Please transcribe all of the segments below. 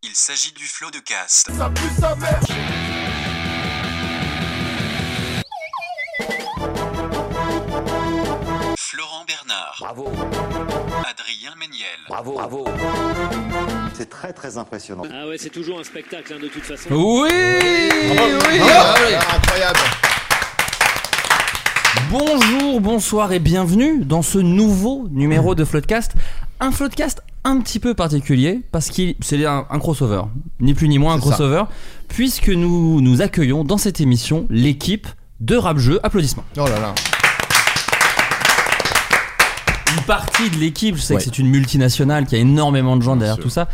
Il s'agit du flot de cast. Florent Bernard, Bravo, Adrien Méniel, bravo, bravo. C'est très très impressionnant. Ah ouais, c'est toujours un spectacle hein, de toute façon. Oui, oui. Incroyable. Bonjour, bonsoir et bienvenue dans ce nouveau numéro de Floodcast. Un Floodcast un petit peu particulier parce qu'il c'est un, un crossover, ni plus ni moins un C'est ça. crossover, puisque nous nous accueillons dans cette émission l'équipe de Rap Jeu. Applaudissements. Oh là là. Une partie de l'équipe, je sais que c'est une multinationale qui a énormément de gens derrière tout ça.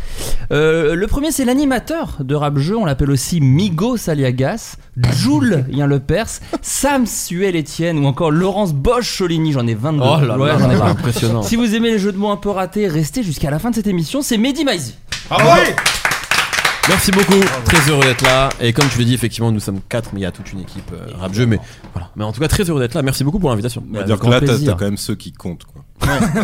Euh, le premier, c'est l'animateur de Rap Jeu, on l'appelle aussi Migo Saliagas, Jules Yann Lepers, Sam Suel Etienne ou encore Laurence Bosch Cholini, j'en ai 22. Oh là Ouais, là, j'en ai là, marre. impressionnant. Si vous aimez les jeux de mots un peu ratés, restez jusqu'à la fin de cette émission, c'est Mehdi Maizi. Merci beaucoup, très heureux d'être là. Et comme tu l'as dit, effectivement, nous sommes quatre, mais il y a toute une équipe euh, rap jeu. Mais voilà, mais en tout cas, très heureux d'être là. Merci beaucoup pour l'invitation. Bah, On va dire avec que là, grand t'as plaisir. t'as quand même ceux qui comptent. Quoi.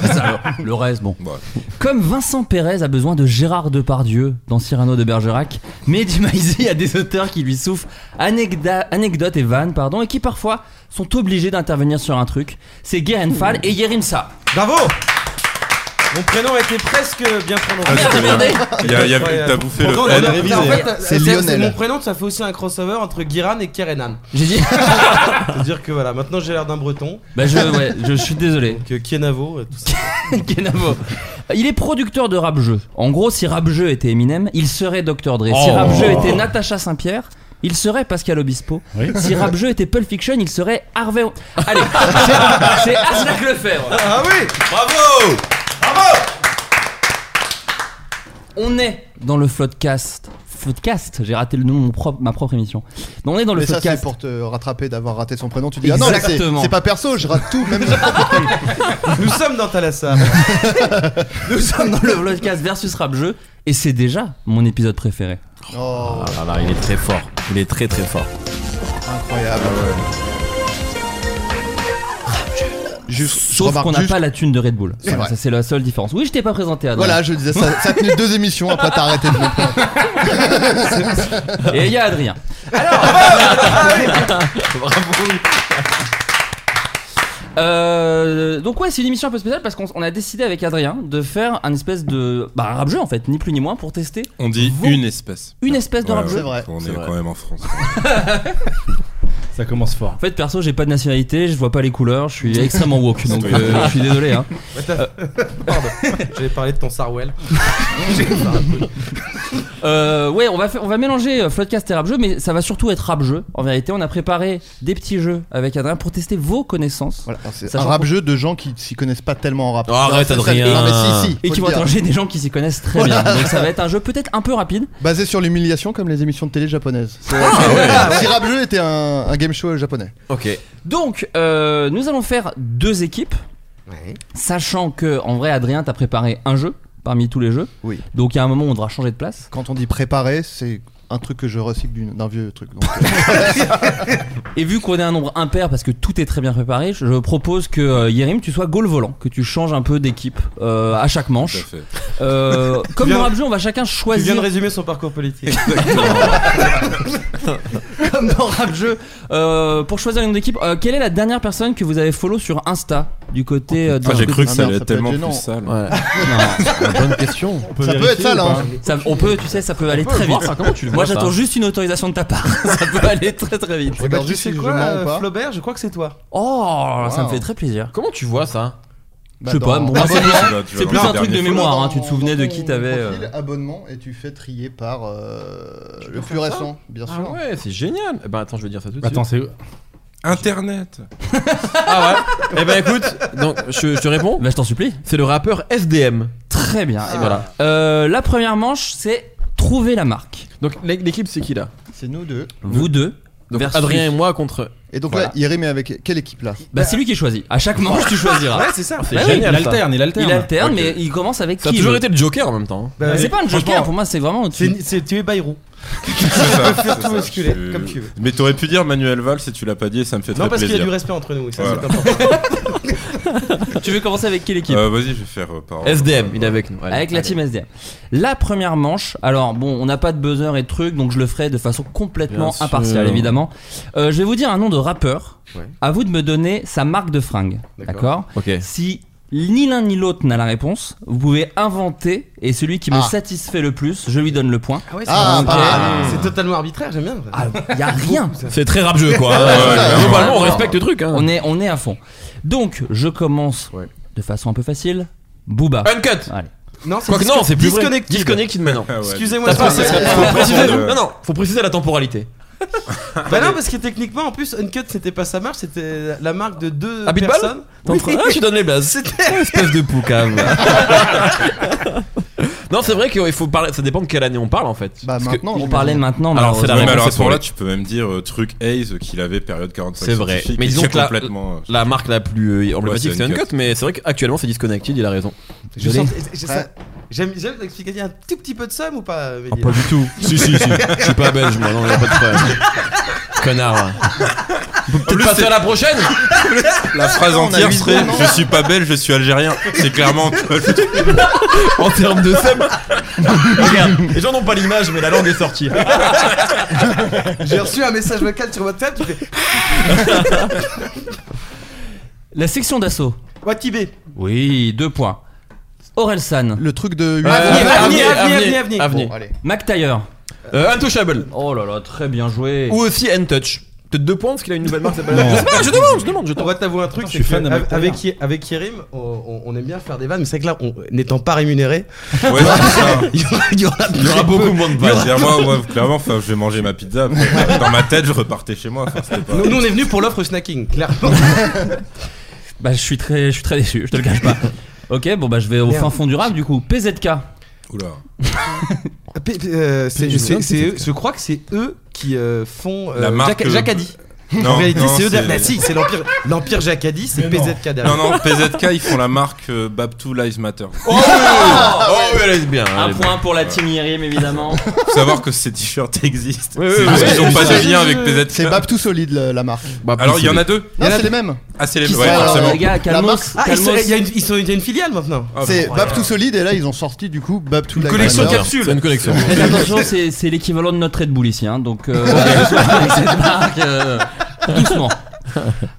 le reste, bon. Voilà. Comme Vincent Pérez a besoin de Gérard Depardieu dans Cyrano de Bergerac, Mehdi Maizi a des auteurs qui lui souffrent anecda- anecdotes et vannes, pardon, et qui parfois sont obligés d'intervenir sur un truc. C'est Guérin Fall et Yerimsa. Bravo Mon prénom était presque bien prononcé. Ah, c'était bien. regardez. Il y a- il y a- Incroyable. T'as bouffé le. Pourtant, N. on a- révisé. en fait, c'est C'est Lionel. c'est Mon prénom, ça fait aussi un crossover entre Guiran et Kerenan. J'ai dit. C'est-à-dire que voilà, maintenant j'ai l'air d'un breton, bah, je, ouais, je suis désolé. que Kienavo, euh, tout ça. Kenavo. Il est producteur de rap jeu. En gros, si rap jeu était Eminem, il serait Dr. Dre. Si Oh. rap jeu était Natacha Saint-Pierre, il serait Pascal Obispo. Si rap jeu était Pulp Fiction, il serait Harvey. Allez, c'est- c'est Aslak Lefebvre. Ah oui Bravo On est dans le Floodcast. Floodcast, j'ai raté le nom de mon propre- ma propre émission. Mais on est dans le Mais ça, c'est Floodcast. pour te rattraper d'avoir raté son prénom. Tu dis, ah non, mais c'est Exactement. c'est pas perso, je rate tout, même. Nous sommes dans Thalassa. Nous sommes dans le Floodcast versus rap jeu. Et c'est déjà mon épisode préféré. Oh, Ah là là, il est très fort. Il est très très fort. incroyable. Ah, Juste, je Sauf remarque qu'on n'a juste- pas la thune de Red Bull. Voilà, vrai. ça, c'est la seule différence. Oui, je t'ai pas présenté, Adrien. Voilà, je disais, ça, ça a tenu deux émissions, après t'as arrêté de me prendre. Et il y a Adrien. Ah Ah Alors Euh, donc ouais, c'est une émission un peu spéciale parce qu'on on a décidé avec Adrien de faire un espèce de bah, un rap jeu en fait, ni plus ni moins pour tester On dit Vous- une espèce. une espèce de Ouais, rap Ah, ouais, jeu. C'est vrai. On C'est est vrai. quand même en France. Ça commence fort. En fait, perso, j'ai pas de nationalité, je vois pas les couleurs, je suis extrêmement woke, donc euh, je suis désolé. Hein. Pardon, j'avais parlé de ton Sarwell. Euh, ouais, on va, faire- on va mélanger euh, Floodcast et rap jeu, mais ça va surtout être rap jeu. En vérité, on a préparé des petits jeux avec Adrien pour tester vos connaissances. Voilà, alors, c'est un Sachant rap qu'on- jeu de gens qui s'y connaissent pas tellement en rap. Oh, arrête, C'est ça, Adrien. le- Non, mais si, si, Et faut qui le vont dire. interroger des gens qui s'y connaissent très bien. Donc ça va être un jeu peut-être un peu rapide. Basé sur l'humiliation comme les émissions de télé japonaises. C'est- Si rap jeu était un, un game show japonais. Ok. Donc, euh, nous allons faire deux équipes. Sachant que, en vrai, Adrien, t'as préparé un jeu. parmi tous les jeux. Oui. Donc il y a un moment où on devra changer de place. Quand on dit préparer, c'est un truc que je recycle d'une- d'un vieux truc. donc, euh, Et vu qu'on est un nombre impair parce que tout est très bien préparé, je je propose que euh, Yérim, tu sois goal volant, que tu changes un peu d'équipe euh, à chaque manche. Tout à fait. Euh, comme Tu viens- dans Rap Jeu, on va chacun Tu viens choisir. de résumer son parcours politique. comme dans Rap Jeu, euh, pour choisir une équipe, euh, quelle est la dernière personne que vous avez follow sur Insta du côté euh, de- Ah, j'ai cru que Ah, ça merde, allait être ça peut être tellement gênant. plus sale. Non, bonne question. ça peut être ça là. hein. Ça- on peut, tu sais, ça peut aller peut très le voir, vite. ça, comment tu le vois, Moi, ça j'attends juste une autorisation de ta part. ça peut aller très très vite. Je regarde tu juste sais si je quoi, mens euh, ou pas. Flaubert Je crois que c'est toi. Oh, ça me Wow. fait très plaisir. Comment tu vois ça Bah, Je sais pas, dans- bon, dans moi, c'est abonnement, Tu vas- tu vas C'est voir plus le un truc dernier de flot. mémoire, dans- hein, tu te souvenais de dans qui ton t'avais, profil, euh, Abonnement et tu fais trier par euh, le plus récent, bien sûr. Ah ouais, c'est génial. Eh ben attends, je vais dire ça tout de Attends, suite. c'est. Internet. Ah ouais. Eh ben écoute, donc je, je te réponds. Bah, je t'en supplie. C'est le rappeur SDM. Très bien. Et voilà. Euh, la première manche, c'est trouver la marque. Donc l'é- l'équipe c'est qui là C'est nous deux. Vous deux. Donc versus- Adrien et moi contre. Et donc Voilà. là, Yérim est avec quelle équipe là Bah, c'est lui qui choisit. À chaque manche, tu choisiras. c'est ça. C'est Bah oui, génial. Il ça. alterne, il alterne. Il alterne, Ok. mais il commence avec Ça a qui toujours le- été le Joker en même temps. hein. Bah, C'est pas un joker, pour moi, c'est vraiment. tu- C'est c'est- tu es Bayrou. C'est ça, faire c'est tout ça, basculer, comme tu veux. Mais t'aurais pu dire Manuel Valls si tu l'as pas dit, ça me fait Non, très parce qu'il y a plaisir. du respect entre nous. et Ça, Voilà. c'est important. Tu veux commencer avec quelle équipe Euh, Vas-y, je vais faire euh, par. SDM, il est avec nous. Allez, Avec la allez. team SDM. La première manche, alors bon, on n'a pas de buzzer et de trucs, donc je le ferai de façon complètement Bien sûr. impartiale, évidemment. Euh, je vais vous dire un nom de rappeur. À vous de me donner sa marque de fringue. D'accord Ok. Si ni l'un ni l'autre n'a la réponse, vous pouvez inventer et celui qui me Ah. satisfait le plus, je lui donne le point. Ah ouais, c'est Ah, vrai. pas Ah, mal. c'est totalement arbitraire, j'aime bien. Ah, y a rien. C'est très rap-jeu quoi. Ouais, ouais, ouais. Globalement, on respecte le truc. Hein. On est on est à fond. Donc, je commence Ouais. de façon un peu facile. Booba. Uncut. Allez. Non, Quoi que non, c'est plus vrai. disconnecté. Disconnected maintenant. Ah ouais. Excusez-moi, Ça passe, c'est- ça serait- faut préciser- Euh, Non, non, faut préciser la temporalité. Bah non, parce que techniquement, en plus, Uncut, c'était pas sa marque, c'était la marque de deux Ah, Bitball personnes. T'es en train- Ah, tu donnes les blazes. C'était espèce de poucave. non, c'est vrai qu'il faut parler. Ça dépend de quelle année on parle en fait. Bah Parce que- maintenant, On parlait de maintenant. Alors, c'est la Oui, mais réponse alors à est ce moment-là, pour tu peux même dire euh, truc Hayes qu'il avait période 45. C'est vrai. scientifique, Mais et disons c'est que la- complètement. euh, La marque la plus euh, emblématique, Ouais, c'est c'est Uncut, Uncut, mais c'est vrai qu'actuellement c'est Disconnected, il a raison. Je l'ai. sens- j'ai- ça- J'aime bien t'expliquer un tout petit peu de somme ou pas Mehdi Ah, du tout. si, si, si. Je suis pas belge, moi, non, y'a pas de problème. Connard. ouais. On peut peut-être passer à la prochaine La phrase on a entière huit serait ans, Ah, non Je suis pas belge, je suis algérien. C'est clairement. En termes de sem. Regarde, les gens n'ont pas l'image, mais la langue est sortie. J'ai reçu un message vocal sur WhatsApp qui fait La section d'assaut. Watibé. Oui, deux points. Orelsan. Le truc de huit- Ah, Avenir, avenir, avenir, avenir. Euh, avenir. Bon, allez. Mac Taylor. Euh, Untouchable. Oh là là, très bien joué. Ou aussi Untouch. Peut-être deux points parce qu'il a une nouvelle marque. ça s'appelle- Je sais pas, je demande, je demande, je On demande. va t'avouer un truc, je c'est suis que fan de Mac avec, Taylor. avec, Ye- avec Yérim, on, on- on aime bien faire des vannes, mais c'est que là, on- n'étant pas rémunéré, Ouais, c'est ça. il y aura, il y aura- Il y aura beaucoup moins de Il y aura- pages. Moi, moi, clairement, enfin, je vais manger ma pizza. après, Dans ma tête, je repartais chez moi. enfin, c'était pas- Nous, nous, on est venus pour l'offre snacking, clairement. Bah je suis très, je suis très déçu, je te le cache pas. ok, bon bah je vais au Merde. fin fond du rap du coup. PZK. Oula. P- p- euh, c'est- Plus de c'est- vingt, c'est peut-être. eux- je crois que c'est eux qui euh, font La marque, Jac- euh, Jacadi. Non, en réalité, non, c'est eux. derrière- Bah, si, c'est l'empire. L'empire Jacadi, c'est PZK derrière. Non, non, PZK, ils font la marque euh, Babtou Lives Matter. Oh, oui, oh, oui, elle est bien. Un elle est bien. point pour la team Yérim évidemment. Faut savoir que ces t-shirts existent. Oui, oui, c'est oui, juste oui, qu'ils ont oui, pas oui, de oui, lien oui, avec oui. PZK. C'est Bab tout solide le- la marque. Bah, Alors, il y en a c'est- deux Non, c'est les mêmes. Ah, c'est les Qui ouais, sont- forcément. les gars, Calmos. Ah, ils sont- Calmos. il y, a une- ils sont- il y a une filiale maintenant. Ah, C'est bah, Bab tout solide et là ils ont sorti du coup Bab Ah, tout la collection Grinder. capsule. C'est une collection. Faites attention, c'est c'est l'équivalent de notre Red Bull ici, hein, donc euh, avec cette marque, euh, doucement.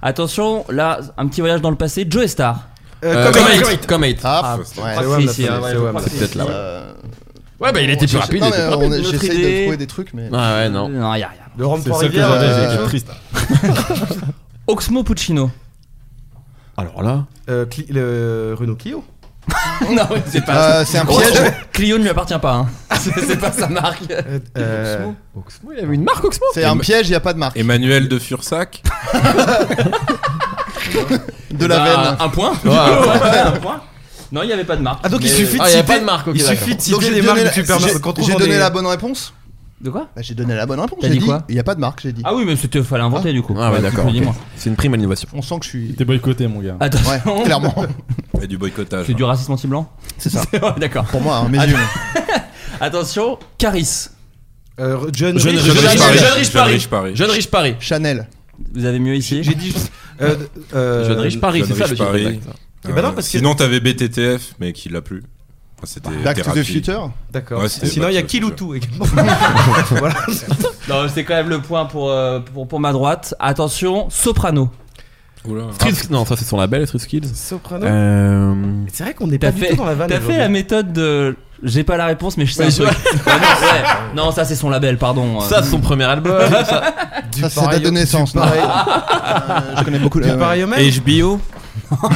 Attention, là, un petit voyage dans le passé. Joe Star. Euh, Euh, comme- Comme Eight. Comme Eight. Ah, Ah, c'est- ouais. Ah, Wham, si, la si, folie, ouais, c'est ouais, Wham. ouais, C'est peut-être là. ouais. Euh, Ouais, bah il était plus rapide. non, il mais était plus on rapide. est- Notre J'essaye idée. de trouver des trucs, mais. Ah ouais, non. Non, y a rien. De Rome C'est pour ça que Rivière. j'avais, euh, j'étais triste. Oxmo Puccino. Alors là. euh, Cli- le Renault Clio. non, c'est Euh, c'est un piège. Clio ne lui appartient pas. hein. C'est c'est pas sa marque. Euh, euh, Oxmo, il avait une marque Oxmo. C'est un piège, il y a pas de marque. Emmanuel de Fursac. De la Bah, veine. Un point. Ouais, ouais. Un point. Non, il n'y avait pas de marque. Ah donc il Mais- suffit de Ah, y a citer. pas de marque, ok, il d'accord. suffit de Donc citer j'ai les marques donné, du la... supermarché. j'ai- j'ai donné la bonne réponse De quoi bah, J'ai donné la bonne réponse. T'as j'ai dit quoi Il n'y a pas de marque, j'ai dit. Ah oui, mais c'était fallait inventer du coup. Ah ouais, d'accord. Dis-moi. ok. C'est une prime à l'innovation. On sent que je suis. T'es boycotté, mon gars. Attention. Ouais, clairement. Et du boycottage. hein. C'est du racisme anti-blanc C'est ça. Ouais, D'accord. Pour moi, hein, mes Att- yeux. Attention, Caris. Euh, John, Jeune Rich- riche John Paris. Rich- Jeune riche Paris. Jeune riche Paris. Chanel. Vous avez mieux ici J'ai dit. euh, euh, Jeune riche Paris, Jeune c'est ça riche le Paris. titre. exact. Eh ben non, parce que- Sinon, t'avais BTTF, mais qui l'a plus. Enfin, C'était. Back to the thérapie. Future D'accord. Ouais, c'était Sinon, Back il y a to the Future. Kiloutou également. voilà. Non, c'est quand même le point pour, euh, pour, pour ma droite. Attention, Soprano. Oula. Street- Non, ça c'est son label, Street Skills. Soprano. Euh, C'est vrai qu'on n'est T'as pas du fait, tout dans la vanne. t'as fait la aujourd'hui. méthode de. J'ai pas la réponse, mais je sais Ouais, un je- truc. Ouais, non, ouais. Non, ça c'est son label, pardon. euh. Ça, c'est son premier album. ça- Ça, c'est date pareil- de naissance. non pareil- Euh, Je connais beaucoup Du la. pareil au même HBO. Oh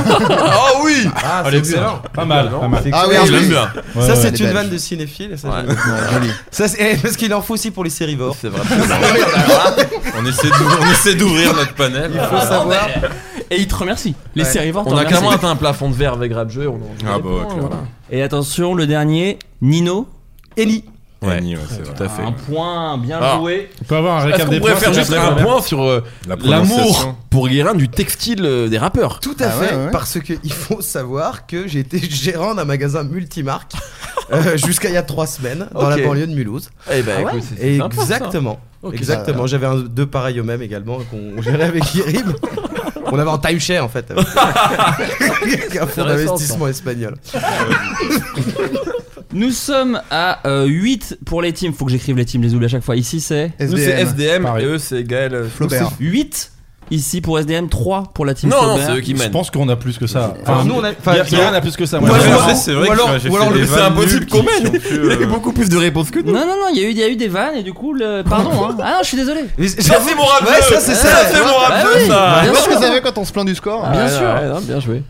oui! Ah, Oh, c'est les excellent. Pas mal, pas mal. Ah oui, Je oui. l'aime bien. Ouais, Ça, ouais. c'est les une Belges. vanne de cinéphile. et ça, Ouais. j'aime. Non, joli. Ça, c'est- eh, Parce qu'il en faut aussi pour les sérivores. C'est vrai. On essaie d'ouvrir- on essaie d'ouvrir notre panel. Il faut savoir. Et il te remercie. Les Ah, Ouais. séries On a clairement atteint un plafond de verre avec Rap Jeu. on en- Ah bah ouais, clairement. Et attention, le dernier, Nino. Eni. Ouais. Annie, ouais, c'est vrai. Tout à fait. Un point bien Ah. joué. On peut avoir un Est-ce récap qu'on des pourrait points, faire c'est juste la un première. point sur euh, La prononciation. l'amour pour Guérin du textile euh, des rappeurs Tout à Ah ouais, fait, ouais. parce que il faut savoir que j'ai été gérant d'un magasin multimarque euh, jusqu'à il y a trois semaines dans Ok. la banlieue de Mulhouse. Eh ben, écoute, c'est- c'est sympa, ça. Ah Exactement. Exactement. J'avais un- deux pareils au même également qu'on gérait avec Irim. On avait en timeshare en fait. avec- Un fonds Intéressant, d'investissement espagnol. Nous sommes à euh, 8 pour les teams. Faut que j'écrive les teams, les oublie à chaque fois. Ici, c'est Nous c'est SDM. SDM Pareil. et eux c'est Gaël euh, Flaubert. 8 ici pour SDM, 3 pour la team Non, non, Flaubert. c'est eux qui Je mènent. pense qu'on a plus que ça. Alors, Ah, nous, on a- enfin, Guérin Guérin- a plus que ça. Ouais, moi, j'ai- c'est- c'est vrai ou que alors- j'ai ou alors fait le- des c'est vannes impossible nulles qu'on qui- mène. qui ont pu, Il y a euh, beaucoup plus de réponses que nous. Non, non, non, il y, a eu- il y a eu des vannes et du coup, le... pardon. hein. Ah non, je suis désolé. Mais Ça c'est mon rap Ouais, jeu. ça, c'est ça. ça. c'est mon Ah rap jeu, ça. oui, bien Moi, je sûr. Bah, Ah, vous savez quand on se plaint du score. Bien Ouais, sûr. ouais, non, bien joué.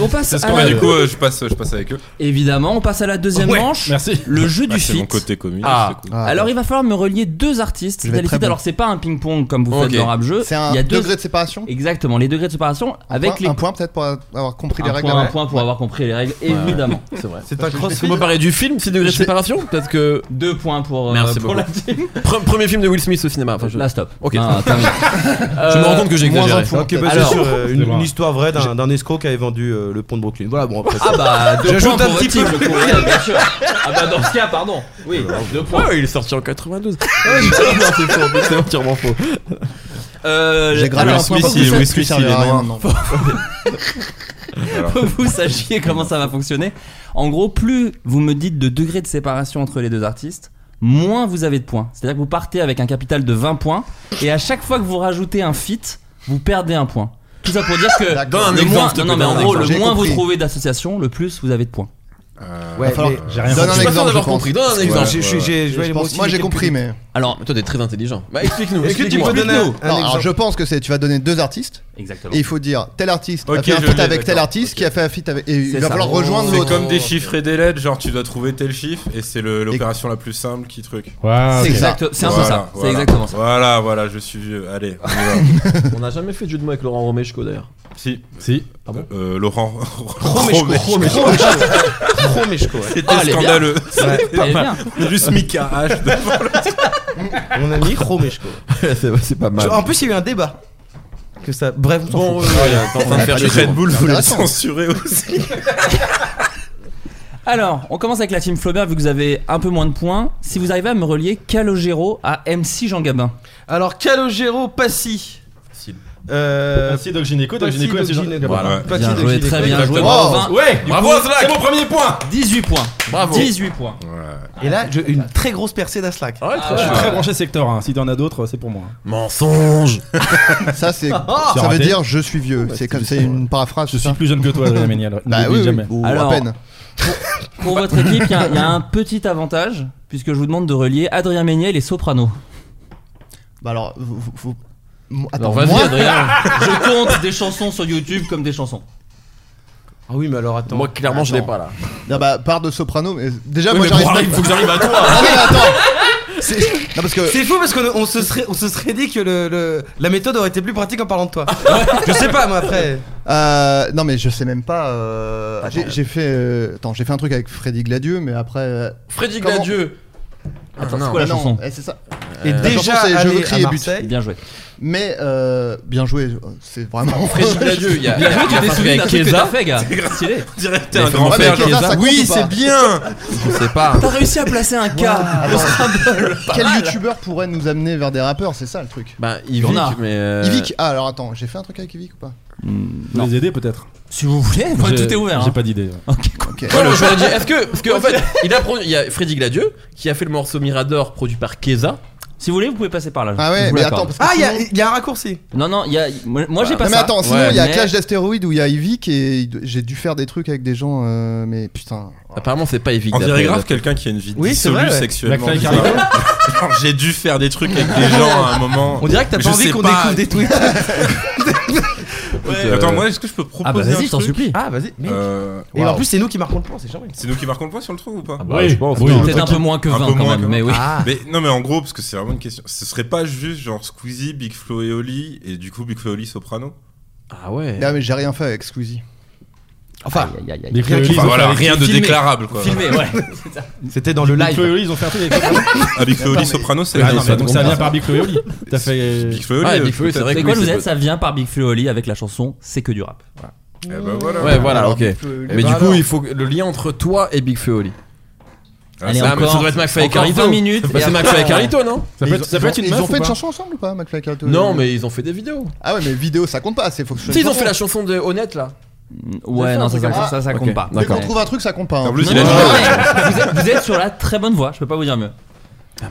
On passe C'est ce à qu'on la- Ah, Ouais, du coup, euh, je passe, je passe avec eux. Évidemment, on passe à la deuxième Ouais, manche. Merci. Le jeu Bah, du c'est fit. mon côté communiste. Ah. c'est cool. Ah, Alors il va falloir me relier deux artistes. Je vais Dans les être très feats, bon. Alors c'est pas un ping-pong comme vous Ok. faites dans Rap Jeu. C'est un il y a deux degré de séparation. exactement les degrés de séparation Un avec point- les Un point peut-être pour avoir compris un les règles. point, un avant. point pour avoir compris les règles évidemment. C'est vrai. C'est un Est-ce qu'on crossfit. peut parler du film 6 degrés de Je- séparation Peut-être que. Deux points pour, euh, Merci pour beaucoup. la team. Pre- Premier film de Will Smith au cinéma. Enfin, je... Là stop. Ok. Non, terminé. je me Euh, rends compte que j'ai moins un exagéré. point. Ok, bah, Alors- c'est sur euh, une, C'est vrai. une histoire vraie d'un d'un escroc qui avait vendu euh, le pont de Brooklyn. Voilà, bon, après, Ah bah deux J'ajoute points un pour petit votre peu. team, le courrier, bien sûr. Ah bah dans ce cas pardon. Oui deux points. Ouais, il est sorti en 92. Ouais, non, c'est faux, c'est entièrement faux. Euh, J'ai gravé alors, un point Smith, pour il- que ça Will Smith, puisse il servir est à rien. noir. non. Voilà. pour que vous sachiez comment ça va fonctionner. En gros, plus vous me dites de degré de séparation entre les deux artistes, moins vous avez de points. C'est-à-dire que vous partez avec un capital de 20 points, et à chaque fois que vous rajoutez un fit, vous perdez un point. Tout ça pour dire que D'accord. le exemple, moins, s'il te non, non, plaît, mais en donne un gros, le exemple. J'ai moins compris. vous trouvez d'associations, le plus vous avez de points. Euh, Ouais, va falloir- mais- J'ai rien Donne un Je suis pas sûr exemple, je d'avoir pense. compris. Donne un Non, exemple. j'ai- j'ai- ouais. j'ai- Je j'ai- pense- aussi Moi j'ai quelques- compris, mais. Alors, Toi, t'es très intelligent. Bah, explique-nous. Est-ce que tu explique-moi. peux donner un, un Non, alors exemple je pense que c'est tu vas donner deux artistes exactement. et il faut dire tel artiste Ok, a fait un je feat l'ai, avec tel d'accord, artiste ok. qui a fait un feat avec et C'est il va ça. falloir rejoindre C'est l'autre. comme des chiffres et des lettres, genre tu dois trouver tel chiffre et c'est le- l'opération la plus simple qui truc. Waouh, C'est ok. exact. Exact- C'est un peu Voilà, ça, c'est voilà. exactement ça. Voilà, voilà, je suis vieux. Allez, on y va. On n'a jamais fait de jeu de mots avec Laurent Romeshko d'ailleurs. si. Si. Euh, Laurent. Romeshko. Pro Meshko, ouais. C'était Ah, elle est bien. scandaleux. Elle est bien. Juste Mika H. Ah, Mon ami Pro Meshko. C'est c'est pas mal. En plus, il y a eu un débat. Que ça... Bref, on s'en Bon, fout. euh, t'es en train de faire pas chier. de- Red Bull C'est voulait intéressant. censurer aussi. Alors, on commence avec la team Flaubert, vu que vous avez un peu moins de points. Si vous arrivez à me relier Calogero à MC Jean Gabin. Alors, Calogero, Passy. Facile. Euh, Merci Doc Gynéco, Doc Gynéco, Doc merci Jean- Gynéco. Voilà. Passy, Bien Doc joué, Gynéco. très bien joué. Exactement. Bravo, Ah, Vin. Oh. Ouais, bravo C'est Slack. mon premier point. 18 points. Bravo. 18 points. Et là, je- une très grosse percée d'Aslak. Ah, Ouais, Ah très Je suis bien. très branché secteur. hein. Si t'en as d'autres, c'est pour moi. Mensonge. Ça c'est Ah, Tu as ça veut raté. dire je suis vieux. C'est comme c'est une paraphrase. Je c'est suis ça plus jeune que toi, Adrien Méniel. Ne Bah l'oublie oui, oui, jamais. ou Alors, à peine. Pour votre équipe, il y, a- il y a un petit avantage, puisque je vous demande de relier Adrien Méniel et Soprano. Bah alors vous- vous- vous- Mo- Alors Attends, vas-y moi Adrien. Je compte des chansons sur YouTube comme des chansons. Ah oui, mais alors attends. Moi clairement je l'ai Attends. pas là. Ah bah part de soprano mais déjà Oui, moi mais j'arrive bon, pas. arrête, faut que j'arrive à toi. Ah, mais attends. C'est- Non parce que C'est fou parce qu'on on se, serait- on se serait dit que le, le- la méthode aurait été plus pratique en parlant de toi. je sais pas, moi après. Euh, non mais je sais même pas. euh, j'ai- J'ai fait, euh, attends, j'ai fait un truc avec Freddy Gladieux, mais après. euh, Freddy Comment Gladieux. Attends, c'est quoi la Non, chanson eh, c'est ça. Et La déjà chanson, c'est Je allé crie à et bute. Marseille. Bien joué. Mais euh, bien joué, euh, c'est vraiment. Frédéric Ladieu, il y a- Bien joué, il y a tu t'es pas souvenu d'un truc que t'as fait, gars. C'est grave. Stylé. On dirait que t'es Mais un faut grand pas frère dire Keza. ça, ça compte Oui, ou pas c'est bien. Je sais pas. T'as réussi à placer un K Wow. au Attends. Scrabble. Pas Quel mal. youtubeur pourrait nous amener vers des rappeurs C'est ça le truc. Bah, Yvick, Bernard. mais. euh, Yvick. Ah, alors attends, j'ai fait un truc avec Yvick ou pas Vous les aider peut-être Si vous voulez, moi, tout est ouvert, J'ai hein. pas d'idée. Ok. Voilà, j'aurais dit. Est-ce que. Parce qu'en fait, il a produit. Il y a Freddy Gladieux qui a fait le morceau Mirador produit par Keza. Si vous voulez, vous pouvez passer par là. Ah ouais, mais attends, parce que Ah, il y a- sinon- Il y a un raccourci. Non, non, il y a. Moi, moi, j'ai pas Non, mais ça. attends, sinon il y a Mais- Clash d'astéroïdes où il y a Yvick et il doit- j'ai dû faire des trucs avec des gens, euh, mais putain. Apparemment, c'est pas Yvick. On dirait d'après- grave d'après- quelqu'un qui a une vie Oui, c'est dissolue vrai, ouais. sexuellement. Black Lives bizarre. Genre, J'ai dû faire des trucs avec des gens à un moment. On dirait que t'as Mais pas je envie sais qu'on pas. découvre des tweets. euh. Ouais. Attends, moi, est-ce que je peux proposer Ah bah vas-y, un je t'en truc supplie. Ah, vas-y, mec. Euh, Et en plus, c'est nous qui marquons le point, c'est charmant. C'est nous qui marquons le point sur le trou ou pas Ah, bah, Oui. je pense, oui. Peut-être un peu moins que 20 peu quand moins même, que mais 20. oui. Mais non, mais en gros, parce que c'est vraiment une question. Ce serait pas juste genre Squeezie, Big Flo et Oli, et du coup Big Flo et Oli Soprano Ah ouais. Non, mais j'ai rien fait avec Squeezie. Enfin, Big Flo et Oli, ils ont fait un- filmé. Filmé, ouais. C'était dans le live. Big Flo et Oli, ils ont fait un truc avec Ah, Big Flo et Oli Soprano, c'est Ah, la non, mais donc ça vient par Big Flo et Oli. T'as fait. Big Flo et Oli, Ouais, euh, Big Flo, c'est peut-être. vrai que quoi, vous êtes, ça vient par Big Flo et Oli avec la chanson C'est que du rap. Mm, Voilà. Eh ben voilà. Ouais, voilà, Alors, ok. Big Flo et Oli. Eh Mais ben du coup, alors. il faut que- le lien entre toi et Big Flo et Oli. Ah, Allez, ça, encore- ça doit être McFly et encore Carito. 20 minutes, Bah, et c'est après- McFly et Carito, non Mais ils ont- Ils ont fait de une chanson ensemble ou pas, McFly et Carlito Non, mais ils ont fait des vidéos. Ah ouais, mais vidéo ça compte pas, c'est faut que je. Si, ils ont fait la chanson de Honnête là. Ouais, C'est non, ça, c'est ça, ça, ça, comme ça, ça ça. compte Ok, pas. Dès qu'on trouve un truc, ça compte pas. hein. Non, non, non, mais Ah vous, êtes, vous êtes sur la très bonne voie, je peux pas vous dire mieux.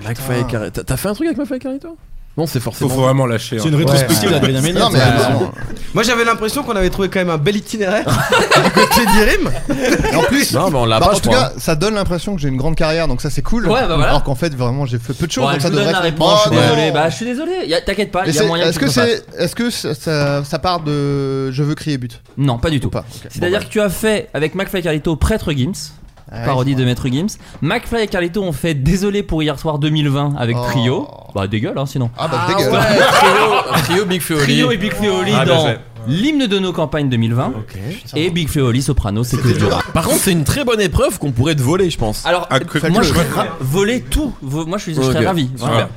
McFly et Carito. T'as- T'as fait un truc avec McFly et Carito Non, c'est forcément. Ah, Faut vraiment lâcher, hein. C'est une rétrospective d'Adrien Méniel. Non, mais ça. attends. Moi j'avais l'impression qu'on avait trouvé quand même un bel itinéraire du côté d'Irim. Et En plus, Non, mais on l'a bah, pas, en je tout crois. cas, ça donne l'impression que j'ai une grande carrière, donc ça c'est cool. Ouais, bah voilà. Alors qu'en fait, vraiment, j'ai fait peu de choses. Bon, donc je ça vous devrait donne la être- réponse, je Oh, suis non. désolé. Bah, je suis désolé, y a- t'inquiète pas, Mais il y a c'est- moyen Est-ce que tu te fasses. c'est, est-ce que ça, ça- ça part de je veux crier but Non, pas du tout. pas. C'est-à-dire que tu as fait avec McFly et Carlito Prêtre Gims. ouais, parodie de Maître Gims. McFly et Carlito ont fait Désolé pour hier soir 2020 avec Oh. Trio. Bah dégueule hein sinon. Ah bah Ah dégueulasse. ouais, Trio, trio Big Flo et Oli. Trio et Big Flo et Oli Ah, bien dans fait. l'hymne de nos campagnes 2020 et Big Flo et Oli Soprano c'est que du rap. Par contre, c'est une très bonne épreuve qu'on pourrait te voler, je pense. Alors Ah, que- moi que- je serais ra- voler tout, Vo- moi je, suis, je serais Ok. ravi. Super. vraiment.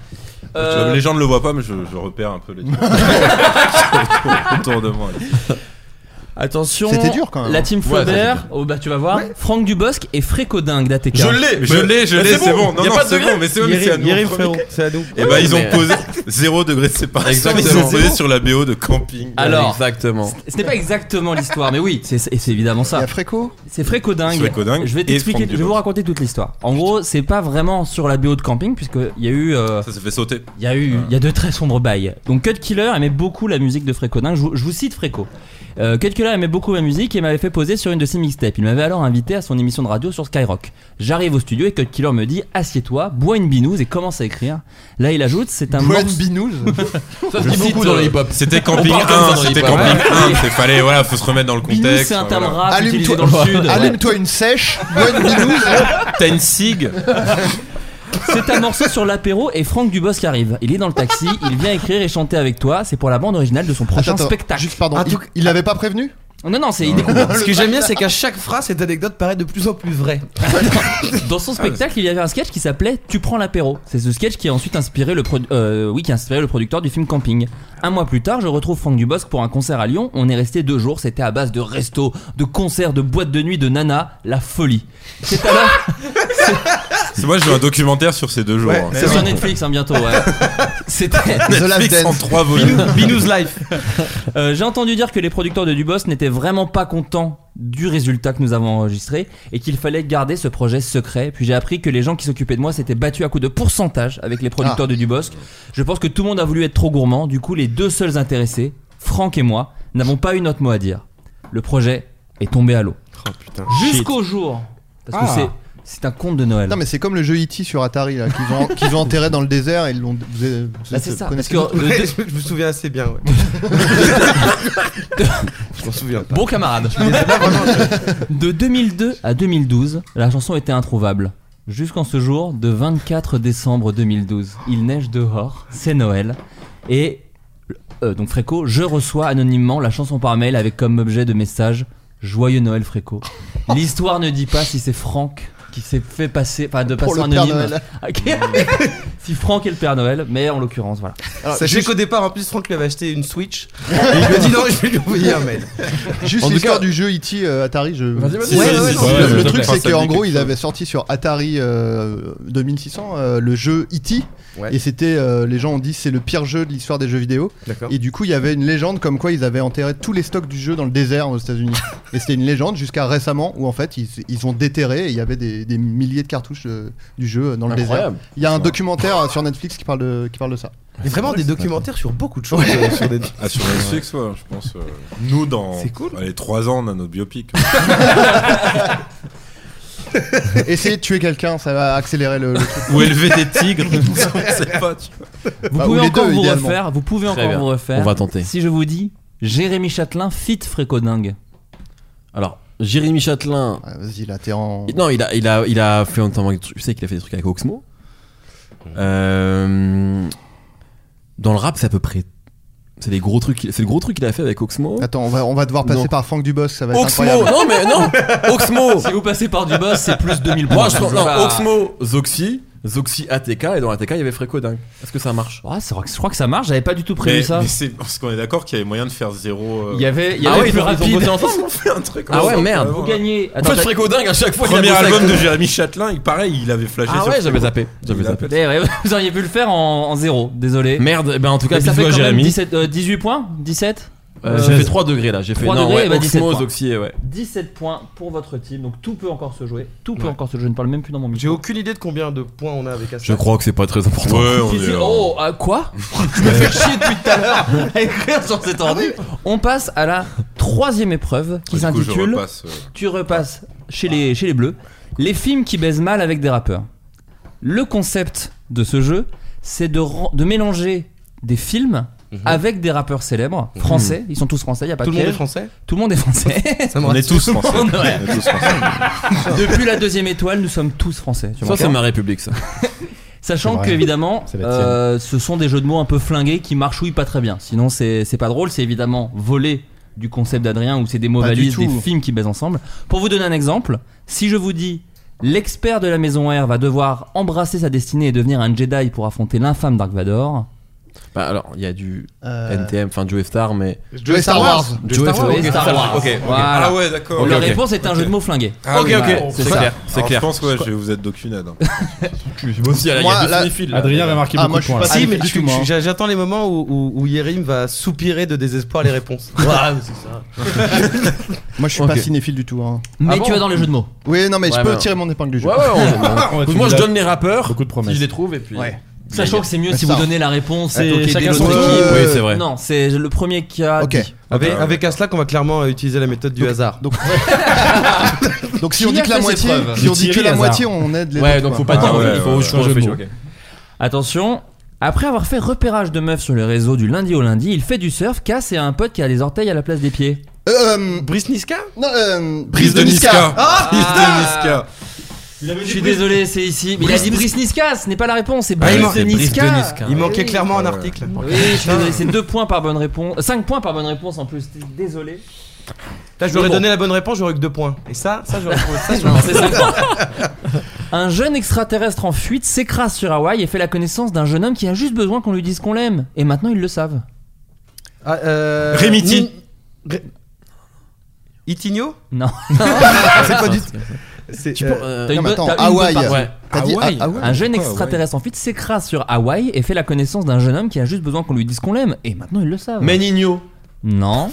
Euh, Les gens ne le voient pas, mais je, je repère un peu les trucs autour de moi. Attention, C'était dur, quand même. La team Ouais, Flaubert, oh bah tu vas voir, Franck Dubosc et Fréco Dingue d'ATK. Je l'ai, je Mais- l'ai, je mais l'ai, c'est c'est bon, bon. Non, y a non, pas de c'est degré. bon, mais c'est bon, mais c'est à nous. Irim frérot, c'est à nous. Et bah, ils ont mais- posé 0 degré de séparation. Ils Exactement. ont posé sur la BO de Camping. Alors, Exactement. ce n'est pas exactement l'histoire, mais oui, c'est c'est évidemment Il y a ça. Fréco C'est Fréco Dingue. Fréco Dingue Je vais et t'expliquer, Franck je vais vous Dubosc. raconter toute l'histoire. En gros, c'est pas vraiment sur la BO de camping, puisqu'il y a eu. euh, Ça s'est fait sauter. Il y a eu, il y a de très sombres bails. Donc Cut Killer aimait beaucoup la musique de Fréco Dingue. Je, vous- je vous cite Fréco. Euh, Cut Killer aimait beaucoup ma musique et m'avait fait poser sur une de ses mixtapes. Il m'avait alors invité à son émission de radio sur Skyrock. J'arrive au studio et Cut Killer me dit assieds-toi, bois une binouse et commence à écrire. Là il ajoute c'est un Ah, Bois une morceau- binouse Ça se Je dit cite, beaucoup dans euh, le hip-hop. C'était Camping On parle comme ça 1, dans le c'était hip-hop. Camping Ouais. 1. C'est fallait, voilà, faut se remettre dans le Binouse, contexte. c'est un terme voilà. rap utilisé Allume-toi dans le sud. Ouais. allume-toi une sèche, bois une binouse. T'as une SIG C'est un morceau sur l'apéro et Franck Dubosc arrive. Il est dans le taxi, il vient écrire et chanter avec toi. C'est pour la bande originale de son prochain Attends, attends, spectacle. Juste pardon, Un il- truc- il l'avait pas prévenu Non, non, c'est il découvre. Ce que j'aime bien, c'est qu'à chaque phrase, cette anecdote paraît de plus en plus vraie. Dans son spectacle, il y avait un sketch qui s'appelait Tu prends l'apéro. C'est ce sketch qui a ensuite inspiré le, produ- euh, oui, qui a inspiré le producteur du film Camping. Un mois plus tard, je retrouve Franck Dubosc pour un concert à Lyon. On est resté deux jours. C'était à base de resto, de concerts, de boîtes de nuit, de nana. La folie. C'est alors. C'est moi, j'ai eu un documentaire sur ces deux jours. Ouais, hein. C'est sur Netflix hein, bientôt, ouais. C'était. The Last Netflix en Dance. 3 volumes. Binous Life. Euh, J'ai entendu dire que les producteurs de Dubos n'étaient vraiment pas contents du résultat que nous avons enregistré et qu'il fallait garder ce projet secret. Puis j'ai appris que les gens qui s'occupaient de moi s'étaient battus à coups de pourcentage avec les producteurs de Dubosc. Je pense que tout le monde a voulu être trop gourmand. Du coup, les deux seuls intéressés, Franck et moi, n'avons pas eu notre mot à dire. Le projet est tombé à l'eau. Jusqu'au jour. Parce que Ah. c'est. C'est un conte de Noël. Non mais c'est comme le jeu E.T. sur Atari là qu'ils ont qu'ils ont enterré dans le désert et ils l'ont vous avez- vous Bah, c'est ça, connaissez- parce que- Le Ouais, deux- je, me- je me souviens assez bien, ouais. je m'en souviens pas. Bon camarade. de 2002 à 2012, la chanson était introuvable. Jusqu'en ce jour, de 24 décembre 2012, il neige dehors, c'est Noël, et euh, donc Fréco, je reçois anonymement la chanson par mail avec comme objet de message Joyeux Noël Fréco. L'histoire ne dit pas si c'est Franck qui s'est fait passer, enfin de Pour passer le Père anonyme. Noël. Ok. si Franck est le Père Noël, mais en l'occurrence, voilà. Sachez qu'au départ, en plus, Franck lui avait acheté une Switch. Et il lui a dit non, je vais lui envoyer un mail. Juste En tout l'histoire cas- du jeu E.T. euh, Atari, je. Vas-y, vas-y, vas-y, Ouais, ouais, vas-y, non, vas-y, vas-y, le- Le vas-y, truc, vas-y, c'est vas-y, qu'en vas-y, gros, vas-y. ils avaient sorti sur Atari euh, 2600 euh, le jeu E.T. Ouais. Et c'était, euh, les gens ont dit, c'est le pire jeu de l'histoire des jeux vidéo. D'accord. Et du coup, il y avait une légende comme quoi ils avaient enterré tous les stocks du jeu dans le désert aux États-Unis. et c'était une légende jusqu'à récemment où en fait ils, ils ont déterré et il y avait des, des milliers de cartouches euh, du jeu euh, dans le Incroyable. désert. Il y a un documentaire euh, sur Netflix qui parle de, qui parle de ça. Mais vraiment des documentaires sur beaucoup de choses. euh, sur des- Ah, sur Netflix, ouais, je pense. euh, nous, dans C'est cool. les 3 ans, on a notre biopic. Essayer de tuer quelqu'un, ça va accélérer le, le truc. Ou élever des tigres, on sait pas, tu vois. Vous Bah, pouvez ou les encore deux, vous idéalement. refaire. Vous pouvez Très encore bien. vous refaire. On va tenter. Si je vous dis Jérémy Châtelain fit Frécodingue. Alors, Jérémy Châtelain. Vas-y, là, t'es en. Non, il a, il a, il a fait notamment des trucs. Je sais qu'il a fait des trucs avec Oxmo. Euh, dans le rap, c'est à peu près. C'est les gros trucs. qu'il- C'est le gros truc qu'il a fait avec Oxmo. Attends, on va, on va devoir passer Non. par Franck Dubos, ça va être Oxmo, incroyable. non mais non, Oxmo. Si vous passez par du boss, c'est plus 2000 points. Moi, je pense- non, Ah. Oxmo, Zoxy, Zoxy ATK et dans ATK il y avait Fréco dingue. Est-ce que ça marche Ouais, c'est vrai que je crois que ça marche. J'avais pas du tout prévu mais, ça. mais c'est parce qu'on est d'accord qu'il y avait moyen de faire zéro. euh, Il y avait, il y Ah avait ouais, plus ils ont- ils ont rapide. bossé ensemble On fait un truc Ah ouais, ensemble, merde. vraiment. Vous gagnez. En Attends, fait, Fréco dingue à chaque fois. il a Premier bossé avec album de Fréco. Jérémy Châtelain, il paraît, il avait flashé Ah sur ouais, j'avais Fréco. zappé. J'avais Il zappé. appelle. d'ailleurs, Vous auriez pu le faire en, en zéro. Désolé. Merde. eh ben en tout cas, Mais ça fait bisous à quand même Jérémy. 17, euh, 18 points 17 Euh, j'ai fait 3 degrés bah, là, j'ai fait 3 non, degrés, ouais, eh ben, 17 Oxmo, points. Zoxy, ouais. 17 points pour votre team. Donc tout peut encore se jouer. Tout peut encore se jouer. Je ne parle même plus dans mon micro. J'ai aucune idée de combien de points on a avec Astra. Je crois que c'est pas très important. Ouais, on Si, si, est. Oh, euh, quoi Je me fais chier depuis tout à l'heure à écrire sur cet ordi. On passe à la troisième épreuve qui Du coup, je s'intitule repasse, euh, Tu repasses chez les, chez les bleus les films qui baisent mal avec des rappeurs. Le concept de ce jeu, c'est de, ren- de mélanger des films avec des rappeurs célèbres français. Ils sont tous français, il a pas Tout de le monde est piège. français Tout le monde est français. Ça me On est rassure. tous français. monde, ouais. On est tous français. Depuis la deuxième étoile, nous sommes tous français. tu Ça m'entends c'est ma république ça. Sachant C'est vrai. que évidemment, C'est la euh, ce sont des jeux de mots un peu flingués qui marchouillent pas très bien. Sinon, c'est c'est pas drôle. C'est évidemment volé du concept d'Adrien où c'est des mots Pas du valises, tout. des films qui baisent ensemble. Pour vous donner un exemple, si je vous dis l'expert de la maison R va devoir embrasser sa destinée et devenir un Jedi pour affronter l'infâme Dark Vador. Bah alors, il y a du Euh, NTM, enfin Joe Star mais Joey Star Wars. Joe Star Wars. Star Wars. OK. Voilà. Ah ouais, d'accord. La ok. réponse est un jeu de mots flingué. Ah oui, Ok, bah, ok, c'est ça. clair, c'est Alors, clair. Je pense ouais, je vais vous êtes d'aucune aide. hein. aussi, il y Moi, a deux là- cinéphiles, là. Adrien avait marqué Ah, beaucoup moi, de je suis points. là. pas- Ah, Si, mais mais du je- tout, moi, hein. je- j'attends les moments où, où, où Yerim va soupirer de désespoir les réponses. Moi, je suis pas Ok. cinéphile du tout. hein. Mais bon tu vas dans les jeux de mots. Oui, non, mais Ouais, je peux mais- tirer mon épingle du jeu. Ouais ouais, On va on- être Moi je une donne les rappeurs. Beaucoup de Si promesses. je les trouve et puis Ouais. Sachant que c'est mieux si Ça. vous donnez la réponse Ouais, et ok, chacun chacun son l'autre truc. équipe. Oui, c'est vrai. Non, c'est le premier qui a. Ok. dit. Avec, ouais. avec Asla, qu'on va clairement euh, utiliser la méthode du hasard. Donc, donc si Qui on dit a que la fait ses moitié, preuves si on dit Thierry que la Hazard. moitié, on aide les Ouais, autres, donc faut quoi. pas Ah dire ouais, il faut ouais, je pense ouais. que je Jeu fais- de Attention, après avoir fait repérage de meufs sur les réseaux du lundi au lundi, il fait du surf, casse et a un pote qui a les orteils à la place des pieds. Euh, euh, Brice Niska non, euh, Prise de Niska. Ah, Prise de Niska. Je suis désolé, c'est ici. Mais il a dit Brice Niska, ce n'est pas la réponse, c'est Brice, Bah, il manque- de Brice Niska. de Niska. Il manquait oui. clairement un article. Oui, je suis désolé, c'est 2 points par bonne réponse. 5 points par bonne réponse en plus, désolé. Là, je lui aurais Mais bon. donné la bonne réponse, j'aurais eu que deux points. Et ça, ça, j'aurais trouvé ça. j'aurais- Non, c'est cinq points. Un jeune extraterrestre en fuite s'écrase sur Hawaï et fait la connaissance d'un jeune homme qui a juste besoin qu'on lui dise qu'on l'aime. Et maintenant ils le savent. Ah, euh, Rémiti. Ni- Ré- Itigno Non. C'est pas du C'est Tu peux- euh, T'as une Non, mais bonne- attends, t'as une bonne Hawaï. partie. Ouais. T'as dit Hawaï. ah, ah ouais. Un jeune Pourquoi, extraterrestre en fuite s'écrase sur Hawaï et fait la connaissance d'un jeune homme qui a juste besoin qu'on lui dise qu'on l'aime. Et maintenant ils le savent. Menino. Non.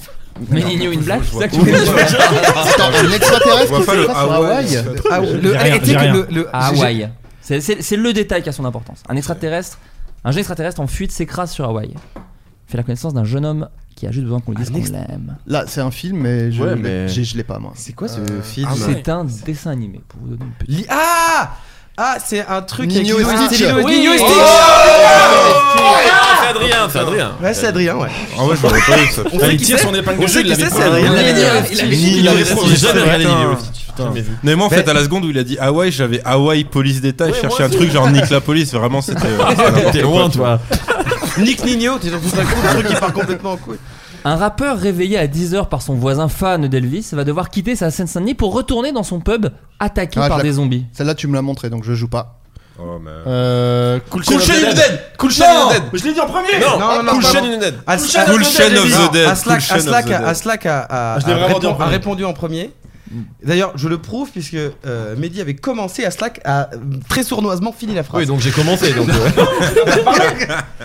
Menino une blague, c'est ça que tu vois- veux dire Attends, un On extraterrestre voit qui pas le s'écrase sur Hawaï. Hawaï. Ah, ouais, le, J'ai rien, eh, tu sais j'ai que rien. le- le- À j'ai- Hawaï. C'est- C'est c'est le détail qui a son importance. Un extraterrestre, un jeune extraterrestre en fuite s'écrase sur Hawaï. Fait la connaissance d'un jeune homme qui a juste besoin qu'on lui dise Un qu'on extra- l'aime. Là, c'est un film, mais je Ouais, l'ai- mais- j'ai- je l'ai pas moi. C'est quoi ce Euh, film ah, C'est un dessin animé pour vous donner une petite. Li- Ah Ah, c'est un truc avec Nino et Lilo Stitch. Lilo et Oui, Nino et oui. Stitch. C'est Adrien, c'est Adrien. Ouais, c'est Adrien, ouais. Ah ouais, je l'aurais pas eu ça. On Fallait sait qui tirer c'est. son épingle On du sait jeu, il qui l'avait c'est, pas. c'est Il Adrien. l'avait dit, il l'avait dit. Il avait Putain, dit, j'ai putain. jamais regardé les vidéos. Putain. Mais moi en fait Mais- à la seconde où il a dit Hawaï j'avais Hawaï police d'état je Ouais, cherchais moi un truc genre nique la police vraiment c'était euh, c'était n'importe T'es quoi, loin tu toi. Nick Nino, t'es genre tout d'un coup, le truc qui part complètement en couille. Un rappeur réveillé à 10h par son voisin fan d'Elvis va devoir quitter sa Seine-Saint-Denis pour retourner dans son pub attaqué Ah, je par la- des zombies. Celle-là, tu me l'as montré, donc je joue pas. Oh, mais... Euh, cool Cool Shade of the Dead Cool Shade of the Dead Je l'ai dit en premier Non, Cool pardon. Shade of the Dead As- Cool Shade of the Dead, As- As- Elvis. Cool Shade of Aslak the Dead. a- Aslak a- a Je l'ai a vraiment dit répon- en a premier. répondu en premier. D'ailleurs, je le prouve puisque euh, Mehdi avait commencé, Aslak a euh, très sournoisement fini la phrase. Oui, donc j'ai commencé. Donc, euh,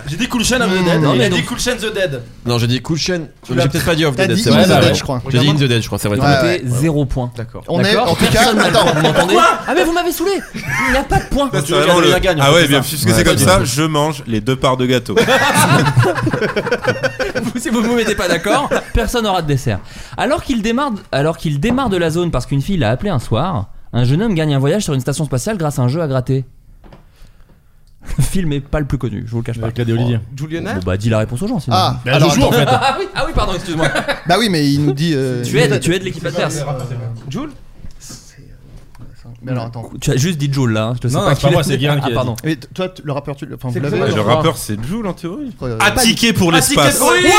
J'ai dit Cool Chain of the hein, Dead. Non, Il mais a dit donc- Cool Chain the Dead. Non, j'ai dit Cool Chain. J'ai l'as- peut-être pas dit Off the t'as Dead, dit c'est In vrai. the c'est Dead, vrai. je crois. J'ai dit In the Regarde-moi. Dead, je crois, c'est vrai. Donc, t'as raison. notez zéro point. D'accord. On est- en tout cas- Personne n'a le attends. point, vous m'entendez Quoi Ah mais vous m'avez saoulé Il n'y a pas de point. Ça, c'est vraiment le- Ah ouais, bien, puisque c'est comme ça, je mange les deux parts de gâteau. Vous, si vous vous mettez pas d'accord, personne n'aura de dessert. Alors qu'il démarre, alors qu'il démarre de la zone parce qu'une fille l'a appelé un soir, un jeune homme gagne un voyage sur une station spatiale grâce à un jeu à gratter. Le film est pas le plus connu, je vous le cache pas. Avec la des Olivier. Julien Bon bah dis la réponse aux gens sinon. Ah, Bah, alors, joue, en fait. Ah oui, ah oui pardon, excuse-moi. Bah oui, mais il nous dit. euh, tu aides, tu aides l'équipe adverse. Jules Mais alors attends. Tu as juste dit Joule là, hein, je sais Non, pas non, qui c'est pas l'a moi, dit. c'est Guérin qui Ah l'a pardon. Et toi, tu- le rappeur, tu le. Enfin, vous C'est l'avez, le Le je crois. rappeur, Ah, c'est Joule en théorie. Euh, Attiqué pour l'espace. Oui Ouais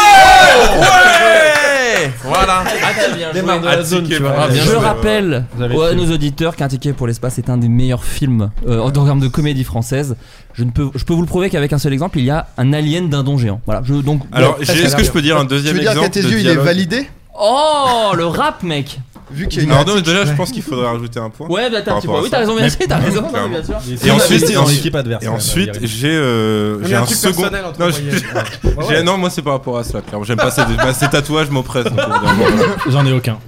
Voilà. Ah, t'as bien joué. Démarre de la zone, Attiqué tu par- vois. Ah, bien je joué. rappelle Vous avez aux- à fait. nos auditeurs qu'un ticket pour l'espace est un des meilleurs films euh, en termes de comédie française. Je, ne peux, je peux vous le prouver qu'avec un seul exemple, il y a un alien dindon géant. Voilà, je donc. Alors, j'ai- est-ce que je peux dire un Tu deuxième veux dire exemple qu'à tes de yeux, il est dialogue validé Oh, le rap, mec Vu qu'il y a une. Alors, non, mais déjà, je pense qu'il faudrait rajouter un point. Ouais, bah, t'as par un petit rapport point. à ça. Oui, t'as raison, merci, t'as raison. Clairement. bien sûr. Et Et ensuite, ensuite, et dans ensuite- l'équipe adverse. Et quand même, ensuite, Guérin. j'ai euh, Mais j'ai un un truc second. personnel entre Non, vous, j'ai- voyez. Ouais. Bah ouais. j'ai- non, moi c'est par rapport à cela. Clairement, j'aime pas ces, bah, ces tatouages m'oppressent. donc, évidemment, voilà. j'en ai aucun.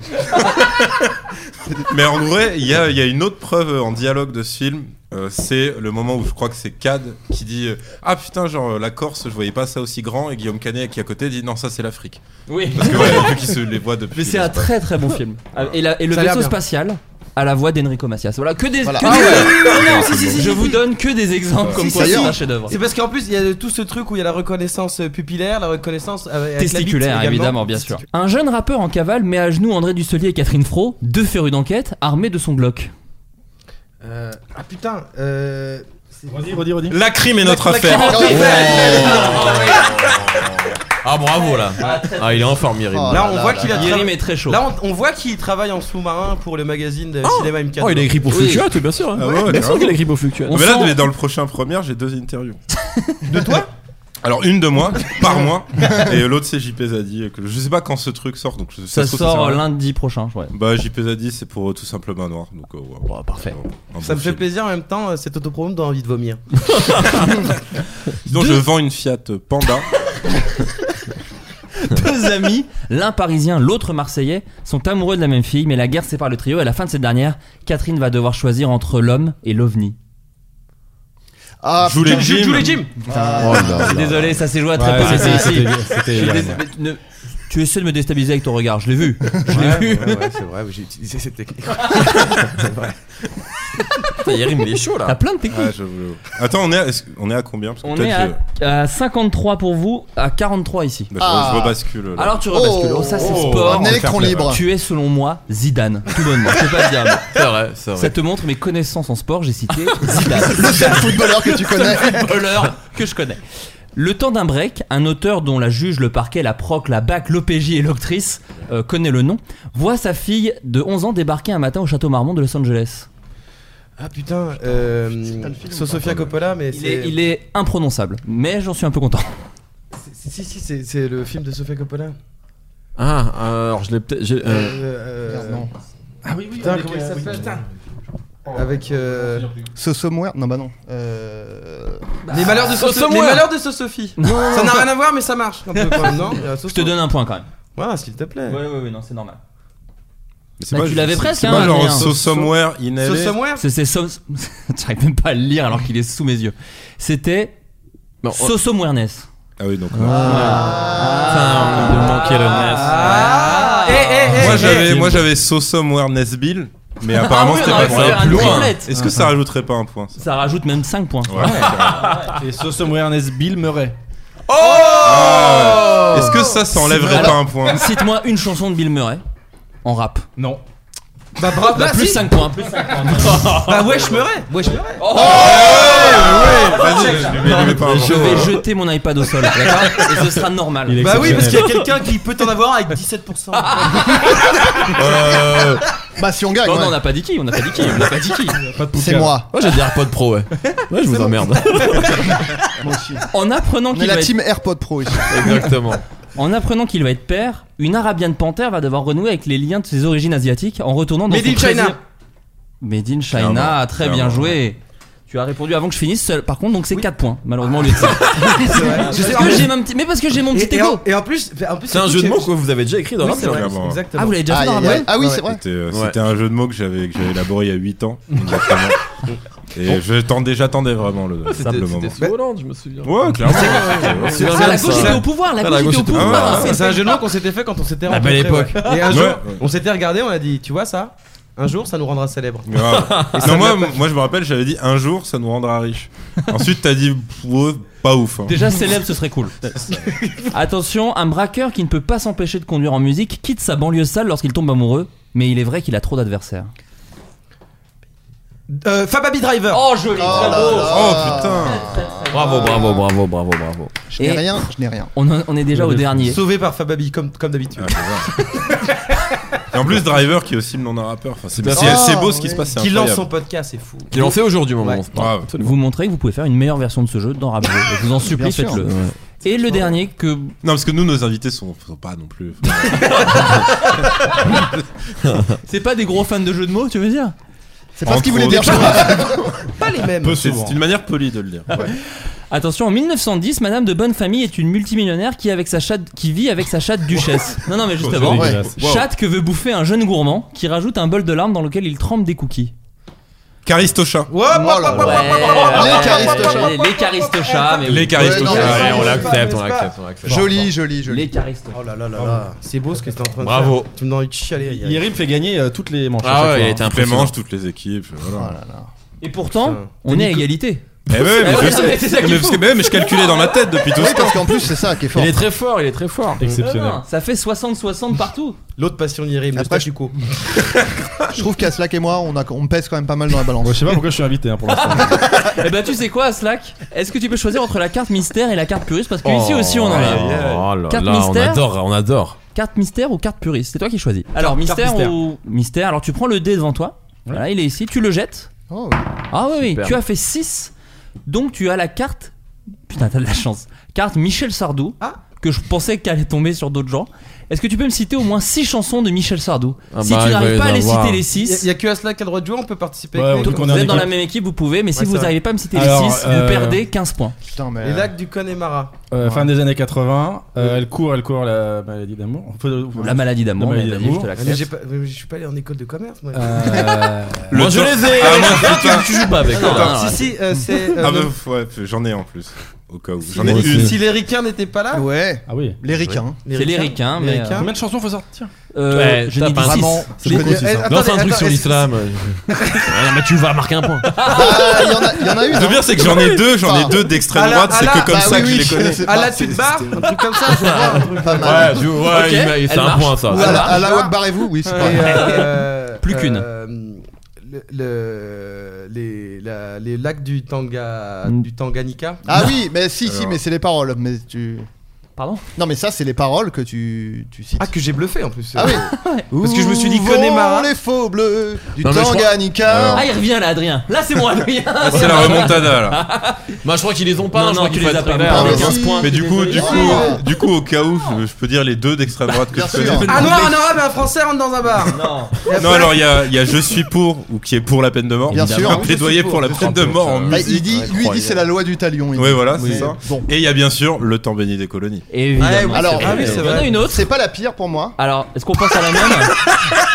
Mais en vrai, il y a, il y a une autre preuve en dialogue de ce film. euh, c'est le moment où je crois que c'est Cad qui dit euh, Ah putain, genre la Corse, je voyais pas ça aussi grand. Et Guillaume Canet qui est à côté dit Non, ça c'est l'Afrique. Oui. Parce que ouais, vu qu'ils se les voient depuis. Mais c'est un l'espace. très très bon film. Ah, Et, la- et le Ça a l'air vaisseau bien. spatial à la voix d'Enrico Macias. Voilà, que des. Voilà. que Ah des- Non, non, si, si, si, je si, vous si. donne que des exemples comme Si, quoi si, c'est si. un chef-d'œuvre. C'est parce qu'en plus, il y a tout ce truc où il y a la reconnaissance euh, pupillaire, la reconnaissance euh, avec- avec la bite Testiculaire, également. évidemment, bien sûr. Un jeune rappeur en cavale met à genoux André Dusselier et Catherine Fro, deux férus d'enquête, armés de son Glock. Euh, ah putain, euh. c'est- Redis, redis, redis. La crime est notre affaire. Ah, bravo là. Ah, il est en forme, Yerim. Oh Là, on voit qu'il a Yerim trava- est très chaud. Là, on, on voit qu'il travaille en sous-marin pour le magazine de Cinéma M4. Oh, il a écrit pour Oui. Fluctuate, bien sûr. hein. Ah ouais, Bien ouais, sûr carrément. qu'il a écrit pour Fluctuate. mais là, sent- mais dans le prochain première, j'ai deux interviews. De toi alors une de moi, par mois, et l'autre c'est JP Zadi. que Je sais pas quand ce truc sort, donc je- Ça se trouve, sert sort euh, à rien. lundi prochain, ouais. Bah JP Zadi c'est pour euh, tout simplement noir, donc euh, ouais, ouais, parfait. un bon Ça me fait film. plaisir en même temps, euh, cet autopromo donne envie de vomir. Sinon je vends une Fiat Panda. Deux amis, l'un parisien, l'autre marseillais, sont amoureux de la même fille, mais la guerre sépare le trio. À la fin de cette dernière, Catherine va devoir choisir entre l'homme et l'ovni. Ah, Je voulais putain. Jim. Jules et Jim Putain. Désolé, ça s'est joué à très peu. Ouais, c'est c'était- ici. c'était- Je C'était suis Yerim. dés- mais ne- Tu essaies de me déstabiliser avec ton regard, je l'ai vu. Je l'ai vu. c'est vrai, j'ai utilisé cette technique. Putain, Yerim, il est chaud là. T'as plein de techniques. Ah, je voulais- Attends, on est à, est-ce- on est à combien Parce que On peut-être est je- à, à 53 pour vous, à 43 ici. bah, je, Ah. je rebascule. là. Alors tu rebascules. Oh, Oh, ça c'est oh, sport. Un électron libre. Tu es selon moi Zidane, tout bonnement. Je peux pas te dire. mieux. C'est vrai, c'est vrai. Ça te montre mes connaissances en sport, j'ai cité Zidane. Le seul footballeur que tu connais. footballeur que je connais. Le temps d'un break, un auteur dont la juge, le parquet, la proc, la bac, l'OPJ et l'octrice euh, connaît le nom, voit sa fille de 11 ans débarquer un matin au château Marmont de Los Angeles. Ah putain, euh, pas le film, so- Sofia Coppola, mais Il c'est- est, il est imprononçable, mais j'en suis un peu content. c'est- Si, si, c'est- c'est le film de Sofia Coppola. Ah, euh, alors je l'ai peut-être. j'ai- Euh, euh, euh, Non. Ah oui, oui, putain, comment il s'appelle Avec. euh, Ce somewhere. Non, bah non. Euh. les malheurs Bah, de So- So- les Somewhere. malheurs de So Sophie. Ça n'a rien à voir, mais ça marche. Un peu quand même, non Il y a So- Je te donne un point quand même. Ouais, s'il te plaît. oui, oui, non, c'est normal. Mais c'est Bah, pas- tu l'avais c'est- presque, c'est hein, pas genre Adrien. So Somewhere in So LA. Somewhere C'est c'est so- J'arrive même pas à le lire alors qu'il est sous mes yeux. C'était non, on- Soso Muernes. Ah oui, donc. Ah. Enfin, il manquait le NES. Ah Eh, eh, eh, Moi eh. j'avais, moi j'avais So Somewhere Nesbill, mais apparemment oui, on c'était aurait pas pu ça. faire un Plus loin. triplette. Est-ce que ça rajouterait pas un point ça Ça rajoute même 5 points. Ouais, c'est vrai. Et So Somewhere Ernest Bill Murray. Ah, Est-ce que ça, ça enlèverait Alors- pas un point Cite-moi une chanson de Bill Murray en rap. Non. Bah bravo, Bah, plus 5 points. Plus 5 points. Bah wesh Murray, wesh Murray. Oh, ouais, vas-y, Ah. je lui mets- lui mets pas un je jour. vais jeter mon iPad au sol, d'accord Et ce sera normal. Bah oui, parce qu'il y a quelqu'un qui peut t'en avoir avec 17%. Bah si on gagne. Non, non, ouais. on n'a pas dit qui, on n'a pas dit qui, on n'a pas dit qui. C'est moi. Oh, Moi j'ai des AirPods Pro, ouais. Ouais, je vous emmerde. Moi aussi. En apprenant On est qu'il la va être team AirPod Pro ici. Exactement. En apprenant qu'il va être père, une Arabian Panther va devoir renouer avec les liens de ses origines asiatiques en retournant dans Made son in China. 13e Made in China, ah, Clairement, très bien clairement, joué. Tu as répondu avant que je finisse seul. Par contre, donc c'est 4 points, malheureusement, au lieu de ça. Je sais- Parce que j'ai ma petit- Mais parce que j'ai mon petit Et, et, en, ego. et en plus, en plus C'est un surtout jeu que- de mots que vous avez déjà écrit dans Oui, Rap c'est vrai, Clairement. exactement. Ah, vous l'avez déjà Ah, fait dans il y a- Raboy ah oui, Ouais. c'est vrai. C'était euh, Ouais. c'était un jeu de mots que j'avais que j'avais élaboré il y a 8 ans. exactement. Et j'attendais, j'attendais vraiment le, C'était le moment. c'était sous Hollande, je me souviens. Ouais, clairement. Ouais, ouais. C'est Ah, la gauche était au pouvoir, la Ah, la gauche gauche était au était- Ah, pouvoir. ouais, hein, ouais. c'est- C'est un jeu de mots qu'on s'était fait quand on s'était La rencontrés. belle époque. ouais. Et un jour, Ouais. on s'était regardé, on a dit, tu vois ça Un jour, ça nous rendra célèbres. Grave. Non, moi, moi, je me rappelle, j'avais dit un jour ça nous rendra riche. Ensuite, t'as dit ouais, pas ouf. hein. Déjà célèbre, ce serait cool. Attention, un braqueur qui ne peut pas s'empêcher de conduire en musique quitte sa banlieue sale lorsqu'il tombe amoureux, mais il est vrai qu'il a trop d'adversaires. Euh, Fababy Driver. Oh, joli, Oh, là là. Oh Ah, putain! Bravo, bravo, bravo, bravo, bravo. Je n'ai Et- rien, je n'ai rien. On, en- on est déjà au dernier. Sauvé par Fababy, comme, comme d'habitude. Ah, c'est vrai. Et en plus, Driver qui est aussi le nom d'un rappeur. Enfin, c'est Bien c'est- sûr. c'est beau ce qui Ah, se passe. c'est qui lance son incroyable. podcast, c'est fou. Qui l'en fait aujourd'hui, mon Ouais. moment. Grave. Vous montrer que vous pouvez faire une meilleure version de ce jeu dans Rabelais. Je vous en supplie, Bien sûr. faites-le. Et le dernier que Non, parce que nous, nos invités sont, sont pas non plus. c'est pas des gros fans de jeux de mots, tu veux dire C'est pas ce qu'il Entre voulait dire. autres. Pas les mêmes. C'est souvent. c'est une manière polie de le dire. Attention, en 1910, Madame de Bonne Famille est une multimillionnaire qui, avec sa chatte, qui vit avec sa chatte duchesse. Non, non, mais juste avant. Ouais. Wow. Chatte que veut bouffer un jeune gourmand qui rajoute un bol de larmes dans lequel il trempe des cookies. Caristocha. Ouais, ouais, ouais, ouais, ouais, Les Caristochats. Les, les Caristochats, mais oui. Les Caristocha. Ouais, non, mais- Allez, on Ouais, l'accepte, ouais, on ouais, l'accepte, on l'accepte. Joli, joli, joli. Les Caristochats. Oh là là là là. C'est beau ce que t'es en train de faire. Bravo. Tu me donnes envie de chialer. Yannick. Yerim fait gagner euh, toutes les manches. à Ah chaque ouais, il fois, a hein. été Clément, impressionnant. toutes les équipes. euh, Oh Voilà. là là. Et pourtant, Putain. on est à égalité. Eh ouais, Ah mais je sais. C'est ça Mais, qu'il parce faut. que, mais mais je calculais dans ma tête depuis tout Oui, ce temps. parce qu'en plus, c'est ça qui est fort. Il est très fort, il est très fort. Exceptionnel. Ça fait 60-60 partout. L'autre passion d'Yerim, le Après, statu quo. Je trouve qu'à Slack et moi, on, a, on pèse quand même pas mal dans la balance. Moi, je sais pas pourquoi je suis invité hein, pour l'instant. Eh ben tu sais quoi, Slack Est-ce que tu peux choisir entre la carte mystère et la carte puriste Parce que ici aussi on en Oh, Oh a. là Carte là, on mystère. adore, on adore. Carte mystère ou carte puriste C'est toi qui choisis. Alors mystère, mystère. ou mystère Alors tu prends le dé devant toi. Voilà, il est ici. Tu le jettes. Oh, oui. Ah oui, oui. Superbe. Tu as fait 6. Donc tu as la carte. Putain, t'as de la chance. Carte Michel Sardou. Ah. Que je pensais qu'elle allait tomber sur d'autres gens. Est-ce que tu peux me citer au moins 6 chansons de Michel Sardou Ah Si bah, tu il va n'arrives y pas à en les avoir. citer les Il y a- il 6. y a que Aslak qui a le droit de jouer, on peut participer. Ouais, avec on nous, peut qu'on comme Vous en êtes dans la équipe. même équipe, vous pouvez, mais si Ouais, vous c'est vrai. n'arrivez pas à me citer les Alors, 6, vous euh, perdez 15 points. Putain, ça. mais. Les lacs du Connemara. Euh, Fin des années 80, euh, elle court, elle court la maladie d'amour. On peut- on peut- La maladie d'amour, La mais maladie vas-y, je d'amour. te Mais j'ai l'accepte. pas- mais Je suis pas allé en école de commerce, moi. Euh, Le je les ai. Ah, moi, putain. Tu joues pas avec. Non, non, non, Si, si, euh, c'est. euh, Ah, non. bah, ouais, j'en ai en plus. Au cas où. Si J'en ai les- une. Si les ricains n'étaient pas là. Ouais. Ah oui. Les ricains. C'est les ricains, mais, Les ricains. Combien de chansons faut sortir Euh, Ouais, je t'as n'ai dit pas six. vraiment- Je Je n'ai- connais- Eh, eh, Non, c'est un attendez, truc sur attendez, l'islam. euh, Ah, mais tu vas marquer un point. Ah, Il y en a- il y en a une. Le hein. pire, c'est que j'en ai deux, j'en ai Ah. deux d'extrême Ah là, droite, c'est ah là, que comme bah ça oui, que je oui, les connais. c'est- À la c'est- tu te barres Un truc comme ça, je vois, un truc. Pas mal. Ouais, tu vois, Ok, il m'a- c'est elle un marche. point ça. Ou Ouais. à la- Voilà. à la Web, barrez-vous, oui, c'est Et, pas mal. euh, Plus qu'une. euh, le- le- les, la- les lacs du, Tanga, Mm. du Tanganyika. Ah oui, mais si, si, Alors. mais c'est les paroles. Mais tu. Pardon Non, mais ça, c'est les paroles que tu, tu cites. Ah, que j'ai bluffé en plus. Ah oui. Parce que je me suis dit, Où Connemara. vont les faux bleus du Non, mais je crois- Tanganyika. Ah, il revient là, Adrien. Là, c'est moi, Adrien. Ah, c'est la remontada là. Moi, je crois qu'ils les ont pas. Non, je non, crois tu qu'il faut les as être pas. clair. Ah, Pardon, mais 15 si. points. Mais du coup, du Ouais. coup, du coup, au cas où, je, je peux dire les deux d'extrême droite que Bien je connais. sûr. Un noir, un arabe, un français rentre dans un bar. Non. Et après- Non, alors il y a, il y a Je suis pour ou qui est pour la peine de mort. Bien Il y a sûr. un plaidoyer Je suis pour la pour. peine de mort en Bah, musique. il dit, lui, il dit c'est la loi du talion. il Ouais, dit. voilà, c'est Mais ça. Bon. Et il y a bien sûr le temps béni des colonies. Ouais, Évidemment. oui, Alors, c'est vrai. Ah oui, c'est Il y en a vrai. une autre. C'est pas la pire pour moi. Alors, est-ce qu'on passe à la mienne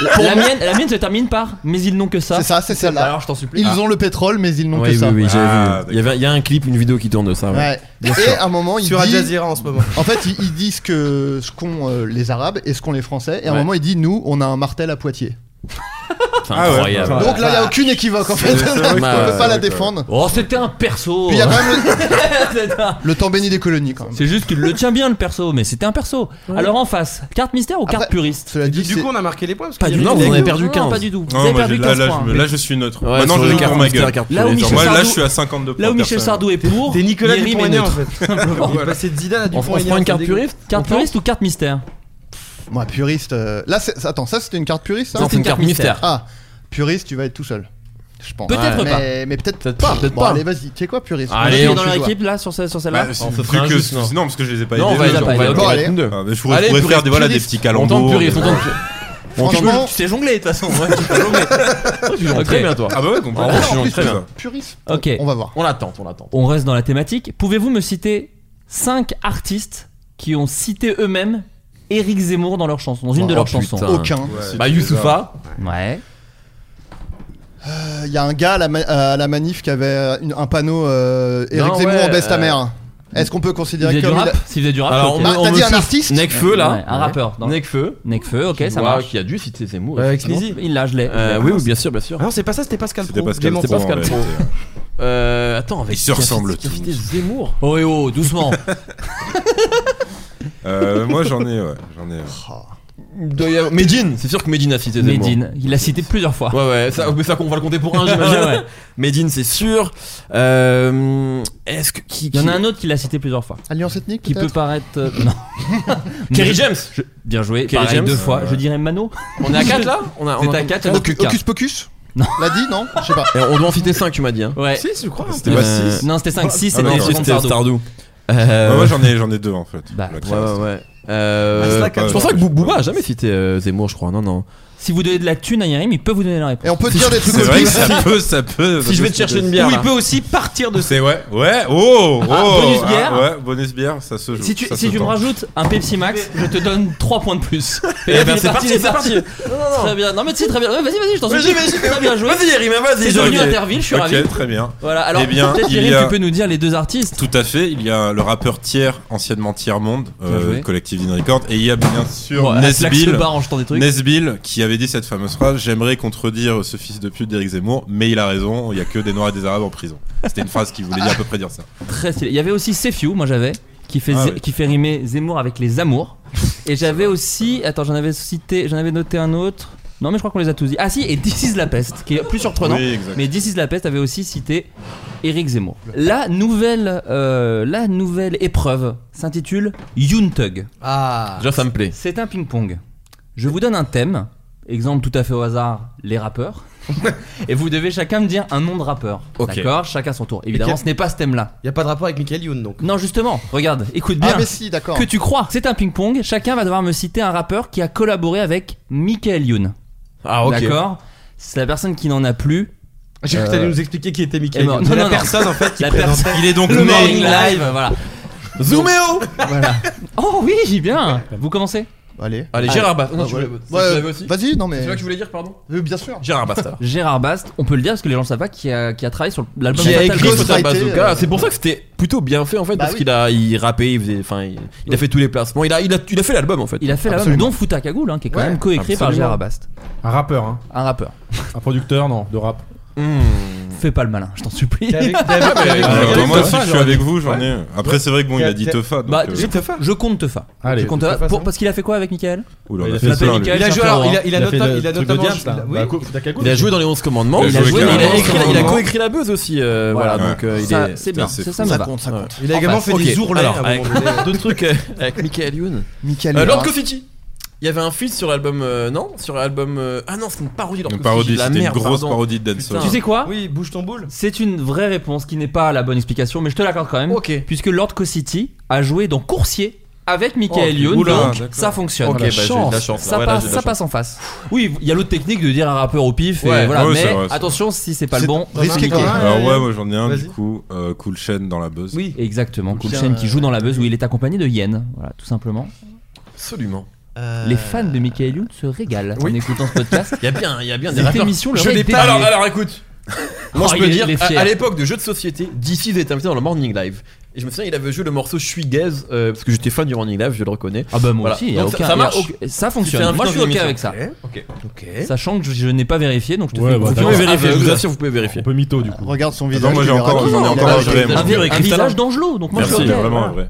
la, la mienne la mienne se termine par Mais ils n'ont que ça. C'est ça, c'est celle-là. Alors, je Ah. t'en supplie. Ils ont le pétrole, mais ils n'ont Oui, que ça. oui, oui, j'avais Ah, vu. Il y avait- il y a un clip, une vidéo qui tourne de ça. ouais. Ouais. Et à un moment, il Sur Al dit. Jazeera en ce moment. En fait, ils, ils disent que ce qu'ont euh, les Arabes et ce qu'ont les Français. Et à un Ouais. moment, il dit nous, on a un martel à Poitiers. C'est incroyable. Donc là, il n'y a aucune équivoque en fait. C'est- c'est vrai On que- Euh, peut pas la ouais, défendre. Oh, c'était un perso. Puis il y a quand même le- le temps béni des colonies quand même. hein. C'est juste qu'il le tient bien le perso, mais c'était un perso. Alors en face, carte mystère ou carte puriste Du, du coup, on a marqué les points. parce Pas qu'il y du avait tout. des Non, vous en avez gars- perdu Non, 15. pas du tout. Vous avez moi, perdu j'ai- là, 15 là, points. je me- là, je suis neutre. Ouais, Maintenant, sur je les joue pour cartes ma mystères, gueule. cartes Là où Michel Moi, là, je suis à 52 Là où points, Michel personne. Sardou est pour. T'es Nicolas Yerim est Dupont-Aignan, neutre. en fait. Simplement. Il est passé de Zidane à On- on Dupont-Aignan, prend une c'est carte dégueu. puriste On Carte prend- puriste ou carte mystère Moi, puriste. euh, Là, c'est- attends, ça c'était une carte puriste ça Non, c'est une carte mystère. Ah, puriste, tu vas être tout seul. Je pense. Peut-être mais, pas. Mais peut-être pas. peut-être Bon, pas. allez, vas-y, tu sais quoi, puriste Allez, on Vas-y, est je dans suis l'équipe toi. là sur ce- sur celle-là Bah, c'est On se plus fera un que- juste, non, parce que je les ai pas Non, on aidés, va les donc on va appeler. leur Bon, mettre allez. une deux. Ah, mais je pourrais- je pourrais faire des- voilà, des petits On calembos, tente puriste, on des- tente. On tente- Franchement- Tu sais jongler de toute façon. ouais, tu sais jongler. Tu jongles Ok. très bien toi. Ah bah ouais, complètement. En vrai, tu En jongles plus, très bien. Puriste. Ok, On va voir. On l'attend, on l'attend. on reste dans la thématique. Pouvez-vous me citer 5 artistes qui ont cité eux-mêmes Éric Zemmour dans leur chanson, dans une de Oh, leurs putain. chansons hein. Aucun. Ouais. Bah Youssoufa. Ouais. Euh, Il y a un gars à la, ma- euh, à la manif qui avait une- un panneau euh, Eric Non, Zemmour ouais, en baisse ta euh, mère. Est-ce qu'on peut S'il considérer faisait du comme il a- rap S'il faisait du rap Alors ok. on me- Ah, on t'as me dit un cite artiste Necfeu Ouais, là. un rappeur. dans- Necfeu. Necfeu, ok, ça Voilà, marche. Qui a dû citer Zemmour. Ouais, avec effectivement. Sneezy. Il l'a, je l'ai. Euh, Oui, oui, bien sûr, bien sûr. Ah non, c'est pas ça, c'était Pascal C'était Pro. Pascal J'ai Pro, menti. en Pascal Pro. réalité. Euh, attends, avec Ils se ressemblent qui a tous. cité Zemmour. Oh, eh oh, doucement. Euh, Moi, j'en ai, ouais. J'en ai. ouais. Medine, c'est sûr que Medine a cité Zemmour. Medine, il l'a cité plusieurs fois. Ouais, ouais, ça, mais ça, on va le compter pour un, j'imagine. Ouais, ouais. Medine, c'est sûr. Euh, Est-ce que. Qui, Il y en a qui- un autre qui l'a cité plusieurs fois. Alliance ethnique Qui peut peut-être paraître. euh, non. Kerry James Je- Bien joué, Kerry pareil, James. deux fois. Ouais. Je dirais Mano. On est à 4 là On a- Vous on êtes a- à 4, il y en a plus Hocus, qu'un. Hocus Pocus Non. L'a dit, non Je sais pas. Et on doit en citer 5, tu m'as dit. Hein. Ouais. Si, je crois. C'était pas Euh, 6. Non, c'était 5, 6, Ah non, c'était c'était Franck Sardou. Euh, Moi, j'en ai j'en ai deux en fait. La Bah, Ouais, ouais, classe. ouais. Euh, Ah, c'est la quatre. je pense pas que Bou- Booba a jamais cité euh, Zemmour, je crois. Non, non. Si vous donnez de la thune à Yerim, il peut vous donner la réponse. Et on peut dire des trucs C'est vrai que obscurs. ça peut, ça peut. ça Si je peut vais te se chercher passer. une bière. Ou il là. peut aussi partir de. C'est ouais, ouais, oh, oh Ah, bonus bière. Ah, ouais, bonus bière, ça se joue. Si tu, ça si se tu me tente. rajoutes un Pepsi Max, je te donne 3 points de plus. Eh ben, il est c'est parti, il est c'est parti. Très bien. Non, mais si, très bien. Ouais, vas-y, vas-y, je t'en Vas-y, supplie. vas-y, Très bien joué. Vas-y, Yerim, vas-y. C'est devenu Ok. Interville, je suis Ok, ravi. très bien. Voilà, alors Eh bien, peut-être il Yerim, y a- tu peux nous dire les deux artistes. Tout à fait, il y a le rappeur Tiers, anciennement Tiers Monde, euh, Bien joué. collectif d'In Record, et il y a bien sûr Bon, la claque se Nesbill, barre en jetant des trucs. Nesbill qui avait dit cette fameuse phrase J'aimerais contredire ce fils de pute d'Éric Zemmour, mais il a raison, il y a que des Noirs et des Arabes en prison. C'était une phrase qui voulait dire à peu près dire ça. Très stylé. Il y avait aussi Sefiu, moi j'avais, qui fait, Ah Zé- oui. qui fait rimer Zemmour avec les amours. Et j'avais aussi. Attends, j'en avais cité, j'en avais noté un autre. Non, mais je crois qu'on les a tous dit. Ah si, et This is la peste, qui est plus surprenant. Oui, exact. mais This is la peste avait aussi cité Éric Zemmour. La nouvelle, euh, la nouvelle épreuve s'intitule Yuntug. Ah. Déjà, ça me plaît. C'est un ping-pong. Je vous donne un thème, exemple tout à fait au hasard, les rappeurs. et vous devez chacun me dire un nom de rappeur. Ok. D'accord Chacun son tour. Évidemment, quel- ce n'est pas ce thème-là. Y a pas de rapport avec Michael Youn donc. Non, justement, regarde, écoute bien. Ah, mais si, d'accord. que tu crois, c'est un ping-pong. Chacun va devoir me citer un rappeur qui a collaboré avec Michael Youn. Ah, ok. D'accord C'est la personne qui n'en a plus. J'ai cru que t'allais nous expliquer qui était Eh Michael ben, Youn. non, C'est non, la non. personne en fait qui La présente. personne- Il est donc Le morning né. live, voilà. Zooméo Oh oui, j'ai bien. Vous commencez Allez. Allez, Gérard Bast. Non, tu Ouais, voulais- tu ouais, l'avais aussi Vas-y, non mais. C'est ça que tu voulais dire, pardon Euh, Bien sûr. Gérard Bast. alors. Gérard Bast, on peut le dire parce que les gens ne savent pas, qui a, qui a travaillé sur l'album Qui a Fatal écrit Grief. Fatal Ghostwriter, Bazooka. euh, C'est pour ça que c'était plutôt bien fait en fait, Bah parce oui. qu'il a il rappait, il faisait, enfin, il, il a fait tous les placements. Il a, il a, il a fait l'album en fait. Il a fait l'album Absolument. dont Fouta Cagoule, hein, qui est quand Ouais, même coécrit par absolument. Gérard Bast. Un rappeur, hein. Un rappeur. Un producteur, non, de rap. Fais pas le malin, je t'en supplie. T'es avec- t'es avec- t'es avec- Euh, t'es avec moi, Thomas, si je suis j'aurais dit. avec vous, j'en ai. un. Après, c'est vrai que bon, il a dit T'as- Teufa. donc, Bah, euh, je, je compte Tefa. Allez, je compte de Tefa. toute façon. Pour- parce qu'il a fait quoi avec Michael oula, on Il a a fait fait plein, Michael lui. Il a joué alors, il a, il a, nota- il a notamment. il a- oui. Il a joué dans les 11 commandements. Il a Oh, Il a, joué dans les écrit- 11 il a commandements. coécrit la buzz aussi. euh, voilà, Voilà. donc euh, il Ça, est. c'est bien, c'est c'est fou. ça me Ça va. compte, ça compte. Il a également Enfin, fait ok, des ourlets. alors, à un avec- moment donné. D'autres trucs euh, avec Michael Youn. Michael. Euh, Hurard. Lord Coffiti. Il y avait un feat sur l'album. euh, non Sur l'album. euh, ah non, c'est une parodie. Lord Une Coffiti, parodie, la c'était une merde, grosse pardon. parodie de Putain. Denso. Tu sais quoi Oui, bouge ton boule. C'est une vraie réponse qui n'est pas la bonne explication, mais je te l'accorde quand même. Ok. Puisque Lord City a joué dans Coursier avec Michael Oh, Youn, oula, donc d'accord. ça fonctionne. Ok, bah, j'ai de la Chance. chance, là. Ça, Ouais, là, j'ai passe, de la ça chance. passe en face. Oui, il y a l'autre technique de dire un rappeur au pif, et Ouais. voilà. Ouais, c'est mais vrai, c'est attention, si c'est pas C'est le bon. Risqué. Thomas. quoi. Alors, ouais, moi, j'en ai un, du Vas-y. coup. euh, Cool Chain dans la buzz. Oui. Exactement, Cool Tiens, Chain qui euh, joue dans la buzz où il est accompagné de Yen, voilà, tout simplement. Absolument. Les fans de Michael Youn se régalent en écoutant ce podcast. Il y a bien, il y a bien des Cette rappeurs. émission leur Je est l'ai pas. dédiée. Alors, alors écoute. Moi, Oh, je peux il est- dire, ah, il est à- fier. à, l'époque de jeux de société, DC était invité dans le Morning Live. Et je me souviens, il avait joué le morceau Je suis gaze, euh, parce que j'étais fan du Morning Live, je le reconnais. Ah bah moi Voilà. aussi, y a Donc, aucun- ça, marche. y a- ça fonctionne. C'était Moi, je suis invité dans ok une avec émission. ça. Ok. Sachant que je, je n'ai pas vérifié, donc je te Ouais, fais bah, confiance. vous pouvez vérifier, je vous aveugle. assure, vous pouvez vérifier. Ah, bah, Un peu mytho du coup. Regarde son Attends, visage. moi tu j'ai verras encore, qui j'en ai est encore un derrière. vrai. Un vi- un visage d'Angelot, donc moi je Merci, suis ok. j'ai vraiment un vrai. Voilà.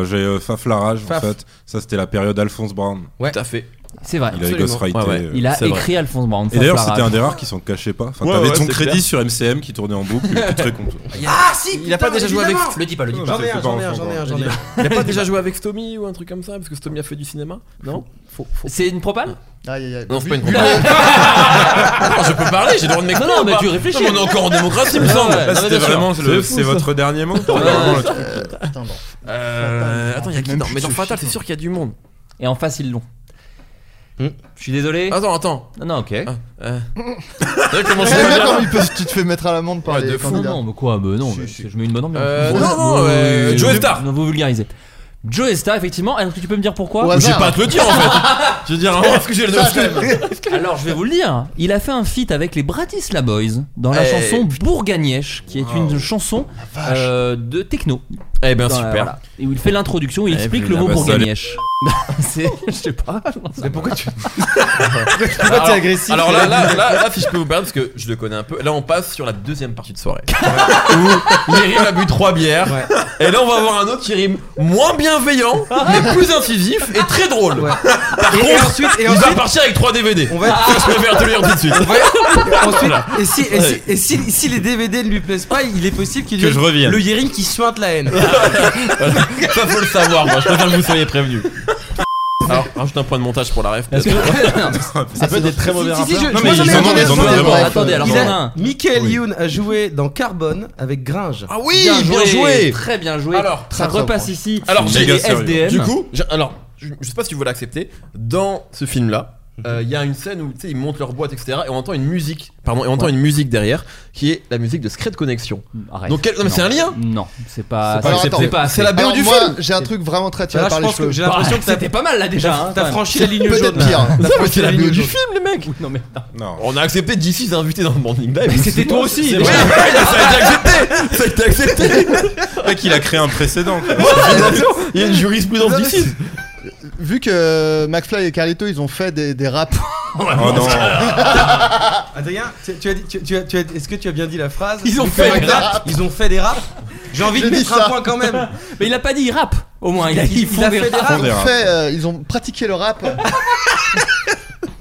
Euh, j'ai euh, Faf Larage en Faf. fait. Ça c'était la période Alphonse Brown. Ouais. Tout à fait. C'est vrai. Il avait Absolument. ghostwrité. Ouais, ouais. euh, Il a c'est vrai. écrit Alphonse Brown, Et Faf d'ailleurs Larage. c'était un des rares qui s'en cachait pas. Enfin Ouais, t'avais ouais, ton c'est crédit clair. sur MCM qui tournait en boucle. et tu te récompte. Ah si Il a pas déjà joué avec. Le dis pas, le dis J'en pas. ai un, j'en ai un, enfant, j'en ai un, quoi. j'en ai un. Il a pas déjà joué avec Stomy ou un truc comme ça Parce que Stomy a fait du cinéma Non Faux, faux. C'est une propane Aïe, aïe, aïe. Non, c'est pas une propagande. Attends, Ah, je peux parler, j'ai le droit de m'exprimer. Non, non, ou mais pas tu réfléchis. Non, mais on est encore en démocratie, il me Ouais, semble. ouais. Non, mais Ah, C'était bien sûr. vraiment le- fou, c'est ça. votre dernier mot. Attends, bon. Euh, Attends, il y a qui Même Non, plus mais dans ce Fatal, film. c'est sûr qu'il y a du monde. Et en face, ils l'ont. Hmm. Je suis désolé. Attends, attends. Non, non, ok. Ah, euh. T'as vu comment Mais c'est pas bien attends, il peut- tu te fais mettre à l'amende par Ouais, les de Non, candidats. Ah, non, mais quoi mais Non, Si, mais si. je mets une bonne ambiance. Euh, non, Vous- non, vous- euh, vous- Joe vous- Star. Non, vous vulgarisez. Joe Star, effectivement. Est-ce que tu peux me dire pourquoi Au J'ai hasard. pas à te le dire en fait. Je veux dire, vraiment, est-ce que j'ai le droit Alors, je vais vous le dire. Il a fait un feat avec les Bratislava Boys dans la Eh. Oh. chanson Bourgagnèche, qui est une chanson euh, de techno. Eh ben, Dans la- super. voilà. Et où il fait l'introduction, il Eh, explique le putain, mot bah, ça allait. Bourgagnèche. C'est, je sais pas. Mais pourquoi tu. pourquoi t'es agressif Alors là, là, là, là, si je peux vous parler, parce que je le connais un peu, là on passe sur la deuxième partie de soirée. où Yerim a bu trois bières, et là on va avoir un autre qui rime moins bienveillant, mais plus incisif et très drôle. Ouais. Par Et- contre, et ensuite- et il va ensuite- partir avec 3 DVD. On va être- Ça, je préfère te le dire tout de suite. Ensuite, et si, et si, et si, si les DVD ne lui plaisent pas, il est possible qu'il y Que ait je revienne. le Yering qui suinte la haine. Ça faut le savoir, moi je préfère que vous soyez prévenus. Alors, rajoute un point de montage pour la ref. peut-être. Ça peut être des très mauvais Si, si, rappeurs. je- Non, je- mais moi, j'en ils ai en un, ont- j'en ai ils en un, ont j'en ai un. vraiment. Attendez, alors Il j'en ai a- un. Michael Youn a joué dans Carbone avec Gringe. Ah oui, bien, joué. Très bien joué. Alors, ça très repasse propre. ici. Alors, j'ai méga les sérieux. SDM. Du coup, j'ai- alors, je, je sais pas si vous l'acceptez, dans ce film là, il y a une scène où tu sais, ils montent leur boîte, etc. Et on entend une musique, pardon, et on entend une musique derrière qui est la musique de Secret Connection. Arrête. Donc, quel- non, mais c'est Non. un lien Non, c'est pas. C'est pas c'est- accepté. C'est pas. C'est la BO Alors, du moi, film. J'ai un truc vraiment très tiré Là, par je les pense que cheveux. j'ai Ah, l'impression que t'as- c'était pas mal là déjà. hein, quand T'as même. franchi la ligne jaune. Peut-être pire. T'as mais franchi c'est la ligne BO du jaune. film, les mecs Non mais. attends. Non. On a accepté 16 invités dans le Morning Live. Mais c'était toi aussi, C'est déjà. vrai, ça a été accepté Ça a été accepté Le mec il a créé un précédent. quoi. Il y a une jurisprudence Non, mais 16 Vu que euh, McFly et Carlito, ils ont fait des, des raps. Oh non. Adrien, tu, tu as dit, tu, tu as, tu as- est-ce que tu as bien dit la phrase Ils ont Vu fait que des Magda- Ils ont fait des raps. J'ai envie de J'ai dit mettre ça. un point quand même. Mais il a pas dit il rappe. Au moins, il a dit Il- ils il font a des fait des rap. Ils des ont, raps. fait, euh, ils ont pratiqué le rap.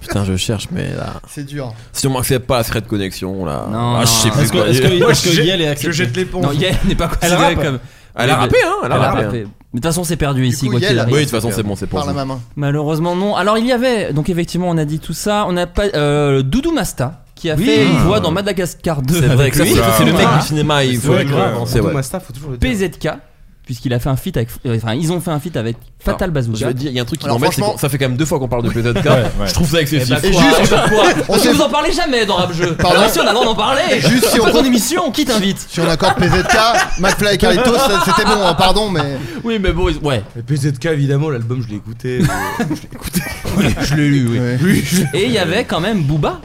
Putain, je cherche, mais là. C'est dur. Si on m'accepte pas la Secret Connection, là. Non, ah, je sais non. plus Est-ce que, quoi est-ce que, dire. est-ce que Yael est Je accepté jette l'éponge. Non, Yael n'est pas considéré rappe. comme. Elle a rappé, hein Elle a Elle a rappé. rappé. Mais de toute façon, c'est perdu ici, coup, quoi qu'il Yael- arrive. Oui, de toute façon, c'est bon, c'est pour Par la vous. maman. Malheureusement, non. Alors, il y avait, donc effectivement, on a dit tout ça. On a pas. euh, Doudou Masta, qui a Oui. fait une voix dans Madagascar 2. Ah. C'est vrai avec que ça, lui. c'est- Ah. c'est le mec du cinéma, il C'est faut vrai, le grave. avancer, Tout ouais. Masta, faut toujours le dire. PZK, puisqu'il a fait un feat avec. euh, Enfin, ils ont fait un feat avec Fatal Je Bazooka. veux dire, il y a un truc qui Alors, m'embête, c'est franchement- que ça fait quand même deux fois qu'on parle de PZK. ouais. Je trouve ça ben, Eh excessif. bah, quoi, juste- eh bah, quoi On Parce que s'est- vous en parlez jamais dans Rap Jeu. Pardon Alors, si on a le droit d'en parler. Juste si Fais on- ton émission, qui t'invite Si on accorde PZK, McFly et Carlito, ça- c'était bon, hein, pardon, mais. Oui, mais bon, ils- ouais. Mais PZK, évidemment, l'album, je l'ai écouté. Je l'ai lu, oui. Ouais. Et il y avait quand même Booba,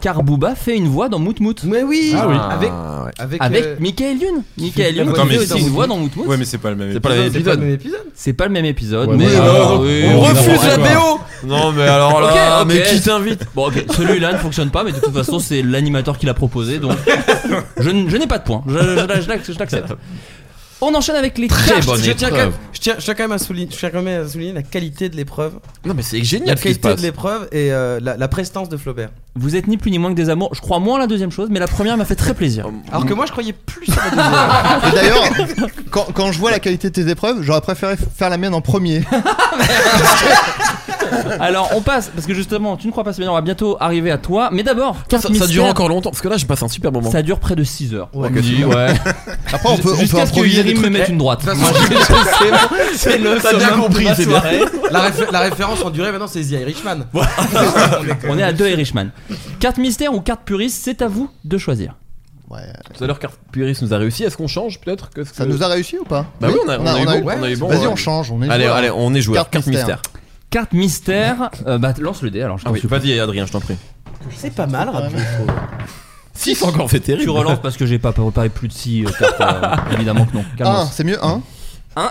car Booba fait une voix dans Moutmout. Mais oui, Ah oui. Avec, Ah, ouais. avec, Avec euh, Michael Youn. Michael Youn Attends, qui fait mais aussi si- une voix dans Moutmout. Ouais mais c'est pas le même. C'est pas la même c'est pas le épisode. même épisode. C'est pas le même épisode, Ouais, mais. euh, mais alors, oui, on oui, refuse la d'accord. BO Non mais alors là, Ok, ok. mais qui t'invite Bon, ok, celui-là ne fonctionne pas, mais de toute façon, c'est l'animateur qui l'a proposé, donc je, n- je n'ai pas de point. Je, je- je l'ac- je l'accepte. On enchaîne avec les Très cartes. bonne Je tiens, quand épreuve. même, je, tiens, je tiens quand même à souligner, je tiens quand même à souligner la qualité de l'épreuve. Non mais c'est La génial ce qui se qualité de passe. l'épreuve et euh, la, la prestance de Flaubert. Vous êtes ni plus ni moins que des amours. Je crois moins à la deuxième chose, mais la première m'a fait très plaisir. Oh, Alors que moi, je croyais plus à la deuxième. Mm. Et d'ailleurs, quand, quand je vois la qualité de tes épreuves, j'aurais préféré f- faire la mienne en premier. Alors, on passe, parce que justement, tu ne crois pas, c'est bien, on va bientôt arriver à toi. Mais d'abord, carte Ça, ça dure mystère, encore longtemps parce que là je passe un super moment. Ça dure près de 6 heures. Ouais. On me dit, ouais. Après, on peut, on peut Jusqu'à ce que improviser des Yérim me trucs. mette une droite. De toute Moi, façon, je- c'est bon, c'est le T'as bien summum de compris, ma c'est bien. soirée. La, réf- la référence en durée maintenant c'est Zia Richman. On est à deux Irishman. Carte mystère ou carte puriste, c'est à vous de choisir. Ouais. Tout à l'ure Carte Puriste nous a réussi, est-ce qu'on change peut-être que Ça nous a réussi ou pas Bah oui, on a, on a eu bon, on a eu bon. Vas-y, ouais. on change, on est Allez, joueur. allez, on est joué. Carte Carte mystère. mystère. Carte mystère, euh, bah lance le dé alors je Ah t'en oui, supplie. vas-y Adrien, je t'en prie. C'est pas mal, rappelez Si, c'est encore fait terrible. Tu relances parce que j'ai pas préparé plus de 6 euh, évidemment que non. Un, Calmos. c'est mieux, un Hein Ah.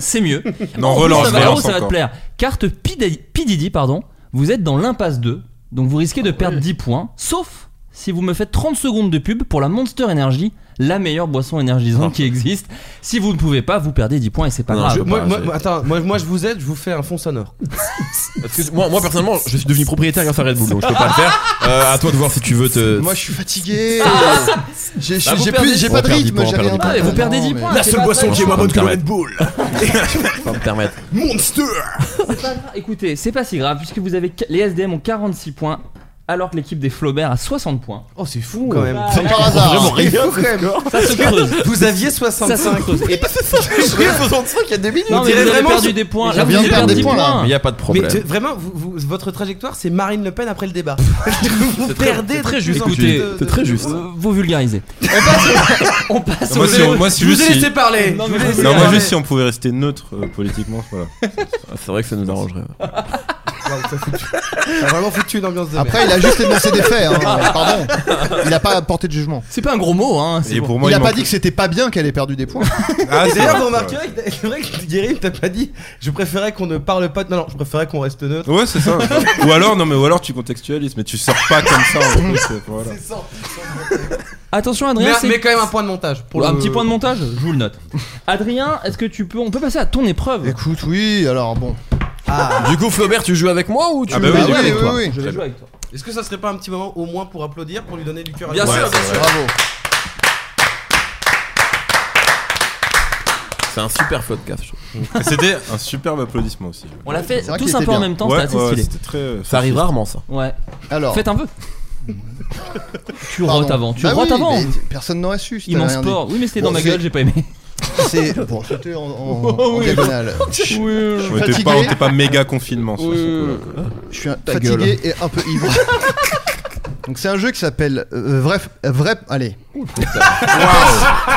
c'est mieux. Non, En plus, relance, ça va, relance ça va te encore. plaire. Carte Pidi- Pididi, pardon. Vous êtes dans l'impasse 2, donc vous risquez de perdre 10 points, sauf si vous me faites 30 secondes de pub pour la Monster Energy, la meilleure boisson énergisante qui existe. Si vous ne pouvez pas, vous perdez 10 points et c'est pas grave. Je- moi, moi- attends, moi, moi, je vous aide, je vous fais un fond sonore. Parce que moi, moi, personnellement, je suis devenu propriétaire grâce à Red Bull, donc je peux pas le faire. Euh, à toi de voir si tu veux te. Moi, je suis fatigué. Ah, J'ai Ah, j'ai- Euh, vous j'ai perdez- plus- j'ai on pas de perd dix rythme. points, on j'ai perd rien. dix points. Ah, et vous perdez dix Non, points, mais- La seule boisson qui est moins bonne que le Red Bull. Je peux pas me permettre. Monster Écoutez, c'est pas si grave puisque vous avez les SDM ont 46 points alors que l'équipe des Flaubert a 60 points. Oh, c'est fou quand même. Comme Ah, par hasard. C'est Rien, fou, ce quand même. score. Ça se creuse. Vous aviez Ça se 65. creuse. Et pas- J'ai eu 65 il y a deux minutes. Non, mais vous avez perdu des points. Là, vous avez perdu des points. Mais y a pas de problème. Mais tu- vraiment, vous- vous- votre trajectoire, c'est Marine Le Pen après le débat. vous très- perdez c'est très de plus juste. en plus Écoutez, de- c'est de- très juste. Euh, Vous vulgarisez. On passe, on passe Non, moi, au si jeu. on- moi, si Je juste vous ai si- laissé parler. Non, Je vous mais ai laissé non, moi, parler. juste si on pouvait rester neutre euh, politiquement, voilà. Ah, C'est vrai que ça nous arrangerait. Ça a vraiment foutu une ambiance de Après, il a juste énoncé des faits. hein, Pardon. Il a pas porté de jugement. C'est pas un gros mot, hein. c'est Et bon. pour moi, il a il pas manque- dit que c'était pas bien qu'elle ait perdu des points. Ah, Et c'est D'ailleurs, vous vrai, c'est remarquerez que c'est vrai que Guérim t'a pas dit. Je préférais qu'on ne parle pas. de- Non, non, je préférais qu'on reste neutre. Ouais, c'est ça. ou alors, non, mais ou alors tu contextualises, mais tu sors pas comme ça. En plus, euh, voilà. Attention, Mais, Adrien, c'est mais quand même un point de montage. Pour un le- petit point de montage. Je vous le note. Adrien, est-ce que tu peux On peut passer à ton épreuve. Écoute, oui, alors bon. Du coup, Flaubert, tu joues avec moi ou tu Ah bah oui, joues oui, avec oui, toi oui, oui. Je vais jouer avec toi. Est-ce que ça serait pas un petit moment au moins pour applaudir, pour lui donner du cœur à Bien lui sûr, bien sûr. Bravo. C'est un super podcast. je trouve. Et C'était un superbe applaudissement aussi. On l'a fait C'est vrai tous qu'il un était peu en bien. même temps. Ouais, C'était assez ouais, stylé. c'était très. euh, Ça arrive rarement ça. Ouais. Alors. Faites un vœu. tu pardon. rotes avant. Tu Bah rotes oui, avant. mais Personne n'aurait su. si t'avais Immense rien dit. sport. Oui, mais c'était Bon, dans ma c'est- gueule. J'ai pas aimé. C'est. Bon, c'était en- en Oh, en oui. diagonale. Oui, oui, oui. Ouais, T'es Fatigué. pas, t'es pas méga confinement. sur Oui, ce oui, coup-là, quoi. Je suis un- Ta fatigué et un peu ivre. Donc c'est un jeu qui s'appelle euh, vrai euh, vrai allez.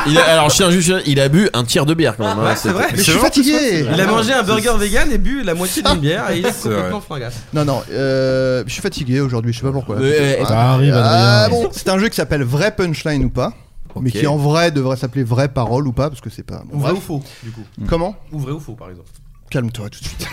Il a- alors, je tiens juste, il a bu un tiers de bière quand même. hein, C'est vrai. Mais je suis fatigué. Il a mangé un burger vegan et bu la moitié d'une bière et il est C'est complètement flingasse. Non non, euh, je suis fatigué aujourd'hui, je sais pas pourquoi. Euh, Ça arrive, Ah Adrien. bon, eh c'est un jeu qui s'appelle vrai punchline ou pas, mais qui en vrai devrait s'appeler vraie parole ou pas parce que c'est pas. Ou bon, vrai bref. ou faux, du coup. Comment Ou vrai ou faux, par exemple. Calme-toi tout de suite.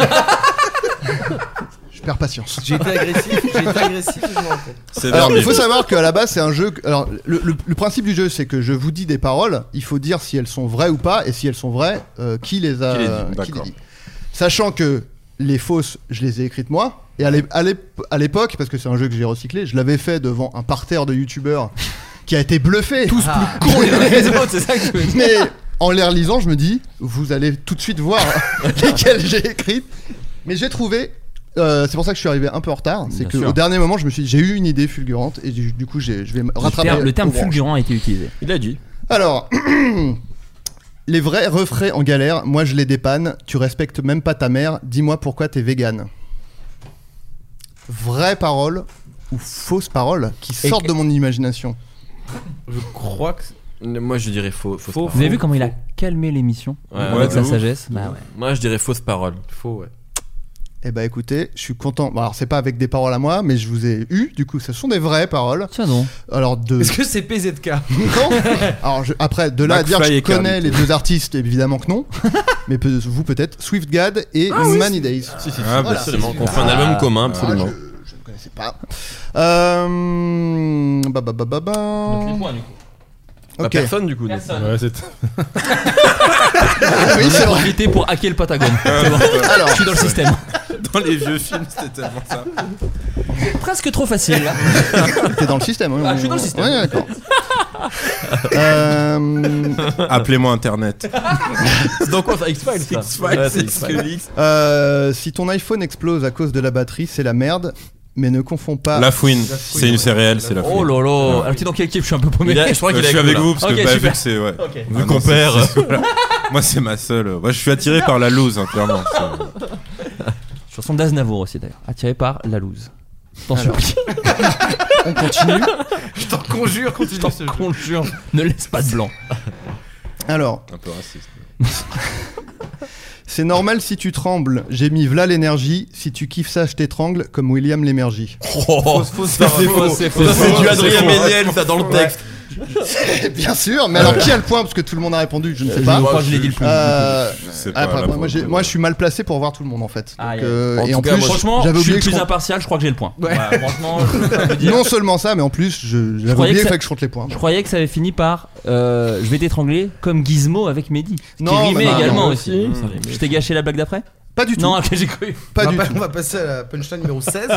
je perds patience. J'ai été agressif, j'ai été agressif, je m'en rappelle. C'est Alors, dernier. Ah, il Ah, faut savoir qu'à la base, c'est un jeu. que- Alors, le, le- le principe du jeu, c'est que je vous dis des paroles, il faut dire si elles sont vraies ou pas, et si elles sont vraies, euh, qui les a Qui les dit, euh, d'accord. Sachant que les fausses, je les ai écrites moi, et à l'é- à l'ép- à l'époque, parce que c'est un jeu que j'ai recyclé, je l'avais fait devant un parterre de youtubeurs qui a été bluffé. Ah. Tous plus cons Les autres, c'est ça que je veux dire. mais en les relisant, je me dis, vous allez tout de suite voir lesquelles j'ai écrites. Mais j'ai trouvé. euh, c'est pour ça que je suis arrivé un peu en retard. C'est Bien que sûr. au dernier moment, je me suis, dit, j'ai eu une idée fulgurante et du du coup, j'ai- je vais me rattraper. Le terme au branche. fulgurant a été utilisé. Il a dit. Alors, les vrais refrains en galère. Moi, je les dépanne. Tu respectes même pas ta mère. Dis-moi pourquoi t'es vegan. Vraies paroles ou fausses paroles qui Et- sortent de mon imagination. Je crois que. Moi, je dirais faux. fausse Faux. parole. Vous avez vu comment il a calmé l'émission Ouais, avec ouais, sa de ouf. sagesse Bah ouais. Moi, je dirais fausse parole. Faux, ouais. Eh bah écoutez, je suis content. Bon, alors c'est pas avec des paroles à moi, mais je vous ai eu. Du coup, ce sont des vraies paroles. Tiens donc. Alors de Est-ce que c'est PZK Non. Alors je- après, de là à dire que McFly je et connais Kermit. les deux artistes, évidemment que non. mais peut- vous peut-être SwiftGad et Many Days. Si, si, si. Ah, bah, Voilà. absolument. Qu'on fait un album commun, absolument. Ah, je, je ne connaissais pas. Euh, bah, bah, bah, bah, bah. Bah, Ok. Personne du coup. donc. Ouais, c'est. Ah oui, On c'est a vrai. profité pour hacker le Patagone. C'est bon. Alors, Je suis dans le système. Dans les vieux films, c'était tellement ça. Presque trop facile. t'es dans le système. hein, Ah, je suis dans le on- système. Ouais, d'accord. euh, Appelez-moi Internet. C'est dans quoi ça X-Files ça Ouais, c'est X-Files. euh, si ton iPhone explose à cause de la batterie, c'est la merde. Mais ne confonds pas. La fouine, La fouine, c'est une ouais. céréale, c'est la fouine. Oh là là. Alors, t'es dans quelle équipe Je suis un peu paumé. Il a- je crois Euh, qu'il je est suis avec avec nous, vous parce que Ok, bah, vu super. que c'est ouais. là. Vu Ah qu'on non, c'est- perd. c'est- voilà. Moi c'est ma seule. euh, Moi je suis attiré par la loose hein, clairement. c'est- Chanson d'Aznavour aussi d'ailleurs. Attiré par la loose. Attention. On continue. Je t'en conjure, continue ce jeu. Conjure. Ne laisse pas de blanc. Alors, Un peu raciste. C'est normal si tu trembles, j'ai mis v'là l'énergie, si tu kiffes ça, je t'étrangle comme William l'énergie. Oh, ça, c'est faux, c'est faux. Ça, c'est du Adrien Méniel, ça, dans le texte. Bien sûr, mais alors qui a le point Parce que tout le monde a répondu, Euh, je ne sais pas. Je crois que je l'ai dit le plus. Euh, Je sais pas, ah, après, là, moi, pour j'ai- le coup, euh, moi, je suis mal placé pour voir tout le monde en fait. Donc, Aïe, aïe. euh, En et tout en cas, plus, moi, Ah, franchement, j'avais je suis oublié le que je plus compte- impartial, je crois que j'ai le point. Ouais. Ouais, franchement, je peux pas te dire. non seulement ça, mais en plus, je- Je j'avais croyais oublié ça- fallait que je compte les points. Je croyais que ça avait fini par euh, je vais t'étrangler comme Gizmo avec Mehdi. Non, qui rimait bah, également non. aussi. Mmh. Je t'ai gâché la blague d'après Pas du tout. Non, ok, j'ai cru. Pas on du va, tout. On va passer à la punchline numéro 16.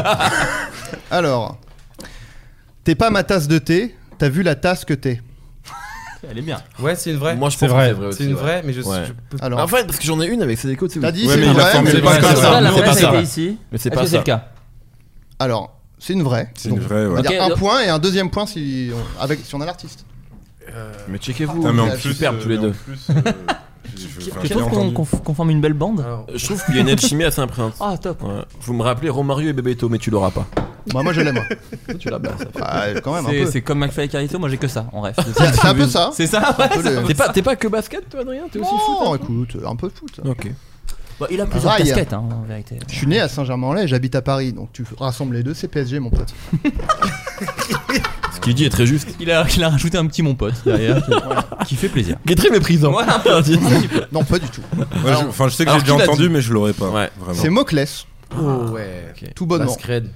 Alors, t'es pas ma tasse de thé, t'as vu la tasse que t'es. Elle est bien. Ouais, c'est une vraie. Moi, je C'est pense vrai. que c'est vrai aussi. C'est une ouais. vraie, mais je- Ouais. je peux- Alors, En fait, parce que j'en ai une avec ses échos, tu sais. T'as dit Ouais, c'est mais une la vraie, formule mais est pas c'est comme vrai. ça. Ça, la Non, vraie, pas ça a ça. été ici. Mais c'est Est-ce pas que c'est ça. le cas alors, c'est une vraie. C'est une vraie, ouais. on va dire Ok, un donc- point et un deuxième point si on, avec, si on a l'artiste. Mais checkez-vous. Ah, mais en vous êtes plus, superbes euh, tous les mais en deux. plus, euh, j'ai- j'ai- Tu j'ai trouves qu'on entendu. qu'on f- qu'on forme une belle bande Alors, Je trouve qu'il y a une alchimie assez impressionnante. Ah, top. Ouais. Vous me rappelez Romario et Bebeto, mais tu l'auras pas. Bah, moi, je l'aime. Tu l'as pas. ça. Ah, quand même, un C'est- peu. C'est comme McFly et Carito, moi j'ai que ça en rêve. C'est c'est un peu ça. C'est ça, Un peu ouais. le- T'es pas, t'es pas que basket, toi, Adrien T'es aussi foot Non, hein écoute, un peu de foot. Ok. Bah, il a plusieurs Rail. casquettes, hein, en vérité. Je suis né à Saint-Germain-en-Laye, j'habite à Paris, donc tu rassembles les deux, c'est PSG, mon pote. Ce qu'il dit est très juste. Il a, il a rajouté un petit mon pote derrière qui- qui fait plaisir. Il est très méprisant. Ouais, un peu, un petit peu. Non, pas du tout. Ouais, je- Enfin, je sais que j'ai Alors, déjà qui l'a entendu, dit mais je l'aurais pas. Ouais. Vraiment. C'est Moclès, Oh, ouais. tout bonnement. Masquerade.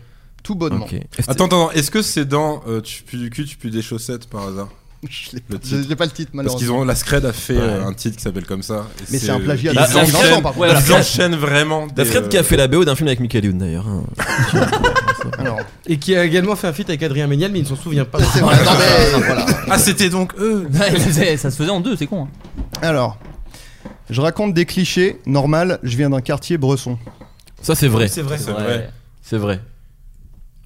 Tout bonnement. Ok. Attends, attends, est-ce que c'est dans euh, Tu pues du cul, tu pues des chaussettes par hasard Je l'ai- Le titre. je n'ai pas le titre, Parce qu'ils malheureusement. ont la Scred a fait euh, un titre qui s'appelle comme ça. et euh, Mais c'est un plagiat Ils de la Scred. enchaînent, par contre. Ouais, la ils Scred. enchaînent vraiment. La des, Fred qui euh, a fait la BO d'un film avec Michael Youn d'ailleurs. hein. Alors, Et qui a également fait un feat avec Adrien Méniel, mais il ne s'en souvient pas. c'est vrai, non, mais voilà. Ah, c'était donc eux. Ouais, il faisait- ça se faisait en deux, c'est con. hein. Alors, je raconte des clichés. Normal, je viens d'un quartier bresson. Ça, c'est vrai. C'est vrai. C'est vrai. C'est vrai.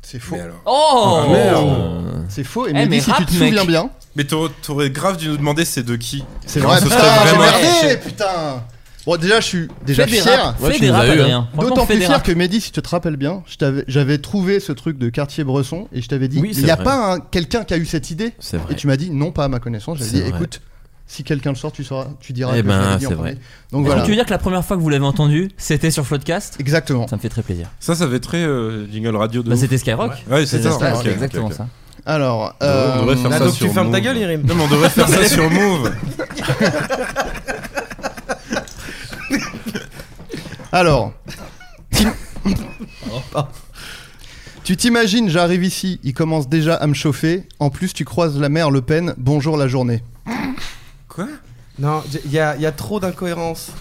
C'est faux. Mais alors. Oh Ah, merde. Euh, C'est faux. Et Eh, Mehdi, mais si rap, tu te souviens mec. bien, Mais t'aurais- t'aurais grave dû nous demander c'est de qui. c'est Non, vrai. ce serait Putain, j'ai vraiment- merdé, putain. Bon, déjà, je suis déjà Fais des fier. raps, Ouais, fais tu des nous as raps, eu, hein. Adrien. Franchement, D'autant fais plus des fier raps. que Mehdi, si tu te rappelles bien, je t'avais- j'avais trouvé ce truc de quartier bresson et je t'avais dit, Oui, il c'est n'y a vrai. pas un- quelqu'un qui a eu cette idée C'est Et vrai. tu m'as dit, non, pas à ma connaissance. J'avais C'est dit, vrai. écoute, si quelqu'un le sort, tu, sauras, tu diras Eh que je ben, l'avais dit en c'est premier. vrai. Donc Est-ce que voilà. tu veux dire que la première fois que vous l'avez entendu, c'était sur Floodcast Exactement. Ça me fait très plaisir. Ça, ça fait très euh, jingle radio de. Bah, ouf. c'était Skyrock. Ouais, c'est ça. Skyrock, ok, ok, exactement ok. ça. Alors, On devrait euh, faire Là, ça donc sur tu fermes ta Move. gueule, Irim. Non, mais on devrait faire ça sur Move. Alors. t'im- Oh, Tu t'imagines, j'arrive ici, il commence déjà à me chauffer. En plus, tu croises la mère Le Pen. Bonjour la journée. Quoi Non, il y, a- y a trop d'incohérences.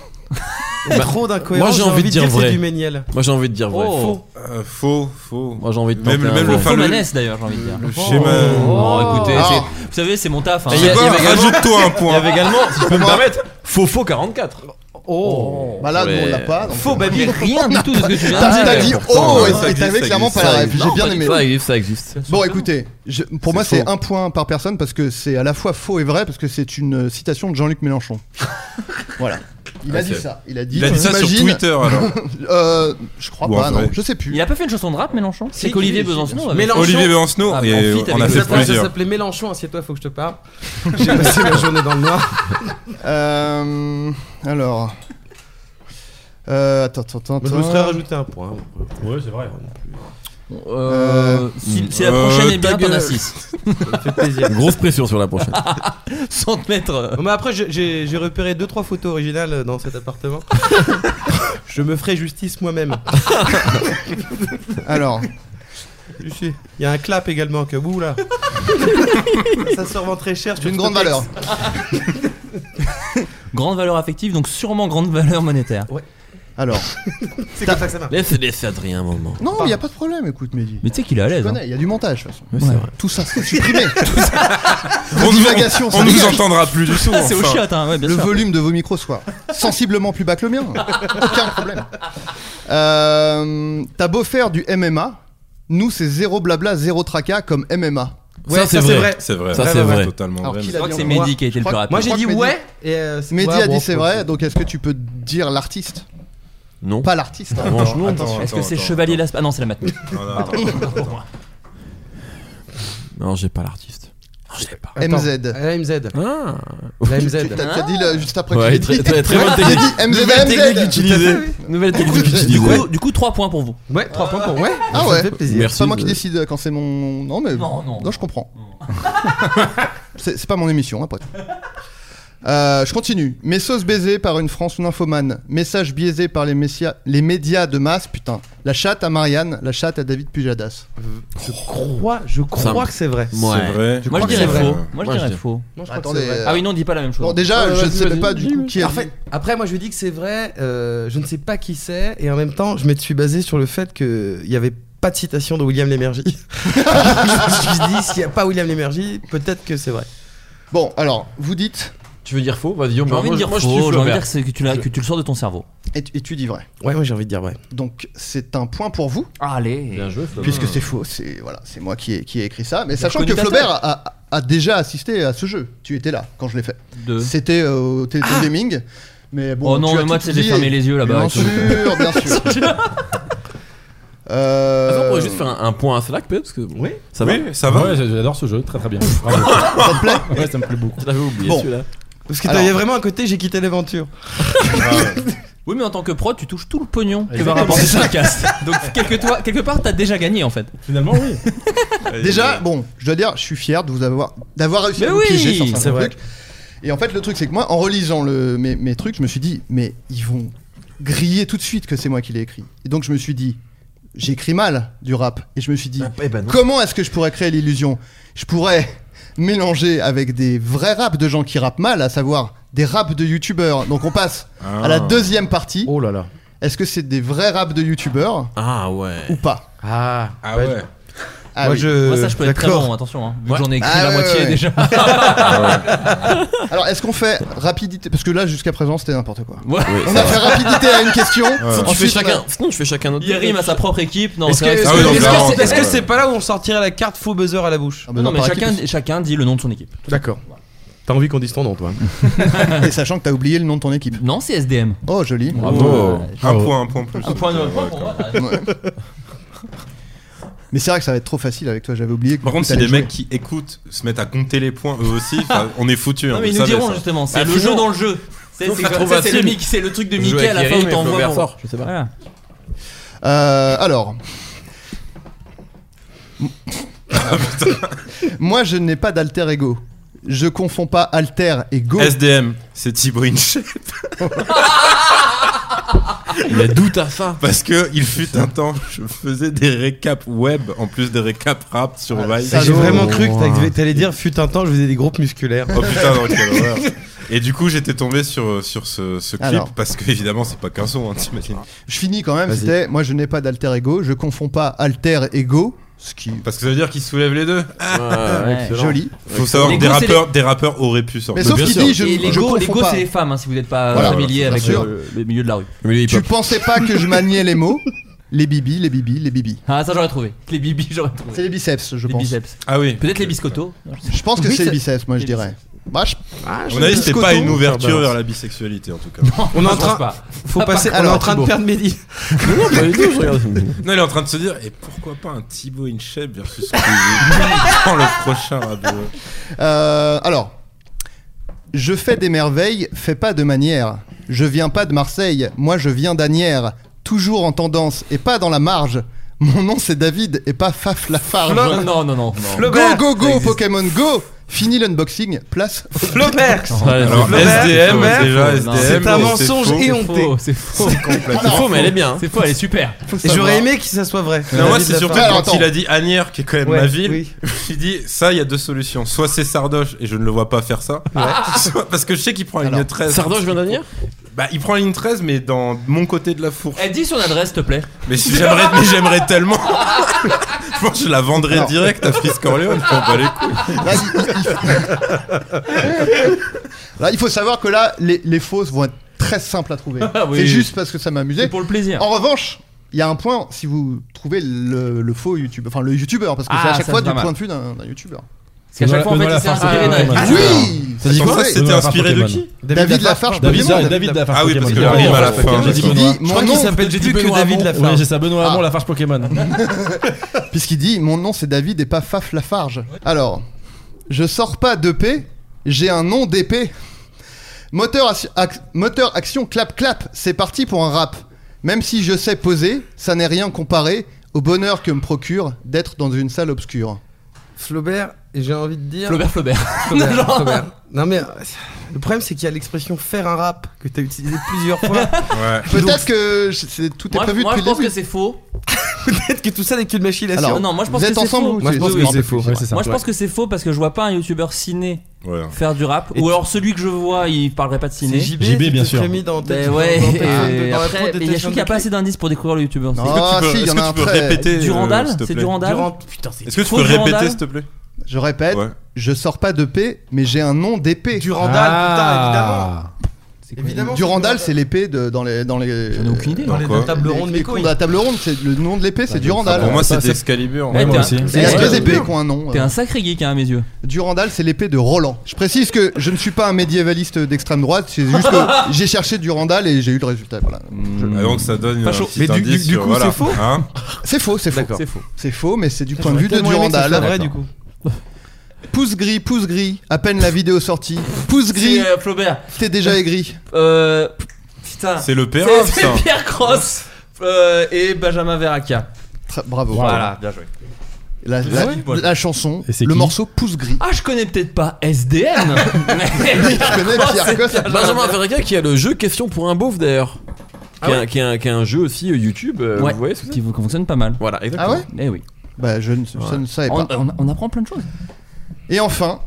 Y a trop d'incohérences. moi, j'ai envie de dire c'est vrai. du Méniel. Moi, j'ai envie de dire vrai. Oh, Euh, Faux, faux. Moi, j'ai envie de Même- tenter un même le vrai. Enfin, Faux le- manès, d'ailleurs, j'ai envie de dire. Le Ah, schéma. Oh, écoutez, Ah. c'est- vous savez, c'est mon taf. hein. Et C'est quoi Il y avait également- Rajoute-toi un Il y point. avait également, si je peux me permettre, Faux Faux 44. Oh. Bah là, nous, on Ouais. l'a pas. donc- Faux, Ah, baby, rien du tout de ce que tu viens de T'as dire. t'as dit pourtant, oh ouais, et ça et existe, t'avais ça clairement existe, pas la ça ref. J'ai Non, bien pas du aimé. tout, Ça existe, ça existe. Bon, écoutez, je- pour moi, C'est c'est faux. un point par personne parce que c'est à la fois faux et vrai parce que c'est une citation de Jean-Luc Mélenchon. voilà. Il a Ah, dit c'est- ça. Il a dit, Il a dit ça sur t'imagines- Twitter alors. Euh, je crois Ou en pas, vrai. non. Je sais plus. Il a pas fait une chanson de rap, Mélenchon C'est Si, qu'Olivier si, si, Besancenot bien avait- sûr. Mélenchon. Olivier Besancenot, Ah, et on profite avec a le fait Ça plaisir. s'appelait Mélenchon, assieds-toi, faut que je te parle. J'ai passé ma journée dans le noir. Euh, alors. Euh, attends, attends, attends. Je me serais rajouté un point. Ouais, c'est vrai. Euh, si, si la Euh, prochaine est ta bien, t'en as gueule. 6. Ça me fait plaisir. Grosse pression sur la prochaine. 100 mètres. euh, Non, mais après, j'ai- j'ai j'ai repéré 2-3 photos originales dans cet appartement. je me ferai justice moi-même. Alors, Je suis- Il y a un clap également que ouh là. ça se revend très cher. c'est sur une grande Stotex. valeur. Grande valeur affective, donc sûrement grande valeur monétaire. Alors. C'est comme ça que ça marche. Laisse, laisse Adrien un moment. Non, il y a pas de problème, écoute, Mehdi. Mais tu sais qu'il est à Je l'aise. hein. connais, il y a du montage, de toute façon. c'est vrai. Tout ça, c'est supprimé. On nous, Divagation, on- ça on nous dégage. entendra plus du tout. Ah, c'est au enfin. chiotte, hein, ouais, bien le sûr. volume de vos micros soit sensiblement plus bas que le mien. Aucun problème. Euh, T'as beau faire du MMA, nous c'est zéro blabla, zéro tracas comme MMA. Ça, c'est vrai. C'est vrai. Ça, c'est vrai. Totalement Alors, vrai. qui mais- l'a Je crois dit que c'est en- Mehdi qui a été le crois- plus rapide. Moi j'ai crois dit que Mehdi- ouais. Et euh, c'est- Mehdi ouais, a bon, dit c'est faut- vrai, donc est-ce que tu peux dire l'artiste Non. Pas l'artiste. hein. revanche, non. Attention. Est-ce que c'est Attends, Chevalier attends. Las... Ah non, c'est la matinée. Non, non, attends. Non, j'ai pas l'artiste. Ah. MZ. MZ. La MZ. T'as t'as dit là, juste après Ouais, que j'ai très- dit. très- très bonne J'ai technique. dit MZ, Nouvelle technique MZ. utilisée. Tout à fait, oui. Nouvelle technique Du coup, utilisée. du coup- Du coup, 3 points pour vous. Ouais, 3 points pour. Ouais, Ah ça ouais, me fait plaisir. c'est pas moi qui Merci. décide quand c'est mon. Non, mais. Non, non. je comprends. c'est c'est pas mon émission, après. Euh, je continue. Mes sauces baisées par une France nymphomane. Message biaisé par les, messia- les médias de masse. Putain. La chatte à Marianne, la chatte à David Pujadas. Je crois, je crois que c'est vrai. C'est vrai. Moi, je crois que dirais c'est vrai. faux. Moi, je Moi, je dirais dis- faux. Moi, je crois que Attendez. c'est vrai. Ah oui, non, on dit pas la même chose. Bon, déjà, je ne savais pas du coup qui est. En fait, après, moi, je lui dis que c'est vrai. euh, je ne sais pas qui c'est, et en même temps, je me suis basé sur le fait que il y avait pas de citation de William Lémergie. je me dis, s'il n'y a pas William Lémergie, peut-être que c'est vrai. Bon, alors, vous dites. Tu veux dire faux Vas-y, on J'ai envie de dire moi, je faux, suis j'ai envie de Flaubert. dire que, c'est- que tu l'as- que tu le sors de ton cerveau. Et tu, et tu dis vrai. Ouais, moi, j'ai envie de dire vrai. Donc, c'est un point pour vous. Allez. Bien joué, Flaubert. Puisque c'est faux, c'est voilà, c'est moi qui ai, qui ai écrit ça. Mais Le sachant que connutateur. Flaubert a, a- a déjà assisté à ce jeu. Tu étais là quand je l'ai fait. De- C'était euh, au Téléthon Gaming. Mais bon, Ah. Oh non, tu as mais moi, tout tu sais, j'ai dit fermé et- les yeux bah, là-bas Bien et tout. sûr, bien sûr. Euh, Attends, on pourrait juste faire un, un point à Slack peut-être parce que Oui. ça va. Oui, ça va. Ouais, j'a- j'adore ce jeu, très très bien. Bravo. ça te plaît Ouais, ça me plaît beaucoup. Je l'avais oublié Bon. celui-là. Parce que Alors- t'avais vraiment à côté, j'ai quitté l'aventure. Oui, mais en tant que pro, tu touches tout le pognon que va Exactement. rapporter ce cast. Donc, quelque, toi- quelque part, t'as déjà gagné en fait. Finalement, oui. Déjà, bon, je dois dire, je suis fier de vous avoir d'avoir réussi Mais à vous oui, piéger sur c'est certains vrai. trucs. Et en fait, le truc, c'est que moi, en relisant le, mes, mes trucs, je me suis dit, mais ils vont griller tout de suite que c'est moi qui l'ai écrit. Et donc, je me suis dit, j'écris mal du rap. Et je me suis dit, Bah, eh ben comment est-ce que je pourrais créer l'illusion Je pourrais mélanger avec des vrais raps de gens qui rappent mal, à savoir des raps de youtubeurs. Donc, on passe à la deuxième partie. Ah. Oh là là. Est-ce que c'est des vrais raps de youtubeurs Ah ouais. ou pas Ah. Ah ouais. Ah moi, oui. je. Moi, ça, je peux être très d'accord. bon, attention. Hein, vu Ouais. que j'en ai écrit Ah, la ouais, moitié ouais. déjà. Alors, est-ce qu'on fait rapidité Parce que là, jusqu'à présent, c'était n'importe quoi. Ouais. On a fait rapidité à une question. Sinon, tu fais Ensuite, bah, chacun. Sinon, tu fais chacun notre. Il rime à sa propre équipe. Non, Est-ce que c'est vrai Ah est-ce oui, que- donc est-ce là, que on- c'est est-ce que c'est pas là où on sortirait la carte faux buzzer à la bouche Ah, Non, bah, non, mais par chacun, équipe. chacun dit le nom de son équipe. D'accord. T'as envie qu'on dise ton nom, toi Et sachant que t'as oublié le nom de ton équipe. Non, c'est SDM. Oh, joli. Bravo. Un point, un point en plus. Un point de Ouais, Ouais. Mais c'est vrai que ça va être trop facile avec toi, j'avais oublié que. Par contre, si t'allais des jouer. mecs qui écoutent se mettent à compter les points eux aussi, enfin, on est foutus. hein, Non, mais vous ils nous savez, diront ça. justement. C'est Ah, le sinon- jeu dans le jeu. C'est sinon, c'est c'est comme trop ça, c'est le facile. mic- c'est le truc de Jouer Mickey à avec la fin Yeri, où mais t'envoies. Flaubert pour- sort, Je sais pas. Voilà. Euh, alors. Moi, je n'ai pas d'alter ego. Je confonds pas alter et go. SDM, c'est Thibaut Inchep. Il y a doute à ça. Parce que il fut un temps, je faisais des récaps web en plus des récaps rap sur Vice. ça, J'ai Salaud. vraiment cru que t'allais- t'allais dire, fut un temps, je faisais des groupes musculaires. Oh putain, non, quelle horreur. Et du coup, j'étais tombé sur, sur ce, ce clip Alors. parce que, évidemment, c'est pas qu'un son, hein, t'imagines. Je finis quand même. Vas-y. C'était moi, je n'ai pas d'alter ego. Je confonds pas alter et go. Ce qui est Parce que ça veut dire qu'ils soulèvent les deux. Ouais. joli. Faut savoir que Les des gos, c'est rappeurs, des rappeurs auraient pu Mais sortir. sauf bien qu'il sûr. dit, je, Et je l'ego, confonds l'ego, pas. c'est les femmes, hein, si vous n'êtes pas euh, Voilà, familier bien avec sûr. le, le milieu de la rue. Tu pensais pas que je maniais les mots Les bibis, les bibis, les bibis. Ah, ça j'aurais trouvé. Les bibis, j'aurais C'est trouvé. les biceps, je Les pense. biceps. Ah oui. Peut-être les biscottos. Je pense que Oui, c'est c'est- les biceps, moi je les dirais. Bah, je- À mon avis, c'était Biscotto. pas une ouverture Balance. vers la bisexualité, en tout cas. On est en Je pense train. pas. Faut passer. On est alors, en train de Thibaut. perdre Mehdi. Non, il est en train de se dire, et pourquoi pas un Thibaut Inchep versus Squeezie Quand le prochain rap de- Euh, alors, je fais des merveilles, fais pas de manière. Je viens pas de Marseille, moi je viens d'Anières. Toujours en tendance et pas dans la marge. Mon nom c'est David et pas Faf Lafarge. Non, Oh, non, non, non. Go Flaubert. go Ça go existe. Pokémon Go Fini l'unboxing, place. Flaubert. Alors, Flaubert, SDM, Flaubert, déjà, non. SDM. C'est un bon, mensonge faux. éhonté. Faux, C'est faux. Ah, C'est faux, mais elle est bien. hein. C'est faux, elle est hein. super. Et j'aurais aimé que ça soit vrai. Non, moi, David c'est surtout Lafarge. Alors, quand attends. il a dit Agnières, qui est quand même Ouais, ma ville, oui. je me dit, ça, il y a deux solutions. Soit c'est Sardoche, et je ne le vois pas faire ça. Soit- parce que je sais qu'il prend la ligne 13. Sardoche vient d'Anières Bah, il prend la ligne 13, mais dans mon côté de la fourche. Elle dit son adresse, s'il te plaît. Mais si- j'aimerais, mais j'aimerais tellement. je pense que je la vendrais Alors. direct à Frisk Corleone. Je m'en bats les couilles. Là, il- il- Là, il faut savoir que là, les, les fausses vont être très simples à trouver. Ah oui. C'est juste parce que ça m'a amusé. C'est pour le plaisir. En revanche, il y a un point si vous trouvez le, le faux youtubeur, enfin le youtubeur, parce que c'est Ah, à chaque ça, fois c'est du pas mal. point de vue d'un d'un youtubeur. Parce qu'à chaque Benoît- fois, Benoît en fait, il s'est Lafarge, inspiré Benoît d'un. Lafarge. Ah oui Ça dit Comme quoi ça, c'était Benoît inspiré de Pokémon. qui David Lafarge, David, Pokémon. David, David Lafarge. Ah oui, parce que Pokémon. le rime à la fin. Parce J'ai qu'il dit dit, Je mon crois qu'il nom, s'appelle j'ai plus dit que Benoît David Hamon. Ouais, Lafarge. c'est ça, Benoît Hamon, Lafarge Pokémon. puisqu'il dit mon nom c'est David et pas Faf Lafarge. Alors, Je sors pas d'EP, j'ai un nom d'épée. Moteur, ac- ac- moteur action clap clap, c'est parti pour un rap. Même si je sais poser, ça n'est rien comparé au bonheur que me procure d'être dans une salle obscure. Flaubert, et j'ai envie de dire. Flaubert, Flaubert. Flaubert, Genre. Flaubert. Non mais euh, le problème c'est qu'il y a l'expression faire un rap que t'as utilisé plusieurs fois. Peut-être que je- c'est- tout est Moi, prévu moi, depuis je le pense début. que c'est faux. Peut-être que tout ça n'est qu'une machination. Alors, non, moi je pense que c'est faux. Moi je pense que c'est faux. Moi je pense que c'est faux parce que je vois pas un youtubeur ciné Ouais. faire du rap. Et Ou tu- alors celui que je vois, il parlerait pas de ciné. C'est JB, JB, qui bien te sûr. serait mis dans tes- Ben dans- ouais, dans tes- et dans la après, prod de mais tes je trouve qu'il n'y a chaînes pas assez d'indices pour découvrir le youtubeur. Est-ce que tu peux- est-ce que tu peux répéter, euh, Durandal s'il te C'est plaît Durandal Durand- Putain, c'est Est-ce que tu trop peux Durandal. répéter, s'il te plaît Je répète, je sors pas d'épée, mais j'ai un nom d'épée. Durandal, Ah. putain, évidemment. Durandal, c'est l'épée de- dans les. Dans les J'en ai hein. aucune idée. Dans les quoi tables rondes, mes couilles. La table ronde, c'est le nom de l'épée, c'est Durandal. Pour moi, Ça, c'était c'est- Excalibur. Ouais, t'es un- Il y a deux épées qui ont un nom. T'es un sacré geek hein, à mes yeux. Durandal, c'est l'épée de Roland. Je précise que je ne suis pas un médiévaliste d'extrême droite, c'est juste que j'ai cherché Durandal et j'ai eu le résultat. Voilà. Ah, donc ça donne Pas un chaud. petit Mais du- indice du- du sur- coup, voilà. c'est faux Hein C'est faux, c'est faux. D'accord. C'est faux. C'est faux, mais c'est du Putain, point de vue j'aurais de tellement aimé que ce Durandal. soit vrai, du coup. Pouce gris, pouce gris, à peine la vidéo sortie. Pouce gris, C'est, euh, Flaubert. t'es déjà aigri. Euh. p- Putain. C'est le père, C'est ça. c'est Pierre Cross euh, et Benjamin Veracca. Bravo. Voilà, bien joué. La, Ah la- ouais la chanson, le morceau Pouce gris. Ah, je connais peut-être pas SDN. mais Ah, je connais pense Pierre que Cross. c'est Benjamin Benjamin Verreca qui a le jeu Question pour un beauf d'ailleurs. Ah qui, est un- ouais qui est un, qui est un jeu aussi euh, YouTube. euh, Ouais, vous voyez ce que qui fonctionne pas mal. Voilà, Ah exactement. ouais Eh oui. Bah, je ne, je Ouais. ne savais On- pas. on- on apprend plein de choses. Et enfin,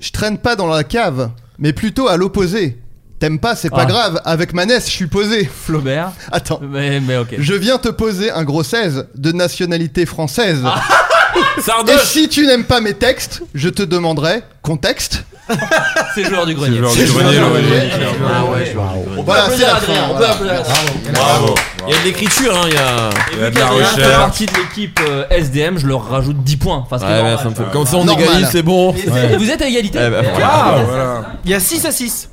je traîne pas dans la cave, mais plutôt à l'opposé. T'aimes pas, c'est pas Ah. grave. Avec Manès, je suis posé. Flaubert. Attends. Mais, mais ok. Je viens te poser un gros 16 de nationalité française. Ah. Sardoche. Et si tu n'aimes pas mes textes, je te demanderai contexte. C'est joueur du grenier. C'est joueur du grenier, Ah ouais. On peut applaudir Adrien, on peut applaudir. Bravo. Il y a de l'écriture, hein, il y a. Il y a de la Adrien fait recherche. partie de l'équipe euh, SDM, je leur rajoute 10 points. Parce que Ouais, normal, ouais, ça me fait- tu Comme ça, on Normal. égalise, c'est bon. Et- Ouais. et Vous êtes à égalité. Eh ben, voilà. Voilà. Il y a 6 à 6.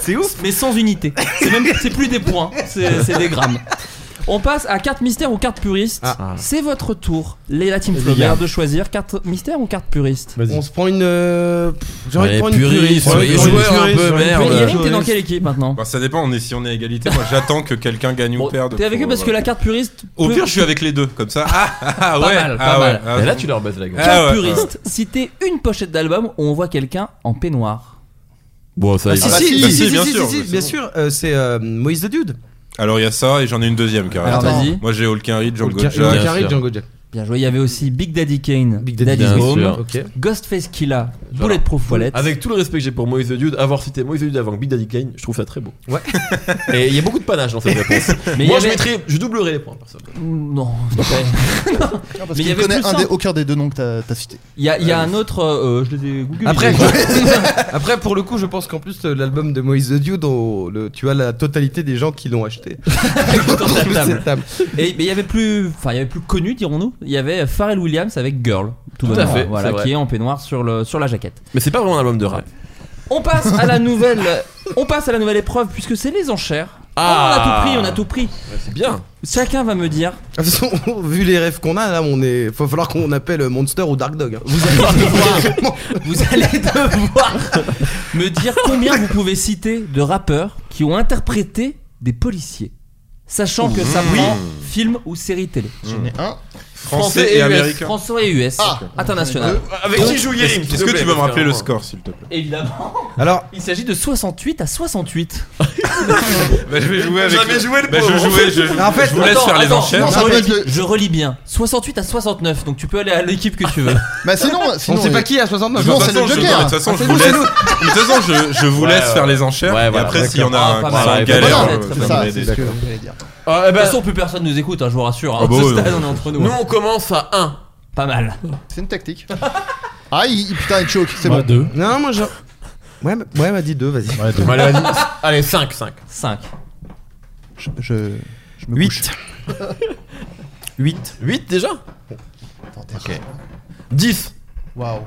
C'est ouf. Mais sans unité. C'est même- c'est plus des points, c'est c'est des grammes. On passe à carte mystère ou carte puriste. Ah. C'est votre tour, les la team Les Flaubert, gars. de choisir carte mystère ou carte puriste. On se prend une. euh, pff, J'ai envie de Allez, prendre une puriste, puriste. soyez Ouais, joueurs une un puriste, peu, j'aurais merde. une puriste. Yannick, t'es dans quelle équipe maintenant Bah, ça dépend, on est si on est à égalité. Moi j'attends que quelqu'un gagne ou perde. T'es avec pour, eux parce que euh, la carte puriste. Au peut- pire, je suis avec les deux, comme ça. Ah, ah, ah, Pas ouais, mal, ah, ouais, pas mal. ah, Et là, bon. tu leur baises la gueule. Ah, Carte ouais. puriste, citer une pochette d'album où on voit quelqu'un en peignoir. Bon, ça Ah, y si, va. si, bah, si, si, si, bien si, sûr, si, c'est bien bon. sûr. euh, C'est euh, Moïse the Dude. Alors il y a ça et j'en ai une deuxième car Alors, attends. vas-y. Moi j'ai Holkin Reed, Django Hulk- Hulk Jack. Harry, sûr. Django Jack. Bien joué, il y avait aussi Big Daddy Kane, Big Daddy's Daddy's Home, Home, Ok. Ghostface Killa, Bulletproof Wallet. Avec tout le respect que j'ai pour Moïse the Dude, avoir cité Moïse the Dude avant Big Daddy Kane, je trouve ça très beau. Ouais. Et il y a beaucoup de panache dans cette réponse. Mais il y Moi, avait- je mettrais, je doublerais les points. personne. Non, s'il te plaît. Parce Mais il y qu'il avait connaît plus un ça. des, aucun des deux noms que t'as- t'as cité. Il y a, il y a un autre, euh, je les ai googlés. Après, les gars. Après, pour le coup, je pense qu'en plus, euh, l'album de Moïse the Dude, on- le- tu as la totalité des gens qui l'ont acheté. Autour de la table. Cette table. Et mais il y avait plus, enfin il y avait plus connu, dirons-nous. Il y avait Pharrell Williams avec Girl, tout, Tout à bonnement, fait, voilà, c'est vrai. qui est en peignoir sur le sur la jaquette. Mais c'est pas vraiment un album de rap. On passe à la nouvelle, on passe à la nouvelle épreuve puisque c'est les enchères. Ah. Oh, on a tout pris, on a tout pris. Ouais, c'est bien. Chacun va me dire. De toute façon, vu les rêves qu'on a, là, on est. Faut falloir qu'on appelle euh, Monster ou Dark Dog. hein. Vous allez devoir, vous allez devoir me dire combien vous pouvez citer de rappeurs qui ont interprété des policiers, sachant que ça prend film ou série télé. J'en ai un. Français et US, américain. Français et US. Ah. international. Avec qui joue Yerim Est-ce que tu peux me rappeler le score s'il te plaît Évidemment. Alors, Il s'agit de 68 à 68. Bah je vais jouer avec. Jamais joué le Bah, je pauvre. jouais, je- En fait, je vous laisse Attends, faire les attends, enchères. non, Je ça peut relis, être le- je relis bien. 68 à 69. Donc tu peux aller à l'équipe que tu veux. Bah sinon, on sinon sait euh, pas qui à 69. Je De Non, toute c'est le façon, je- non, Joker. de toute façon, Ah, je c'est vous nous, laisse. c'est nous. De toute façon, je- je vous laisse ouais. faire les enchères. Ouais, Et voilà, après, s'il y en a d'accord. un Ah, qui pas sont mal, en ouais, galère, pas mal, ça c'est va ça, m'aider. c'est ce que je voulais dire. Ah, eh De toute ben, façon, plus personne nous écoute, hein, je vous rassure. hein. Ah bah À ce oui, stade, oui. on est entre nous. nous hein. on commence à 1. Pas mal. C'est une tactique. Ah, il, il- putain, il choke, c'est Moi, bon. Bah, deux. Non, moi, je. Ouais, mais- ouais, m'a dit deux, vas-y. Ouais, deux. Allez, 5, 5. 5. Je, je, je me couche. 8. 8. 8 déjà Attends, t'es rare. 10. Waouh.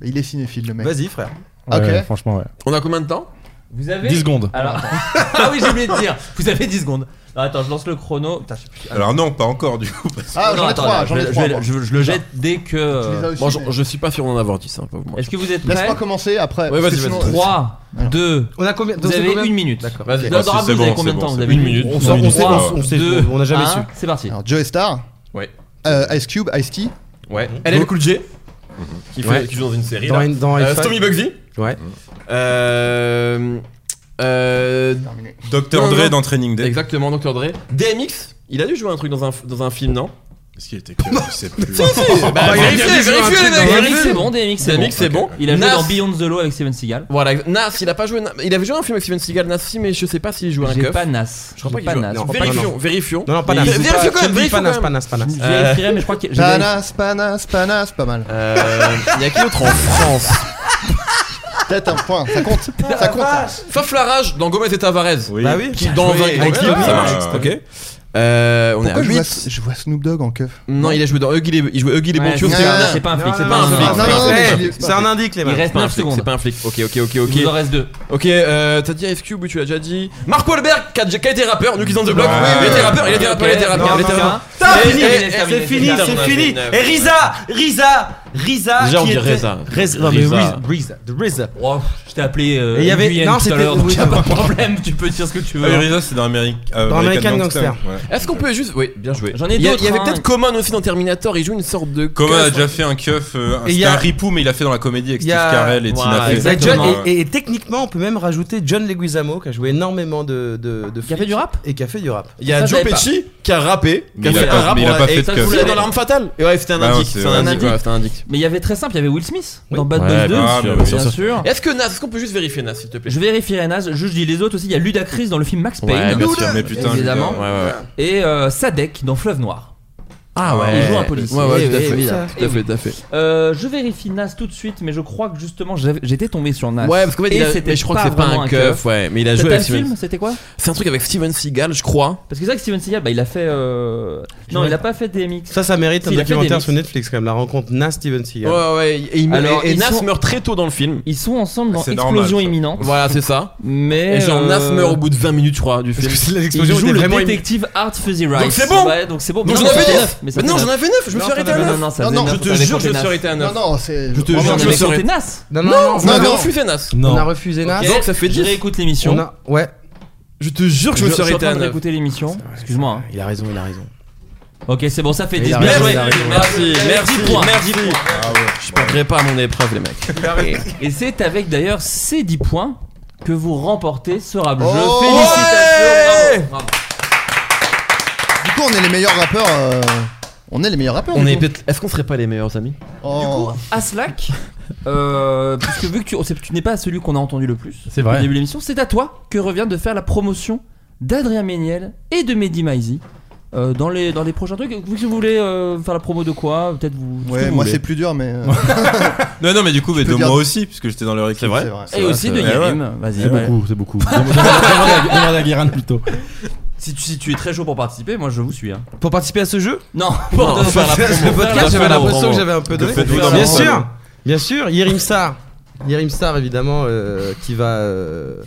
Mais Il est cinéphile, le mec. Vas-y, frère. Ok. Ah, Ouais, Franchement, ouais. On a combien de temps Vous avez 10 secondes. Alors... ah oui, j'ai oublié de dire. Vous avez 10 secondes. Ah, attends, je lance le chrono. Putain, je sais plus. Alors non, pas encore du coup. parce que- Ah, j'en ai Non, attends, trois, là, j'en ai je vais- trois, je vais- moi. je- je le jette dès que- Tu les as aussi, Bon, je, mais- euh, je suis pas sûr d'en avoir hein, 10, un peu moins. Est-ce que vous êtes prêts Laisse-moi commencer après. Ouais, parce vas-y, que vas-y. sinon- Trois, deux. On a combien Vous avez une minute. D'accord. Vas-y. ok. Dans le drame, vous avez combien de temps Vous avez On sait, on sait, Trois, on sait, deux, on n'a jamais un. su. C'est parti. euh, Alors, Joe Star. Ouais. Euh, Ice Cube, Ice T. Ouais. LL Cool J. Qui, fait, Ouais. qui joue dans une série. Dans là. une- dans euh, Hellfire. Stormy Bugsy. Ouais. Euh. euh, Dr. non, Dre non. dans Training Day. Exactement, Dr. Dre. DMX, il a dû jouer un truc dans un, dans un film, non Est-ce qu'il était clair Je sais plus. Si, si Bah, bah, il a Vérifiez, bien dû jouer un vérifiez, truc les dans mecs un DMX, vérifiez. c'est bon, DMX, c'est DMX, bon. c'est bon. Il a joué Nas. dans Beyond the Law avec Steven Seagal. Voilà, ex- Nas, il a pas joué. Na- Il avait joué un film avec Steven Seagal, Nas, si, mais je sais pas s'il joue un J'ai keuf. pas Nas. Je crois pas J'ai qu'il joue. Nas. Non, Vérifions, vérifions. Non, non, pas Mais Nas. il- Vérifions Oh, quand même, Pas vérifions Nas, quand pas même. Nas, pas Nas. Je vérifierai, mais je crois que. j'ai- Panas, panas, panas, pas mal. Euh, Il y a qui d'autre en France Peut-être un point, ça compte. ça compte. ça. Sauf la rage dans Gomez et Tavares. Oui. Bah oui. Qui dans Oui, un avec clip, lui, ça ouais. marche. Ok. Euh, on est à Pourquoi je vois, 8. je vois Snoop Dogg en keuf Non, il a joué dans Huggy les, il jouait Huggy les Ouais, Bronchios. c'est c'est non, un- non, c'est pas un flic, c'est non, pas un non, flic. non, c'est non, pas un non, flic. non, Eh, C'est un indice, les Il mecs. reste C'est pas un 9 flic, secondes. C'est pas un flic. Ok, ok, ok, Il vous en ok. reste 2. Ok, euh, t'as dit Ice Cube, oui, tu l'as déjà dit. Mark Wahlberg, qui a, qui a été rappeur, New Kids on the Block. Il était rappeur, il était rappeur, il était rappeur, il était rappeur. Et- et- et- terminé, C'est fini, terminé. c'est terminé. fini. Et Riza, Riza, Riza. Déjà, on qui dit était- Reza. Reza. Non, mais Riza. Riza. Riza. The Riza. Oh, je t'ai appelé euh, Et il y avait- Nguyen non, tout à c'était- l'heure, donc oui, y a non. pas de problème, tu peux dire ce que tu veux. Ah, Rizzo, c'est dans Amérique- euh, Dans American Gangster. ouais. Est-ce qu'on peut juste. Oui, bien joué. J'en ai Il y a- d'autres, Il y avait hein. peut-être Common aussi dans Terminator, il joue une sorte de. Common a keuf. déjà fait un keuf, euh, un- Et c'était y a- un ripou, mais il a fait dans la comédie avec y Steve a- Carell et Voilà, Tina Fey. Et John- Exactement. et, et- et techniquement, on peut même rajouter John Leguizamo qui a joué énormément de, de, de Qui a fait flics du rap et qui a fait du rap. Il y a Ça, Joe j'avais pas. Pesci qui a rappé, qui Mais a il a fait un pas- rap mais il dans a la- pas fait avec- de ça, keuf. vous dans l'arme fatale. Et ouais, c'était un Bah, indique. c'est C'était un un indique. indique. ouais, C'était un indique. Mais il y avait très simple, il y avait Will Smith dans Bad Ouais, Boys bah, 2, bien sûr, bien bien sûr. Est-ce que Nas, est-ce qu'on peut juste vérifier Nas, s'il te plaît Je vérifierai Naz, je dis les autres aussi, il y a Ludacris dans le film Max Ouais, Payne bien sûr, mais putain, évidemment. Ouais, ouais, ouais. et euh, Sadek dans Fleuve Noir. Ah ouais. Il joue un policier. Ouais, ouais, tout à Oui, fait. oui, Tout à fait, tout à fait. Euh, je vérifie Nas tout de suite, mais je crois que justement j'avais- j'étais tombé sur Nas. Ouais, parce qu'en fait, Et il a- c'était mais je crois que c'est pas vraiment un keuf, ouais. Mais il a joué C'était un avec Steven. film, c'était quoi C'est un truc avec Steven Seagal, je crois. Parce que c'est vrai que Steven Seagal, bah, il a fait. euh, Non, J'aurais- il a pas fait DMX. Ça, ça mérite Si, un il a fait des documentaire mix. sur Netflix quand même. La rencontre Nas Steven Seagal. Ouais, ouais. Et, il- Alors, et- et ils Nas sont- meurt très tôt dans le film. Ils sont ensemble dans C'est Explosion normal, ça. imminente. Voilà, c'est ça. Mais. Et genre, Nas euh, meurt au bout de 20 minutes, je crois, du film. Il joue le imminente. détective Art Fuzzy Rice. Donc c'est bon Ouais, donc c'est bon. Mais Donc j'en non, ça avais fait 9 neuf, Mais ça fait non, neuf. j'en avais 9 Je me suis arrêté à Non, non, 9 non, ça Non, fait non, neuf, je Je on te avait jure, je compté me neuf. suis arrêté à Non, 9 non, c'est. Je te jure, Non, mais on je me avait suis compté arrêté. Nas. Non, non, Non, non, on non, avait non. refusé Nas. On a refusé Nas. Donc ça fait Je 10. réécoute On l'émission. a- Ouais. Je te jure que je me suis suis en arrêté train à de 9. réécouter l'émission. Excuse-moi. hein. Il a raison, il a raison. Ok, c'est bon, ça fait Il 10 a Bien raison, joué. il a raison. Merci, merci, Dix points. merci. Je perdrai pas mon épreuve, les mecs. Et c'est avec d'ailleurs ces 10 points que vous remportez ce rap jeu. Oh Félicitations, ouais bravo, bravo. Du coup, on est les meilleurs rappeurs. euh, On est les meilleurs rappeurs. On du est coup. peut-être. Est-ce qu'on serait pas les meilleurs amis Oh. À Slack, euh, puisque vu que tu, on sait que tu n'es pas celui qu'on a entendu le plus C'est au vrai. début de l'émission, c'est à toi que revient de faire la promotion d'Adrien Méniel et de Mehdi Maizi. euh, dans, les, dans les prochains trucs, vous, si vous voulez euh, faire la promo de quoi Peut-être vous. ce que Ouais, vous moi voulez. c'est plus dur, mais. euh, Non, non, mais du coup, mais peux de dire- moi aussi, puisque j'étais dans leur équipe. c'est vrai. Et aussi de vrai. Yerim, vas-y. Eh C'est ouais. beaucoup, c'est beaucoup. Demande à- demande à Guérin plutôt. Si, tu, si tu es très chaud pour participer, moi je vous suis. hein. Pour participer à ce jeu Non, pour Non, te faire la Le promo. podcast, Faire la j'avais l'impression promo. que j'avais un peu donné. faites-vous dans Bien la sûr, bien sûr, Yerim Sar. Yerim Sar, évidemment, euh, qui va euh,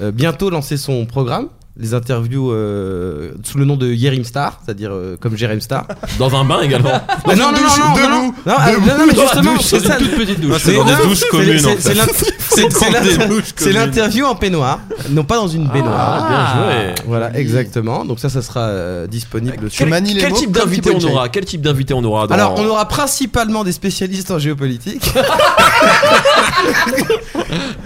euh, bientôt lancer son programme. Les interviews euh, sous le nom de Yerim Star, c'est-à-dire euh, comme Jérém Star. Dans un bain également. Non, non, non, non, non, non, non, non, ah, non, non, mais justement, douche, c'est ça. petite Ah, C'est dans Mais des non, douches c'est- communes, c'est- en fait. c'est l'in- c'est- c'est dans des l'in- douches C'est communes. l'interview en peignoir, non pas dans une baignoire. Bien joué. Voilà, exactement. Donc ça, ça sera euh, disponible sur Quel, manies les quel mots type comme d'invité Pipo on et aura Quel type d'invité on aura dans- Alors, on aura principalement des spécialistes en géopolitique.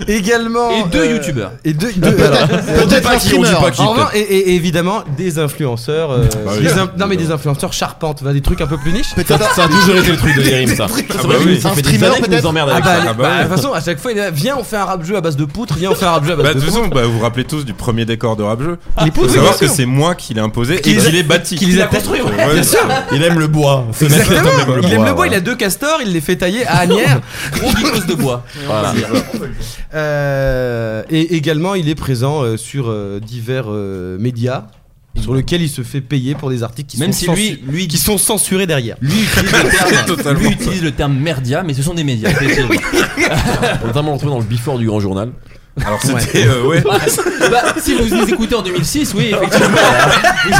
Également. Et deux euh, youtubeurs. Et deux. deux- alors, on dit pas qui, on dit pas qui. en revanche, et, et- et évidemment, des influenceurs. euh, Bah oui. des in- non, mais des influenceurs charpentes, voilà, des trucs un peu plus niches. Peut-être un- Ça a toujours été le truc de Yerim, ça. Ah Ça bah oui. fait des streamer, années qu'il peut-être nous emmerde Ah avec bah, ça. Ah bah bah, ouais. de toute façon, à chaque fois, il est là, viens, on fait un rap jeu à base de poutres, viens, on fait un rap jeu à base Bah, de de toute poutres. façon, bah, vous vous rappelez tous du premier décor de rap jeu. Les Faut poutres, oui, savoir bien que sûr. c'est moi qui l'ai imposé et Qui les a- qui l'ai bâti. qui les a construits, ouais. Ouais, bien sûr. Il aime le bois. Ce mec-là, Exactement. il aime le Il aime bois, le bois, ouais. il a deux castors, il les fait tailler à Agnières. Gros geekos de bois. Voilà. Euh, et également, il est présent euh, sur euh, divers euh, médias sur lesquels il se fait payer pour des articles qui, Mmh. Même sont, si censu- lui- lui- qui sont censurés derrière. Lui utilise, le terme, Totalement. lui utilise le terme merdia, mais ce sont des médias. effectivement. On est notamment retrouvé dans le before du grand journal. Alors c'était. euh, ouais. Bah, si vous nous écoutez en 2006, oui, effectivement.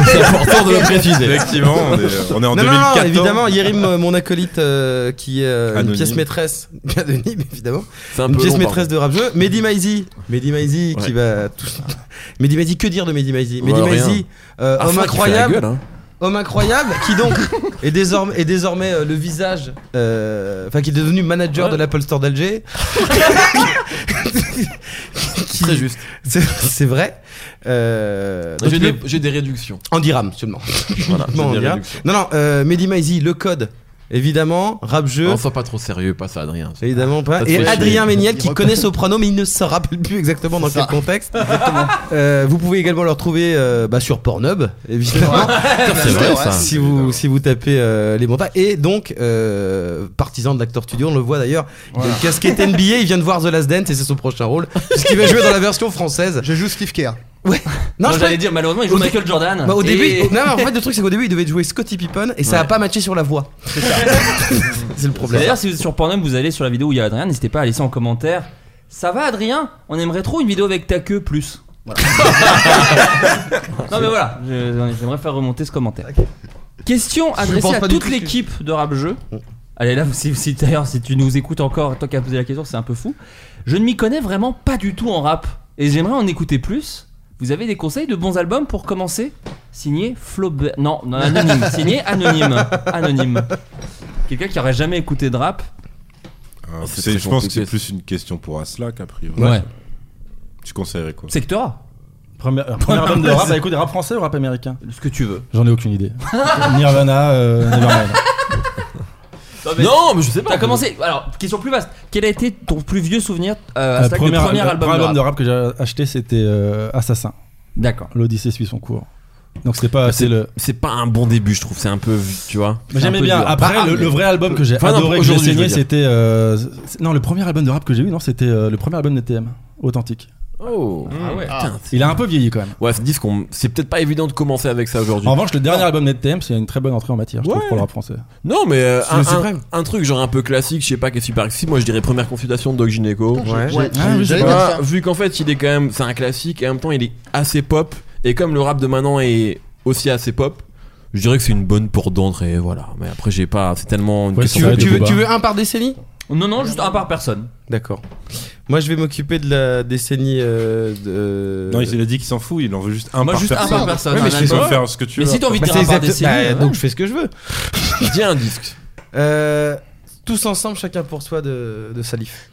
C'est important de le préciser. Effectivement, on est- euh, on est non, non, en Non, 2014. évidemment, Yérim, euh, mon acolyte, euh, qui est euh, une Anonyme. pièce maîtresse. Anonyme, évidemment. C'est un une peu pièce long, maîtresse de rap jeu. Mehdi Maizi. Mehdi Maizi Ouais. qui va. tout- Mehdi Maizi, que dire de Mehdi Maizi Mehdi Ouais, rien. Maizi, euh, Ah, homme Franck, il fait la incroyable. gueule, hein. Homme incroyable qui donc est désormais, est désormais euh, le visage, euh, enfin qui est devenu manager de l'Apple Store d'Alger. Très juste. C'est vrai. Euh, donc J'ai le- des, j'ai des réductions. en dirham seulement. Voilà, Non, c'est des en dirham. réductions. non, non, euh, Mehdi Maizi, le code. Évidemment, rap jeu. Non, sois pas trop sérieux, pas ça, Adrien. Évidemment pas. Ça te fait Et chier. Adrien Méniel Il qui reconnaît. connaît Soprano mais il ne se rappelle plus exactement dans C'est quel ça. contexte. Euh, vous pouvez également le retrouver euh, bah, sur Pornhub, évidemment. C'est vrai, ça. Si vous, si vous tapez euh, les montages. Et donc, euh, partisan de l'acteur studio, on le voit d'ailleurs. Il a Voilà. une casquette NBA, il vient de voir The Last Dance et c'est son prochain rôle. Puisqu'il va jouer dans la version française. Je joue Steve Kerr. Ouais. Non, je- j'allais dire, malheureusement, il joue Au dé- Michael Jordan. Bah, au Ah. Et- début, non, mais en fait, le truc, c'est qu'au début, il devait jouer Scotty Pippen et ça Ouais. a pas matché sur la voix. C'est le problème. D'ailleurs, si vous êtes sur Pornhub, vous allez sur la vidéo où il y a Adrien, n'hésitez pas à laisser en commentaire. Ça va, Adrien On aimerait trop une vidéo avec ta queue plus. Voilà. non, mais voilà, je- j'aimerais faire remonter ce commentaire. Question Je adressée pense à pas du toute tout que- Mm. l'équipe de Rap Jeu. Allez, là, si, si- d'ailleurs, si tu nous écoutes encore, toi qui as posé la question, c'est un peu fou. Je ne m'y connais vraiment pas du tout en rap et j'aimerais en écouter plus. Vous avez des conseils de bons albums pour commencer Signé Flaubert. Non, non, anonyme. Signé anonyme. Anonyme. Quelqu'un qui aurait jamais écouté de rap. Euh, C'est c'est- très je pense que compliqué. c'est plus une question pour Aslak, a priori. Ouais. Tu conseillerais quoi Sectora. Premier, euh, premier album de rap, bah écoute, rap français ou rap américain Ce que tu veux. J'en ai aucune idée. Nirvana, euh, Nevermind. Non, mais je sais pas. T'as commencé. Alors, question plus vaste. Quel a été ton plus vieux souvenir euh, Le Aslak, de premier album, de rap que j'ai acheté, c'était euh, Assassin. D'accord. L'Odyssée suit son cours. Donc c'était pas. C'est C'est le. C'est pas un bon début, je trouve. C'est un peu, tu vois. Mais J'aimais bien. Après, le, le vrai album que j'ai Enfin, non, adoré, que j'ai aujourd'hui, je saigné, veux dire. c'était. euh, c'est- non, le premier album de rap que j'ai eu, non, c'était euh, le premier album de TM, authentique. Oh. Ah ouais. Putain, Il a un peu vieilli quand même. Ouais, c'est disque, on- c'est peut-être pas évident de commencer avec ça aujourd'hui. En Ah, revanche, le dernier album de NetTM, c'est une très bonne entrée en matière, je Ouais. trouve, pour le rap français. Non, mais euh, C'est- un, c'est un- vrai. un truc genre un peu classique, je sais pas, qui est super accessible. Moi, je dirais première consultation de Doc Gineco. Putain, j'ai- Ouais. j'ai- Ah, j'allais oui, je sais dire pas, ça. vu qu'en fait, il est quand même, c'est un classique et en même temps, il est assez pop. Et comme le rap de maintenant est aussi assez pop, je dirais que c'est une bonne porte d'entrée. Voilà. Mais après, j'ai pas, c'est tellement une Ouais, question. Tu veux, de tu veux- débat. tu veux un par décennie Non, non, juste un par personne. D'accord. Moi, je vais m'occuper de la décennie euh, de. Non, il a dit qu'il s'en fout, il en veut juste un Moi, par juste un personne. par personne, Ouais, un mais tu peux album. faire ce que tu Mais veux. si t'as envie de Bah, dire c'est un par exact- décennie, euh, bah, ouais. donc je fais ce que je veux. Dis un disque. Euh, tous ensemble, chacun pour soi de, de Salif.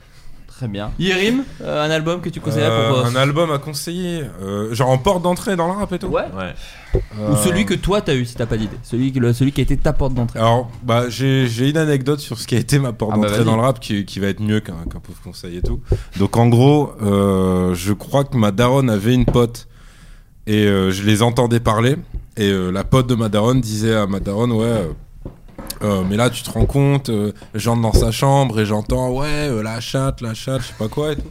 Très bien. Yérim, euh, un album que tu conseillerais Euh, pour. euh, un album à conseiller, euh, genre en porte d'entrée dans le rap et tout. Euh, Ouais. Ouais. euh, Ou celui que toi t'as eu si t'as pas d'idée. Celui, qui- le- celui qui a été ta porte d'entrée. Alors, bah, j'ai j'ai une anecdote sur ce qui a été ma porte Ah bah, d'entrée vas-y. dans le rap qui, qui va être mieux qu'un qu'un pauvre conseil et tout. Donc, en gros, euh, je crois que ma daronne avait une pote et euh, je les entendais parler. Et euh, la pote de ma daronne disait à ma daronne, ouais. euh, euh, mais là, tu te rends compte, euh, j'entre dans sa chambre et j'entends, ouais, euh, la chatte, la chatte, je sais pas quoi et tout.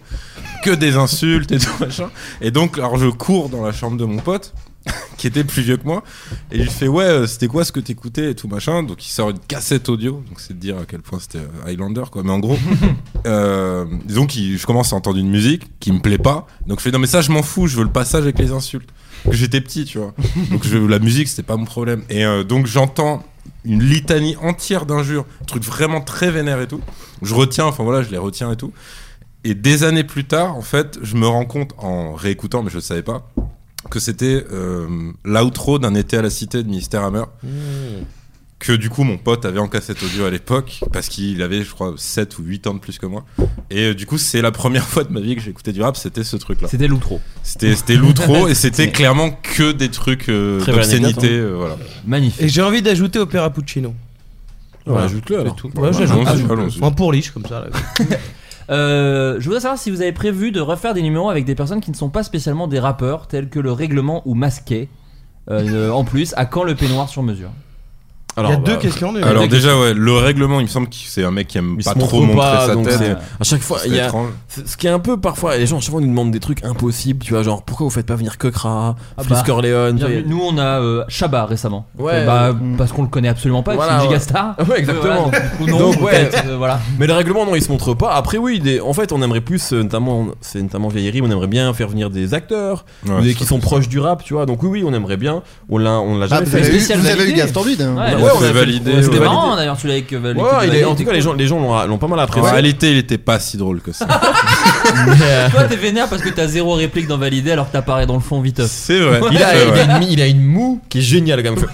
Que des insultes et tout machin. Et donc, alors je cours dans la chambre de mon pote, qui était plus vieux que moi, et il fait Ouais, euh, c'était quoi ce que t'écoutais et tout machin. Donc il sort une cassette audio, donc c'est de dire à quel point c'était euh, Highlander quoi. Mais en gros, euh, disons que je commence à entendre une musique qui me plaît pas, donc je fais Non, mais ça je m'en fous, je veux le passage avec les insultes. Que J'étais petit, tu vois. Donc je, la musique c'était pas mon problème. Et euh, donc j'entends une litanie entière d'injures, un truc vraiment très vénère et tout. Je retiens, enfin voilà, je les retiens et tout. Et des années plus tard, en fait, je me rends compte en réécoutant, mais je ne savais pas, que c'était euh, l'outro d'un été à la cité de Ministère Hammer. Que du coup, mon pote avait en cassette audio à l'époque, parce qu'il avait, je crois, 7 ou 8 ans de plus que moi. Et euh, du coup, c'est la première fois de ma vie que j'ai écouté du rap, c'était ce truc-là. C'était l'outro. C'était c'était l'outro, et c'était clairement que des trucs euh, Très belle d'obscénité. anecdote, euh, voilà. Magnifique. Et j'ai envie d'ajouter Opéra Puccino. Ouais, Ajoute-le C'est alors. tout. Bon, bah, j'ajoute. allons-y, Ajoute-le. allons-y. En pourliche, comme ça. là. Euh, je voudrais savoir si vous avez prévu de refaire des numéros avec des personnes qui ne sont pas spécialement des rappeurs, tels que le règlement ou masqué. Euh, en plus, à quand le peignoir sur mesure Alors, Il y a bah, deux questions. déjà. Alors déjà ouais, le règlement, il me semble que c'est un mec qui aime Il pas se montre trop montrer pas, sa donc tête. c'est- À chaque fois, C'est il y a. étrange. c'est- Ce qui est un peu parfois, les gens à chaque fois nous demandent des trucs impossibles, tu vois, genre pourquoi vous faites pas venir Kokra, Ah Fritz bah, Corleone. bien tu vu. vois. Nous, on a euh, Shabba récemment. Ouais. Bah, Parce qu'on le connaît absolument pas, Voilà, c'est une ouais. gigastar. Euh, Ouais, exactement. Voilà, donc, ou non, Donc, ouais. peut-être, euh, voilà. Mais le règlement, non, il se montre pas. Après, oui, des- en fait, on aimerait plus, euh, notamment, c'est notamment vieillerie, on aimerait bien faire venir des acteurs Ouais, des- c'est qui sont proches du rap, tu vois. Donc, oui, oui, on aimerait bien. On l'a, on l'a jamais vous fait. avez eu- Spécial vous avez eu validé. Gastorbide, hein. Ouais, On ouais, l'a on fait a on a valider, fait ouais. C'était valider. marrant d'ailleurs, tu l'as avec euh, Ouais, l'équipe il est- Valide. en tout cas, les gens, les gens l'ont, l'ont pas mal En apprécié. réalité, il était pas si drôle que ça. Toi, t'es vénère parce que t'as zéro réplique dans Validé alors que t'apparais dans le fond vite. C'est vrai. Il a, C'est il, vrai. a une, mi- il a une moue qui est géniale quand même.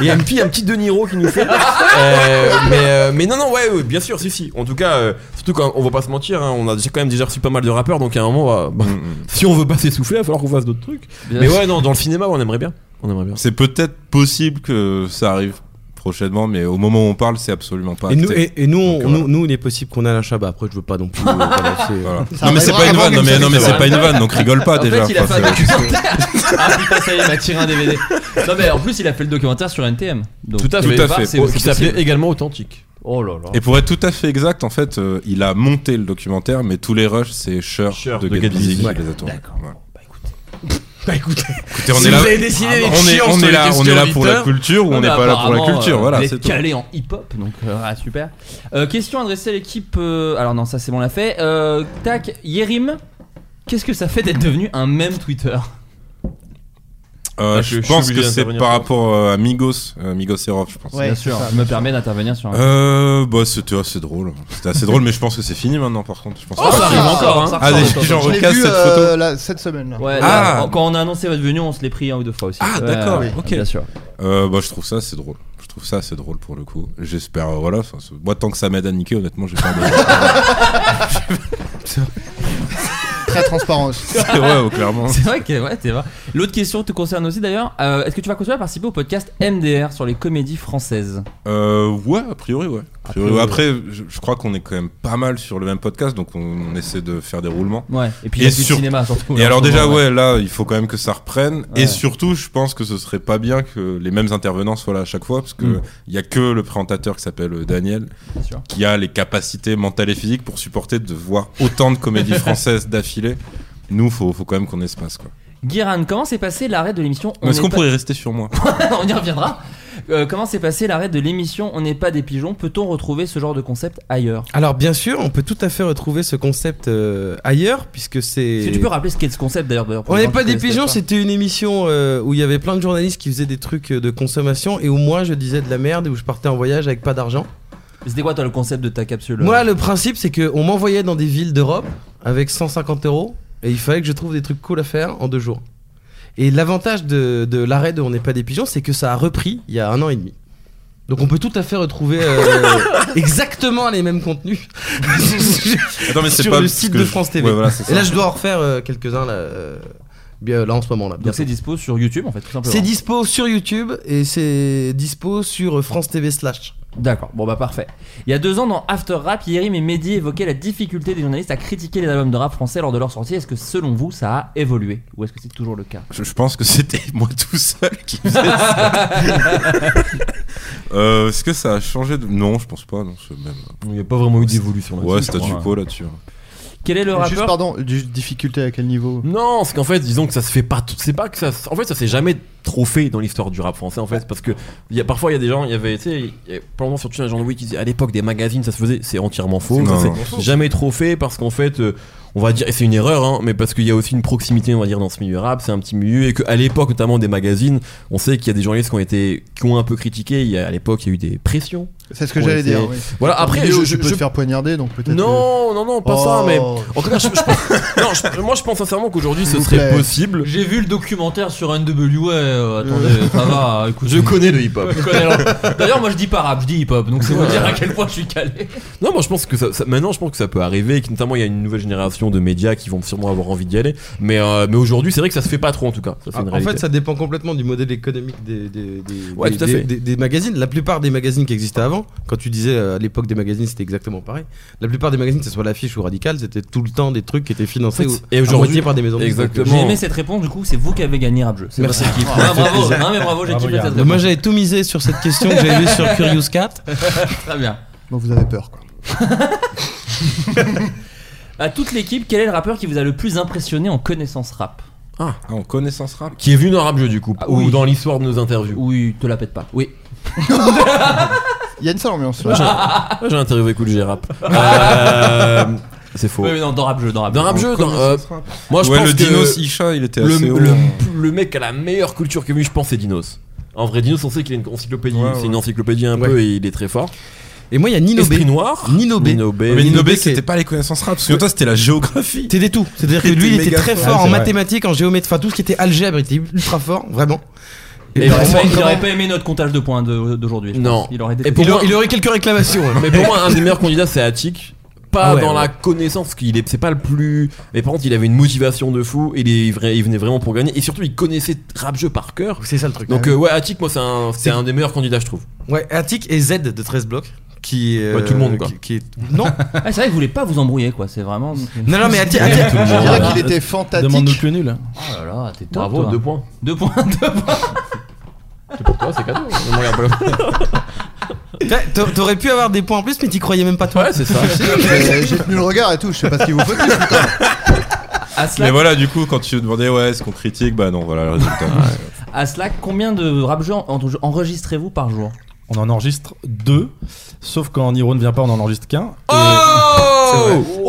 Il y a un petit, un petit De Niro qui nous fait. Euh, mais, euh, mais non, non, ouais, ouais, bien sûr, si, si. En tout cas, euh, surtout quand on va pas se mentir, hein, on a déjà, quand même déjà reçu pas mal de rappeurs, donc à un moment, on va- Mm, bah, si on veut pas s'essouffler, il va falloir qu'on fasse d'autres trucs. Bien mais sûr. ouais, non, dans le cinéma, on aimerait bien. On aimerait bien. C'est peut-être possible que ça arrive prochainement, mais au moment où on parle, c'est absolument pas. Et nous, acté. et, et nous, on- Donc, nous, voilà. nous, il est possible qu'on ait un Chabat. Après, je veux pas non plus. euh, voilà, c'est- Ça Non, mais c'est arrivera pas une avant vanne, que non, mais- ça non, mais c'est arrive. pas une vanne, donc rigole pas, En fait, déjà. il a fait Enfin, un c'est- documentaire. ah putain, ça y est, il m'a tiré un DVD. Non, mais en plus, il a fait le documentaire sur NTM. Donc, Tout à quelque fait. part, c'est- Oh, c'est qui s'appelait possible. également Authentique. Oh là là. Et pour être tout à fait exact, en fait, euh, il a monté le documentaire, mais tous les rushs, c'est Cher de, de Get Get Busy Busy. qui Ouais. les a tournés. Voilà. Bah écoutez, Écoutez, on est là- Ah on est- on est là- on est là pour la culture ou on mais n'est pas là pour la apparemment, culture, euh, voilà, vous c'est êtes tout. calé en hip-hop, donc euh, ah, super. Euh, question adressée à l'équipe. euh, alors non, ça c'est bon, on l'a fait. Euh, tac, Yerim, qu'est-ce que ça fait d'être devenu un même Twitter Euh, Ah, je- je, je suis pense obligé que c'est d'intervenir. par rapport euh, à Migos, euh, Migos et Rof, je pense. Bien sûr, je me permets d'intervenir sur un. Euh, bah c'était assez drôle. C'était assez drôle, mais je pense que c'est fini maintenant. Par contre, je pense Oh, pas ça que- arrive encore, hein. Ça Ah, des ressort, j'en ça ressort. recasse Je l'ai vu, cette euh, photo. photo. là, cette semaine. Là. Ouais, Ah. là, quand on a annoncé votre venue, on se l'est pris un ou deux fois aussi. Ah, Ouais, d'accord, ouais, ok. Bien sûr. Euh, bah, je trouve ça assez drôle. Je trouve ça assez drôle pour le coup. J'espère, euh, voilà. enfin, c'est- Moi, tant que ça m'aide à niquer, honnêtement, j'ai pas de. Très transparent. C'est vrai, oh, clairement. C'est vrai que ouais, t'es vrai. L'autre question te concerne aussi d'ailleurs. Euh, Est-ce que tu vas continuer à participer au podcast MDR sur les comédies françaises Euh, ouais, a priori, ouais. A priori, A ouais. priori, Après, je, je crois qu'on est quand même pas mal sur le même podcast, donc on, on essaie de faire des roulements. Ouais, et puis il y a plus de cinéma, surtout, Et là, en alors, ce déjà, moment, ouais. ouais, là, il faut quand même que ça reprenne. Ouais. Et surtout, je pense que ce serait pas bien que les mêmes intervenants soient là à chaque fois, parce que Mm. il y a que le présentateur qui s'appelle euh, Daniel, Bien sûr. qui a les capacités mentales et physiques pour supporter de voir autant de comédies françaises d'affilée. Nous, faut, faut quand même qu'on ait espace, quoi. Guérin, comment s'est passé l'arrêt de l'émission On Mais Est-ce n'est qu'on pas- pourrait rester sur moi On y reviendra. Euh, comment s'est passé l'arrêt de l'émission On n'est pas des pigeons Peut-on retrouver ce genre de concept ailleurs Alors bien sûr, on peut tout à fait retrouver ce concept euh, ailleurs, puisque c'est. Est-ce que tu peux rappeler ce qu'est ce concept d'ailleurs d'ailleurs, pour On les n'est gens pas qui des connaissent pigeons, pas. c'était une émission euh, où il y avait plein de journalistes qui faisaient des trucs euh, de consommation et où moi je disais de la merde et où je partais en voyage avec pas d'argent. C'était quoi toi le concept de ta capsule euh, Moi, le principe, c'est qu'on m'envoyait dans des villes d'Europe avec 150 euros et il fallait que je trouve des trucs cool à faire en deux jours. Et l'avantage de, de l'arrêt de On n'est pas des pigeons, c'est que ça a repris il y a un an et demi. Donc on peut tout à fait retrouver euh, exactement les mêmes contenus Attends, mais c'est sur pas le parce site que de je- France TV. Ouais, voilà, c'est et là, ça. je dois en refaire euh, quelques-uns là, euh, bien, là en ce moment. là. Donc bientôt. c'est dispo sur YouTube en fait tout simplement. C'est dispo sur YouTube et c'est dispo sur France TV slash. D'accord, bon bah parfait. Il y a deux ans dans After Rap, Yerim et Mehdi évoquaient la difficulté des journalistes à critiquer les albums de rap français lors de leur sortie. Est-ce que selon vous ça a évolué ou est-ce que c'est toujours le cas Je, je pense que c'était moi tout seul qui faisais ça. Euh, Est-ce que ça a changé de... Non, je pense pas. Non, c'est même... Il n'y a pas vraiment eu d'évolution là-dessus, Ouais, je statu crois. quo là-dessus. hein. Quel est le Juste, rappeur pardon, du- difficulté à quel niveau Non, parce qu'en fait, disons que ça se fait pas. tout- C'est pas que ça. se- En fait, ça s'est jamais trop fait dans l'histoire du rap français, en fait, parce que il y a parfois il y a des gens, il y avait, tu sais, il y a- pendant surtout un genre de oui qui disait à l'époque des magazines, ça se faisait, c'est entièrement faux. C'est Ça non, s'est jamais trop fait parce qu'en fait. euh, on va dire, et c'est une erreur, hein, mais parce qu'il y a aussi une proximité, on va dire, dans ce milieu rap, c'est un petit milieu, et qu'à l'époque, notamment des magazines, on sait qu'il y a des journalistes qui ont été, qui ont un peu critiqué, il y a, à l'époque, il y a eu des pressions. C'est ce que Pour j'allais essayer- dire. oui. Voilà, Dans après, je, vidéo, tu je- peux je te faire poignarder, donc peut-être. non, non, non, pas ça, Oh. mais. En tout cas, je, je pense, non, je- moi, je pense sincèrement qu'aujourd'hui, ce S'il vous serait plaît. possible. J'ai vu le documentaire sur NWA, euh, attendez, ça va, écoute. Je connais le hip-hop. Je connais leur- D'ailleurs, moi je dis pas rap, je dis hip-hop, donc c'est vous dire à quel point je suis calé. Non, moi, je pense que ça, ça- maintenant, je pense que ça peut arriver, et que notamment, il y a une nouvelle génération de médias qui vont sûrement avoir envie d'y aller. Mais, euh, mais aujourd'hui, c'est vrai que ça se fait pas trop, Ah, en tout cas. Ça, c'est une Ah, En réalité. fait, ça dépend complètement du modèle économique des, des, des, Ouais, des- tout à des- fait. des- des magazines. La plupart des magazines qui existaient avant, quand tu disais euh, à l'époque des magazines, c'était exactement pareil. La plupart des magazines, que ce soit l'affiche ou radical, c'était tout le temps des trucs qui étaient financés ou, et à aujourd'hui- moitié par des maisons de disques. J'ai aimé cette réponse, du coup, c'est vous qui avez gagné Rap Jeu. C'est Merci. vrai. Équipe. Ah, bravo, non, mais bravo, j'ai kiffé cette réponse. Moi j'avais tout misé sur cette question que j'avais vue sur Curious Cat. Très bien. Bon, vous avez peur, quoi. À toute l'équipe, quel est le rappeur qui vous a le plus impressionné en connaissance rap Ah, en connaissance rap Qui est venu dans Rap Jeu du coup, Ah, ou oui. dans l'histoire de nos interviews Oui, te la pète pas. Oui. Il y a une sale ambiance. Moi, j'ai- moi, j'ai interviewé Cool G Rap. Euh, c'est faux. Oui, mais non, dans Rap Jeu, dans Rap Dans Jeu. Rap Jeu, En dans, euh, connaissance rap. moi je Ouais, pense le que Dinos Isha, il était le, assez haut. hein. le, le mec qui a la meilleure culture que lui, je pense, c'est Dinos. En vrai, Dinos, on sait qu'il a une encyclopédie, Ouais, ouais. c'est une encyclopédie un peu et il est très fort. Et moi, il y a Nino Esprit B. Noir. Nino B. Nino B. Mais Nino B, c'était pas les connaissances rap, parce que toi, c'était la géographie. T'étais tout. C'est-à-dire que T'étais lui, il était méga très fort. fort Ouais, en c'est vrai. mathématiques, en géométrie, enfin tout ce qui était algèbre, il était ultra fort, vraiment. Et il aurait vraiment, pas- il aurait vraiment- pas aimé notre comptage de points de- d'aujourd'hui. je pense. Non. Il aurait Et pour il, moi- aurait- il aurait quelques réclamations. hein. Mais pour moi, un des meilleurs candidats, c'est Attic. Pas Ah ouais, ouais. dans la connaissance, parce qu'il est, c'est pas le plus. Mais par contre, il avait une motivation de fou. Il, est, vrai- il venait vraiment pour gagner. Et surtout, il connaissait rap jeu par cœur. C'est ça le truc. Donc Ah euh, oui. ouais, Attic, moi, c'est un, c'est C'est- un des meilleurs candidats, je trouve. Ouais, Attic et Z de 13 blocs. Qui, euh, Ouais, tout le monde, quoi. Qui, qui est- Non, Ah, c'est vrai qu'il voulait pas vous embrouiller, quoi. C'est vraiment. euh, non, non, mais Attic. Attic- Tout le Je monde. dirais qu'il était fantastique. plus nul. Oh là là, t'es top, Bravo, toi. deux points. Deux points, deux points. C'est pour toi, c'est cadeau. Ne me regarde pas. T'as- t'a- T'aurais pu avoir des points en plus, mais t'y croyais même pas toi. Ouais, c'est ça. Si, J'ai j'ai tenu le regard et tout, je sais pas ce qu'il vous faut. Mais Aslak, voilà, du coup, quand tu demandais, ouais, est-ce qu'on critique Bah non, voilà le résultat. Ah, Aslak, combien de rap jeux en- en- enregistrez-vous par jour On en enregistre deux, sauf quand Niro ne vient pas, on en enregistre qu'un. Oh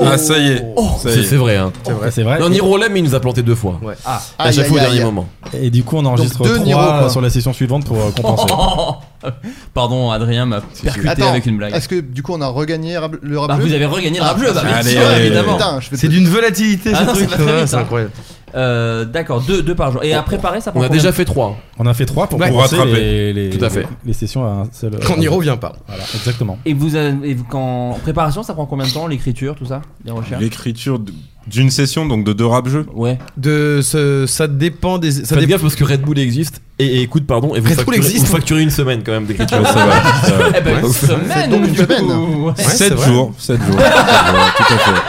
Ah, ça y est. ça y C'est est. c'est vrai, hein. C'est vrai, c'est vrai. Non, Niro l'aime, mais il nous a planté deux fois. Ouais. Ah, À chaque Aïe, fois au aïe, dernier aïe. moment. Et du coup, on enregistre deux trois Niro, quoi. sur la session suivante pour euh, compenser. Pardon, Adrien m'a percuté Attends, avec une blague. Est-ce que du coup on a regagné rab- le rap Bah, bleu vous avez regagné le rap jeu, bah, putain, allez, allez, évidemment. Putain, je vais C'est te- d'une volatilité Ah ce non, ça truc. va très ouais, vite, c'est hein. incroyable. Euh, D'accord, deux, deux par jour. Et à préparer, ça prend On a combien déjà fait trois. hein. On a fait trois pour Ouais. compenser Pour rattraper. les, les- Tout à fait. les sessions à un seul. euh, Quand Niro vient pas. Voilà, exactement. Et vous, avez- et vous- quand préparation, ça prend combien de temps L'écriture, tout ça Les recherches L'écriture d- d'une session, donc de deux rap jeux. Ouais. De ce, ça dépend des. Ça Faites dépend- gaffe parce que Red Bull existe et, et écoute pardon et vous Red Bull facturez, existe. hein. vous facturez une semaine quand même d'écriture. Ouais, ça va, ça va. Eh ben, une semaine, C'est donc une du semaine. coup. Ouais. Ouais, c'est 7 vrai. jours, 7 jours. Voilà, tout à fait.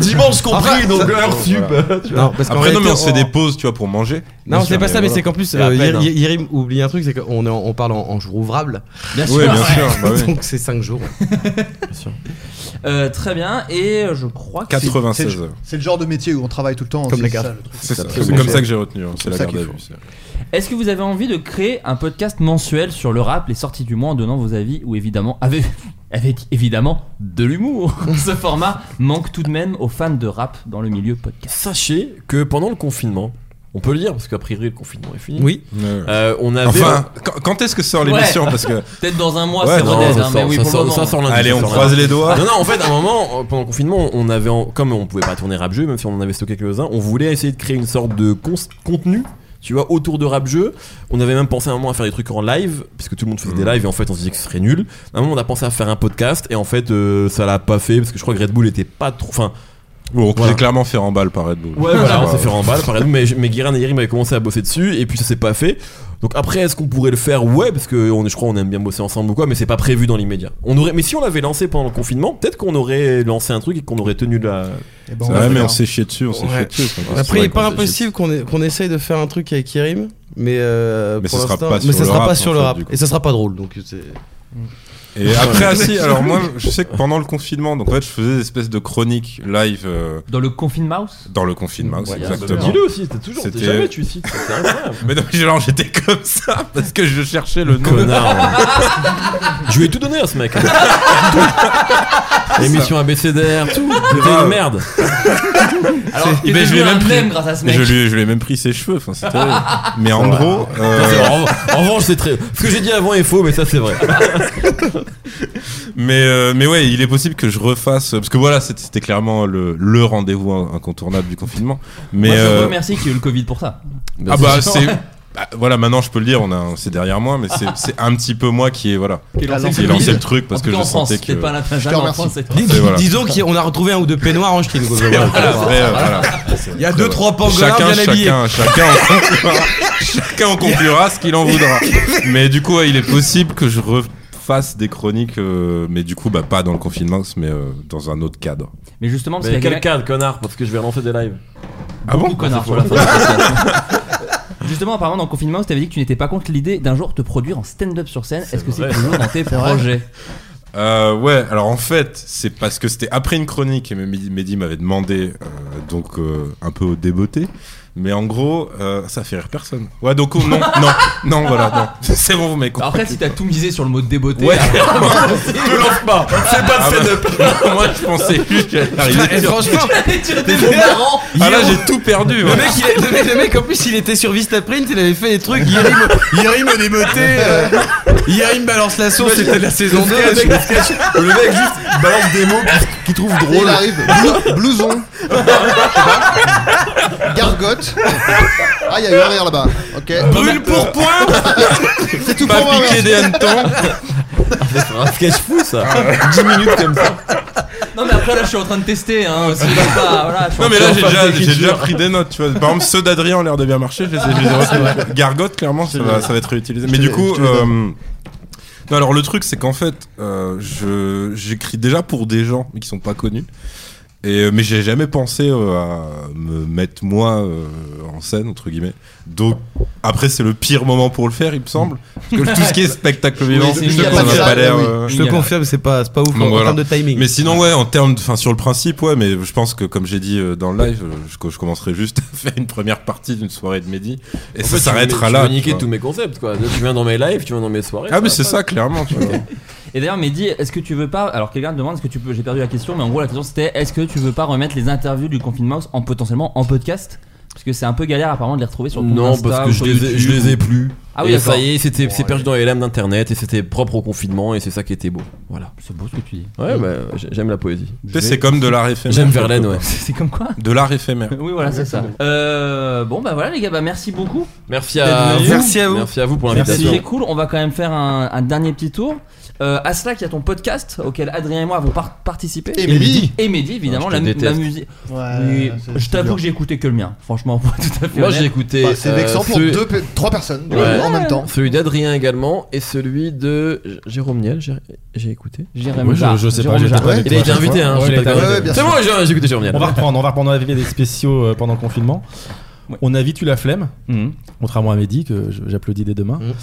Dimanche compris donc heure sup. Non, parce qu'en Oh, Après, non, mais on réalité, se fait des pauses, tu vois, pour manger. Non, Bien c'est sûr, pas ça, mais voilà. c'est qu'en plus, C'est à euh, Yerim peine, hein. Yerim oublie un truc, c'est qu'on est en- on parle en, en jour ouvrable. Bien sûr. Ouais, bien sûr, Ah bah oui. Donc c'est 5 jours. Euh, très bien. Et je crois que. c'est- 96 heures. C'est le genre de métier où on travaille tout le temps. Comme c'est la gare. ça, le truc. C'est ça. absolument C'est comme ça. ça que j'ai retenu. hein. C'est la ça garde qu'il à faut. vue. c'est- Est-ce que vous avez envie de créer un podcast mensuel sur le rap, les sorties du mois, en donnant vos avis ou évidemment avec, avec évidemment de l'humour Ce format manque tout de même aux fans de rap dans le milieu podcast. Sachez que pendant le confinement, on peut le dire parce qu'a priori le confinement est fini. Oui. Ouais. Euh, on avait Enfin, quand- quand est-ce que sort l'émission Parce que. Peut-être dans un mois, Ouais, c'est non, Rodez, ça hein, sort- mais oui, ça pour sort- le moment. ça sort lundi, Allez, ça on sort croise lundi. les doigts. Non, non, en fait, à un moment, euh, pendant le confinement, on avait, en- comme on pouvait pas tourner rap jeu, même si on en avait stocké quelques-uns, on voulait essayer de créer une sorte de cons- contenu. Tu vois, autour de rap jeu, on avait même pensé à un moment à faire des trucs en live, puisque tout le monde faisait des lives et en fait on se disait que ce serait nul. À un moment, on a pensé à faire un podcast et en fait euh, ça l'a pas fait parce que je crois que Red Bull était pas trop. Enfin, Bon, on Voilà. s'est clairement fait en balle par Red Bull. Ouais, voilà, Ouais. on s'est fait remballer par exemple, mais, mais Guérin et Yerim avaient commencé à bosser dessus, et puis ça s'est pas fait. Donc après, est-ce qu'on pourrait le faire Ouais, parce que on, je crois on aime bien bosser ensemble ou quoi, mais c'est pas prévu dans l'immédiat. On aurait, mais si on l'avait lancé pendant le confinement, peut-être qu'on aurait lancé un truc et qu'on aurait tenu la. Eh ben, on Ouais, va mais faire. on s'est chié dessus, on s'est Ouais. chié dessus. c'est pas Après, il possible. est pas qu'on s'agisse. impossible qu'on ait- qu'on essaye de faire un truc avec Yerim, mais, euh, Mais pour ça sera l'instant- pas mais sur ça le sera rap, pas en sur le fait, rap. du coup. Et ça sera pas drôle. Donc c'est- Et après, ah, si, alors moi, je sais que pendant le confinement, donc en fait, je faisais des espèces de chroniques live euh, Dans le confinement house dans le confinement, Ouais, exactement. aussi, t'es toujours, t'es C'était- jamais tu cites, c'est Mais non, mais genre, j'étais comme ça parce que je cherchais le nom. Connard. je lui ai tout donné à ce mec. hein. Émission ABCDR, tout. C'était une merde. Alors, Eh t'es ben, je devenu l'ai un même pris. mème grâce à ce Mais mec. je lui, je lui ai même pris ses cheveux. Enfin, c'était. mais en gros, Ça, c'est euh, vrai. en, en revanche, c'est très. Ce que j'ai dit avant est faux, mais ça c'est vrai. mais euh, mais ouais, il est possible que je refasse parce que voilà, c'était c'était clairement le, le rendez-vous incontournable du confinement. Mais Moi, je euh, vous remercie qu'il y ait eu le Covid pour ça. ah bah sûr. c'est. bah, voilà, maintenant je peux le dire, on a, c'est derrière moi, mais c'est, c'est un petit peu moi qui est voilà, Qu'il Ah, lancé non, qui ai le c'est lancé Covid. le truc parce En que tout cas, je en France, sentais c'était que. pas là, jamais en remercie. France. c'était- Dis- dis- voilà. Disons qu'on a retrouvé un ou deux peignoirs en ch'ti. quoi. Et Voilà. voilà, après, euh, voilà. Il y a deux trois pangolins chacun, bien habillés. chacun, chacun, en conclura, chacun en conclura ce qu'il en voudra. Mais du coup, ouais, il est possible que je refasse fasse des chroniques, euh, mais du coup, bah, pas dans le confinement, mais euh, dans un autre cadre. Mais justement, parce Mais qu'il y a quel quelqu'un- cadre, connard Parce que je vais lancer des lives. Ah bon Connard, C'est pour la fin. Justement, apparemment, dans le confinement, tu avais dit que tu n'étais pas contre l'idée d'un jour te produire en stand-up sur scène. Est-ce que c'est vrai. toujours dans tes C'est vrai. projets Euh, ouais, alors en fait, c'est parce que c'était après une chronique et Mehdi Mehdi m'avait demandé, euh, donc euh, un peu au débeauté. Mais en gros, euh, ça fait rire personne. Ouais, donc oh, non, non, non, voilà, non. C'est bon, vous m'avez Bah, compris. Après, si t'as tout misé sur le mot de débeauté, Ouais, Ah, bah, alors- moi, Te lance pas, c'est pas de stand-up. Moi, je pensais juste que j'allais Ah, Putain, et arriver. sur- franchement, T'es t'es marrant. Ah là, Hier, j'ai tout perdu. Le ouais. mec, il est- le mec- le mec, en plus, il était sur Vista Print, il avait fait des trucs. Hier, il me- hier, il me démotait. euh, Hier, il me balance la sauce, c'était de la saison 2. Le mec, le mec juste balance des mots qu'il- qu'il trouve drôles. Il arrive, blou- blouson, gargote. Ah, il y a eu un rire là-bas. Ok. Brûle pour point. C'est tout pour moi. merci. C'est un sketch fou ça. 10 minutes comme ça. Non, mais après, là, je suis en train de tester. Hein, aussi, je sais pas, voilà, je suis Non en mais train là de j'ai faire déjà, des j'ai déjà écritures. pris des notes tu vois. Par exemple ceux d'Adrien ont l'air de bien marcher, je les ai, je les ai retenus. C'est vrai. Gargote clairement ça Je te va, les- ça va être réutilisé. je Mais te du les- coup je te les euh, donne. non, alors le truc c'est qu'en fait euh, je j'écris déjà pour des gens mais qui sont pas connus. Et, euh, mais j'ai jamais pensé euh, à me mettre moi euh, en scène entre guillemets. Donc après c'est le pire moment pour le faire il me semble. Parce que tout ce qui est spectacle Oui, vivant, c'est- je il te y a pas confirme, de ça a ça, pas l'air. oui. euh, Je te confirme, c'est pas, c'est pas ouf donc en, en voilà. termes de timing. Mais sinon, ouais, en termes, enfin, sur le principe, ouais, mais je pense que, comme j'ai dit euh, dans le live, euh, je, je commencerai juste à faire une première partie d'une soirée de Mehdi. Et En ça fait, tu s'arrêtera veux- là. Tu veux niquer tu vois. tous mes concepts quoi. Tu viens dans mes lives, tu viens dans mes soirées. Ah, mais ça c'est va pas. ça, clairement, tu vois. Et d'ailleurs, Mehdi, est-ce que tu veux pas. Alors, quelqu'un te demande, est-ce que tu peux. J'ai perdu la question, mais en gros, la question c'était est-ce que tu veux pas remettre les interviews du Confinement House en potentiellement en podcast Parce que c'est un peu galère, apparemment, de les retrouver sur ton Non, Insta parce que ou je sur les, ai, je YouTube. les ai plus. Ah oui, et ça d'accord. y est, c'était c'est perdu dans les lames d'internet et c'était propre au confinement et c'est ça qui était beau. Voilà. C'est beau ce que tu dis. Ouais, bah, j'ai- j'aime la poésie. Tu sais, c'est comme de l'art éphémère. J'aime Verlaine, ouais. C'est comme quoi De l'art éphémère. Oui, voilà, c'est ça. Euh, bon, bah voilà, les gars, bah merci beaucoup. Merci à D'être vous. venus. Merci à vous. Merci à vous pour l'invitation. C'était cool. On va quand même faire un, un dernier petit tour. Euh, à cela, il y a ton podcast auquel Adrien et moi avons par- participé. Et Mehdi. Et Mehdi, évidemment, Non, je te la, déteste. la musique. Ouais, Oui, c'est- je c'est t'avoue dur. que j'ai écouté que le mien. Franchement, pour être tout à fait Moi, honnête. j'ai écouté. Bah, c'est euh, vexant pour celui- deux, pe- trois personnes Ouais. en même temps. Celui d'Adrien également et celui de J- Jérôme Niel, j'ai- j'ai écouté. Jérôme Moi, je- Jarre. je sais pas, Jérôme j'étais Jarre. Ah, pas avec Il a toi, été je sais invité, pas. hein, Ouais, je sais il a pas été quand invité. même. C'est bon, j'ai- j'ai écouté Jérôme Niel. On va reprendre, on va reprendre. On avait fait des spéciaux euh, pendant le confinement. On a vite eu la flemme, Mhm. contrairement à Mehdi, que je- j'applaudis dès demain. Mhm.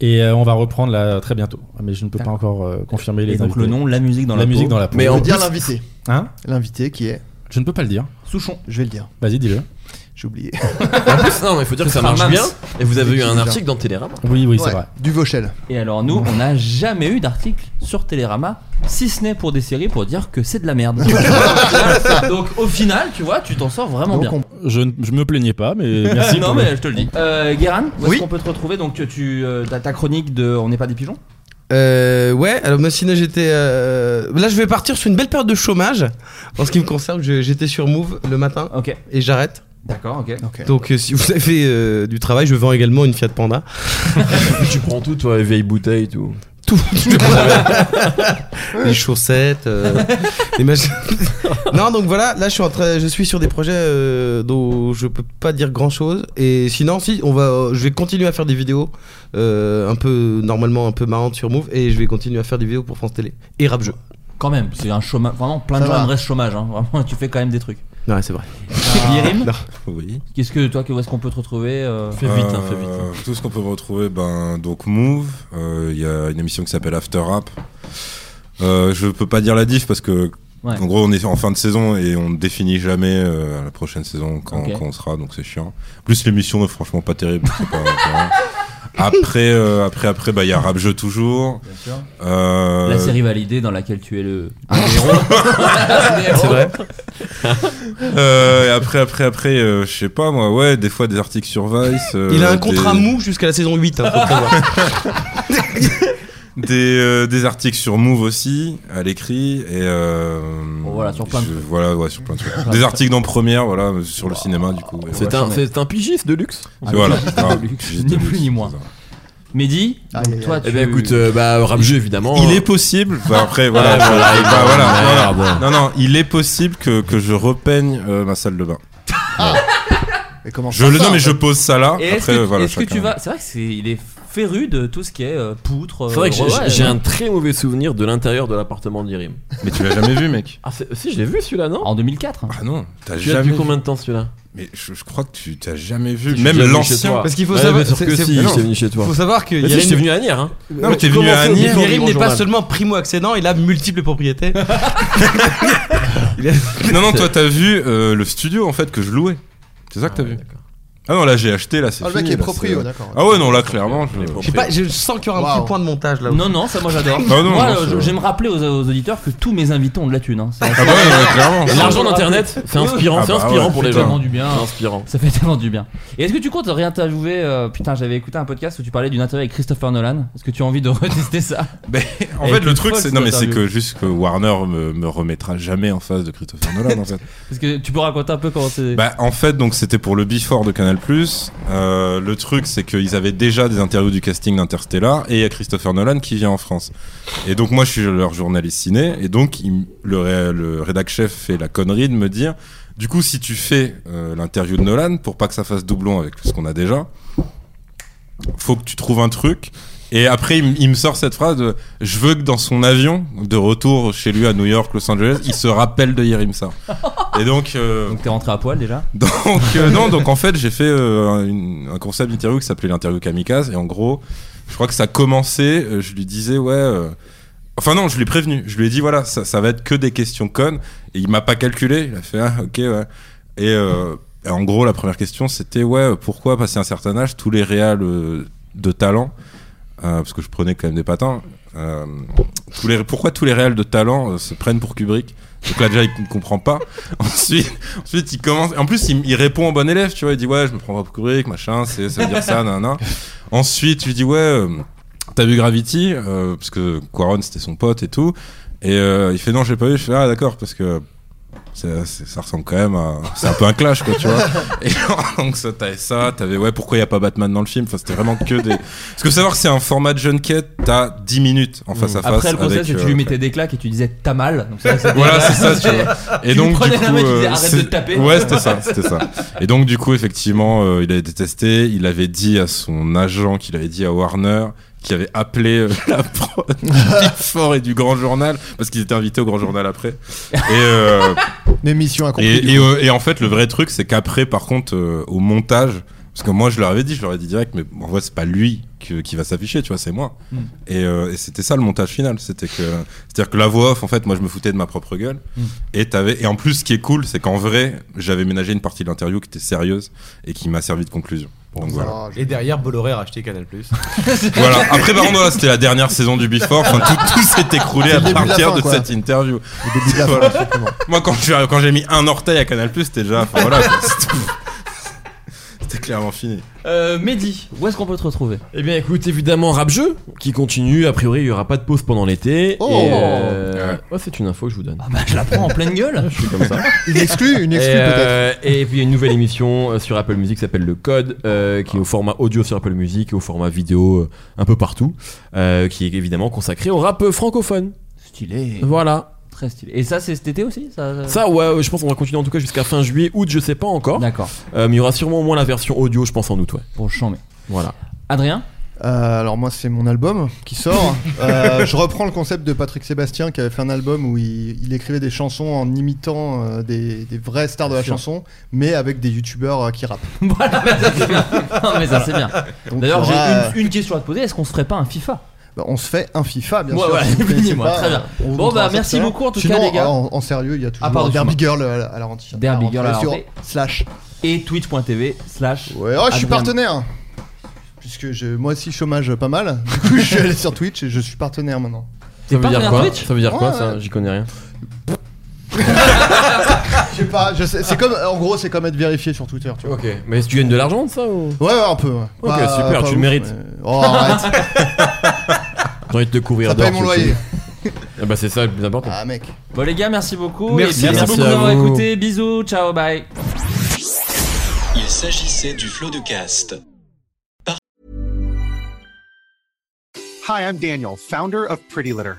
Et euh, on va reprendre là très bientôt. Mais je ne peux pas encore euh, confirmer les Et donc, invités. le nom, la musique dans la, la musique dans la peau. Mais On en peut dire plus- l'invité. Hein L'invité qui est. Je ne peux pas le dire. Souchon. Je vais le dire. Vas-y, dis-le. J'ai oublié. En plus, non, mais faut dire que Ce ça sera marche Mams. bien. Et vous avez eu C'est un bizarre. article dans Télérama. Oui, oui, c'est Ouais, vrai. Du Vauchel. Et alors, nous, on n'a jamais eu d'article sur Télérama, si ce n'est pour des séries pour dire que c'est de la merde. donc, au final, tu vois, tu t'en sors vraiment Donc bien. on- Je, ne- je me plaignais pas, mais merci. non, quand mais même. je te le dis. Euh, Guérin, où Oui. est-ce qu'on peut te retrouver Donc, tu, tu, euh, ta, ta chronique de On n'est pas des pigeons Euh, ouais, alors moi sinon j'étais. euh, Là je vais partir sur une belle période de chômage. En ce qui me concerne, je- j'étais sur Move le matin Ok, et j'arrête. d'accord, ok. Ok. Donc euh, si vous avez euh, du travail, je vends également une Fiat Panda. tu prends tout, toi, les vieilles bouteilles, tout. Tout. les chaussettes. euh, les machins. non, donc voilà, là je suis en train, je suis sur des projets euh, dont je peux pas dire grand chose. Et sinon, si, on va, euh, je vais continuer à faire des vidéos euh, un peu normalement un peu marrantes sur Move et je vais continuer à faire des vidéos pour France Télé et Rap Jeu. Quand même, c'est un chômage. Vraiment, plein de Ça gens va. aimeraient ce chômage. Hein. Vraiment, tu fais quand même des trucs. Ouais, c'est vrai. Guérim, Ah. Oui. qu'est-ce que toi, que- où est-ce qu'on peut te retrouver euh, Fais vite, hein, fais vite. Euh, Tout ce qu'on peut retrouver, ben, donc Move, euh, il y a une émission qui s'appelle After Rap. Euh, je peux pas dire la diff parce que, Ouais. en gros, on est en fin de saison et on ne définit jamais euh, à la prochaine saison quand, Ok. quand on sera, donc c'est chiant. Plus l'émission est franchement pas terrible. c'est pas- pas- après, euh, après, après, bah, il y a Rap Jeu toujours. Euh, La série validée dans laquelle tu es le un héros. Un héros. C'est vrai. euh, et après, après, après, euh, je sais pas moi, ouais, des fois des articles sur Vice. euh, Il a un des- contrat mou jusqu'à la saison 8. hein, faut le savoir. des, euh, des articles sur Move aussi à l'écrit et euh, Bon, voilà, sur plein de je- voilà ouais sur plein de trucs des articles dans première voilà sur le cinéma du coup et C'est ouais. un, c'est un pigiste de luxe. Et voilà Ah, luxe, j'ai ni de plus luxe, ni moins. c'est ça. Mehdi, Aïe, aïe, toi, aïe. tu. Eh bien, écoute, euh, bah, rap jeu, évidemment. il est possible bah, après voilà, Ouais, je- voilà, bah, il- voilà, voilà. merde. non non il est possible que, que je repeigne euh, ma salle de bain Et comment je ça le sort, non mais en je fait pose ça là Et est-ce après que, voilà est-ce que chacun- tu vas. C'est vrai que c'est il est féru de tout ce qui est euh, poutre. euh, C'est vrai que j'ai- ouais, j'ai ouais. un très mauvais souvenir de l'intérieur de l'appartement d'Irim. Mais tu l'as jamais vu, mec. Ah, c'est- si, je l'ai vu celui-là, non En 2004. Ah non, t'as Tu l'as jamais vu combien de temps celui-là Mais je, je crois que tu t'as jamais vu, Je suis même déjà venu chez l'ancien. toi. Parce qu'il faut Ouais, savoir- bien sûr c'est- que c'est- si, Mais non. c'est venu chez toi. Faut savoir que Mais si, Yerim- j'étais venu à Agnières, hein. Non, mais t'es venu Comment à faut- Agnières. Yerim n'est Bonjour, pas Anne. seulement primo-accédant, il a multiples propriétés. Ah, Non, non, toi t'as vu euh, le studio en fait que je louais. C'est ça que t'as vu Ah non, là j'ai acheté, là c'est Ah, le fini, mec est là, proprio, c'est- d'accord. Ah ouais, non, là clairement. Je sais pas, je sens qu'il y aura un petit point de montage là. Non, non, ça moi j'adore. Ah non, moi, non, euh, c'est- je- j'aime rappeler aux, aux auditeurs que tous mes invités ont de la thune. hein. C'est- bah ouais, ouais, clairement. L'argent d'Internet, c'est inspirant, Ah c'est bah inspirant ouais, pour ça les fait gens. tellement du bien. C'est inspirant. Ça fait tellement du bien. Et est-ce que tu comptes réinterviewer euh, Putain, j'avais écouté un podcast où tu parlais d'une interview avec Christopher Nolan. Est-ce que tu as envie de retester ça En fait, le truc, c'est non, mais c'est que juste que Warner me, me remettra jamais en face de Christopher Nolan. en fait. Parce que tu peux raconter un peu comment c'est. Bah, en fait, donc c'était pour le Before de Canal+. Euh, le truc, c'est qu'ils avaient déjà des interviews du casting d'Interstellar et il y a Christopher Nolan qui vient en France. Et donc moi, je suis leur journaliste ciné et donc il m- le, ré- le rédac chef fait la connerie de me dire, du coup, si tu fais euh, l'interview de Nolan pour pas que ça fasse doublon avec ce qu'on a déjà, faut que tu trouves un truc. Et après, il, m- il me sort cette phrase de, je veux que dans son avion, de retour chez lui à New York, Los Angeles, il se rappelle de Yerim Sar. Et donc. euh, donc t'es rentré à poil déjà Donc, euh, non, donc en fait, j'ai fait euh, un, une- un concept d'interview qui s'appelait l'interview kamikaze. Et en gros, je crois que ça commençait, euh, je lui disais, ouais. euh, Enfin non, je l'ai prévenu. Je lui ai dit voilà, ça, ça va être que des questions connes. Et il m'a pas calculé. Il a fait ah, ok ouais. Et, euh, et en gros, la première question c'était ouais, euh, pourquoi passer un certain âge tous les réals euh, de talent euh, parce que je prenais quand même des patins. euh, tous les, pourquoi tous les réals de talent euh, se prennent pour Kubrick Donc là déjà il ne comprend pas. ensuite, ensuite il commence. En plus il, il répond en bon élève, tu vois. Il dit ouais je me prends pas pour Kubrick, machin, c'est, ça veut dire ça, nanana. Ensuite je lui dis ouais. euh, T'as vu Gravity Euh, Parce que Quaron c'était son pote et tout. Et euh, il fait non, j'ai pas vu. Je fais ah d'accord parce que ça, c'est- ça ressemble quand même à. C'est un peu un clash quoi, tu vois. Et genre, donc ça, t'avais ça, t'avais ouais, pourquoi il y a pas Batman dans le film Enfin, c'était vraiment que des. Parce que savoir que c'est un format de jeune quête, t'as 10 minutes en face à face. Mm. Après, le conseil, avec, c'est que euh, tu lui mettais des claques et tu disais t'as mal. Donc ça, c'était- voilà, c'est ça, tu vois. Et Tu donc, lui du prenais coup, la main, tu disais, euh, arrête c'est- de te taper. Ouais, c'était ça, c'était ça. Et donc, du coup, effectivement, euh, il avait détesté. Il avait dit à son agent, qu'il avait dit à Warner, qu'il avait appelé euh, la prod du Big Four et du Grand Journal, parce qu'ils étaient invités au Grand Journal après. Et, euh, Mais mission accomplie, du Et, et, coup. euh, et en fait, le vrai truc, c'est qu'après, par contre, euh, au montage, parce que moi, je leur avais dit, je leur ai dit direct, mais en vrai, c'est pas lui que- qui va s'afficher, tu vois, c'est moi. Mm. Et, euh, et c'était ça le montage final. C'était que, c'est-à-dire que la voix off, en fait, moi, je me foutais de ma propre gueule. Mm. Et t'avais, et en plus, ce qui est cool, c'est qu'en vrai, j'avais ménagé une partie de l'interview qui était sérieuse et qui m'a servi de conclusion. Donc voilà. Et derrière, Bolloré a racheté Canal. Voilà. Après, par contre, voilà, c'était la dernière saison du Before. Enfin, tout, tout s'est écroulé C'est à le début de la partir fin, de quoi. cette interview. Le début de la fin, Voilà. Moi, quand j'ai, quand j'ai mis un orteil à Canal+, c'était déjà, enfin, voilà, c'était- c'était clairement fini. Euh, Mehdi, où est-ce qu'on peut te retrouver Eh bien, écoute, évidemment, rap jeu qui continue. A priori, il y aura pas de pause pendant l'été. Oh. Et, euh, ouais, c'est une info que je vous donne. Ah bah, je la prends en pleine gueule. Je suis comme ça. Une exclue, une exclue et, peut-être. euh, et puis il y a une nouvelle émission euh, sur Apple Music qui s'appelle Le Code, euh, qui est au format audio sur Apple Music et au format vidéo euh, un peu partout, euh, qui est évidemment consacré au rap euh, francophone. Stylé. Voilà. Très stylé. Et ça, c'est cet été aussi ça, Ça, ouais, euh, je pense qu'on va continuer en tout cas jusqu'à fin juillet, août, je sais pas encore. Euh, D'accord. mais il y aura sûrement au moins la version audio, je pense, en août, ouais. Bon, chambé. Voilà. Adrien Euh, alors moi c'est mon album qui sort. Euh, je reprends le concept de Patrick Sébastien qui avait fait un album où il, il écrivait des chansons en imitant euh, des, des vraies stars de la Sûr. chanson, mais avec des youtubeurs euh, qui rappent. Voilà, mais ça c'est bien. Non, mais ça c'est bien. Donc, D'ailleurs, j'ai il y aura, euh, une, une question à te poser est-ce qu'on se ferait pas un FIFA Bah, on se fait un FIFA, bien Ouais, sûr. ouais, si vous fini, connaissez moi, pas, euh, très bien. on vous Bon, montrera bah, ça merci tout à l'heure. beaucoup, en tout Sinon, cas, les gars. En, en sérieux, il y a toujours Ah, pardon, Derby excuse-moi. Girl à la- à la rentrée. Derby Girl à la sur rentrée. Slash. Et twitch.tv slash. Ouais, oh, je Ah, suis partenaire. Puisque je, moi aussi chômage pas mal. Du coup, je suis allé sur Twitch et je suis partenaire maintenant. Ça veut dire quoi Ça veut dire quoi Ouais, ça ouais. J'y connais rien. Je sais pas, je sais- c'est comme, en gros, c'est comme être vérifié sur Twitter, tu vois. Ok. Mais est-ce que tu gagnes de l'argent de ça ou Ouais, ouais, un peu. ouais. Ok, Pas- super, pas tu ouf, le mérites. mais- Oh, arrête. J'ai envie de te couvrir Ça d'or, paye mon si tu loyer. veux. Ah bah c'est ça le plus important. Ah mec. Bon, les gars, merci beaucoup. Merci. Et merci Merci beaucoup à d'avoir vous. écouté. Bisous, ciao, bye. Il s'agissait du flot de cast. Hi, I'm Daniel, founder of Pretty Litter.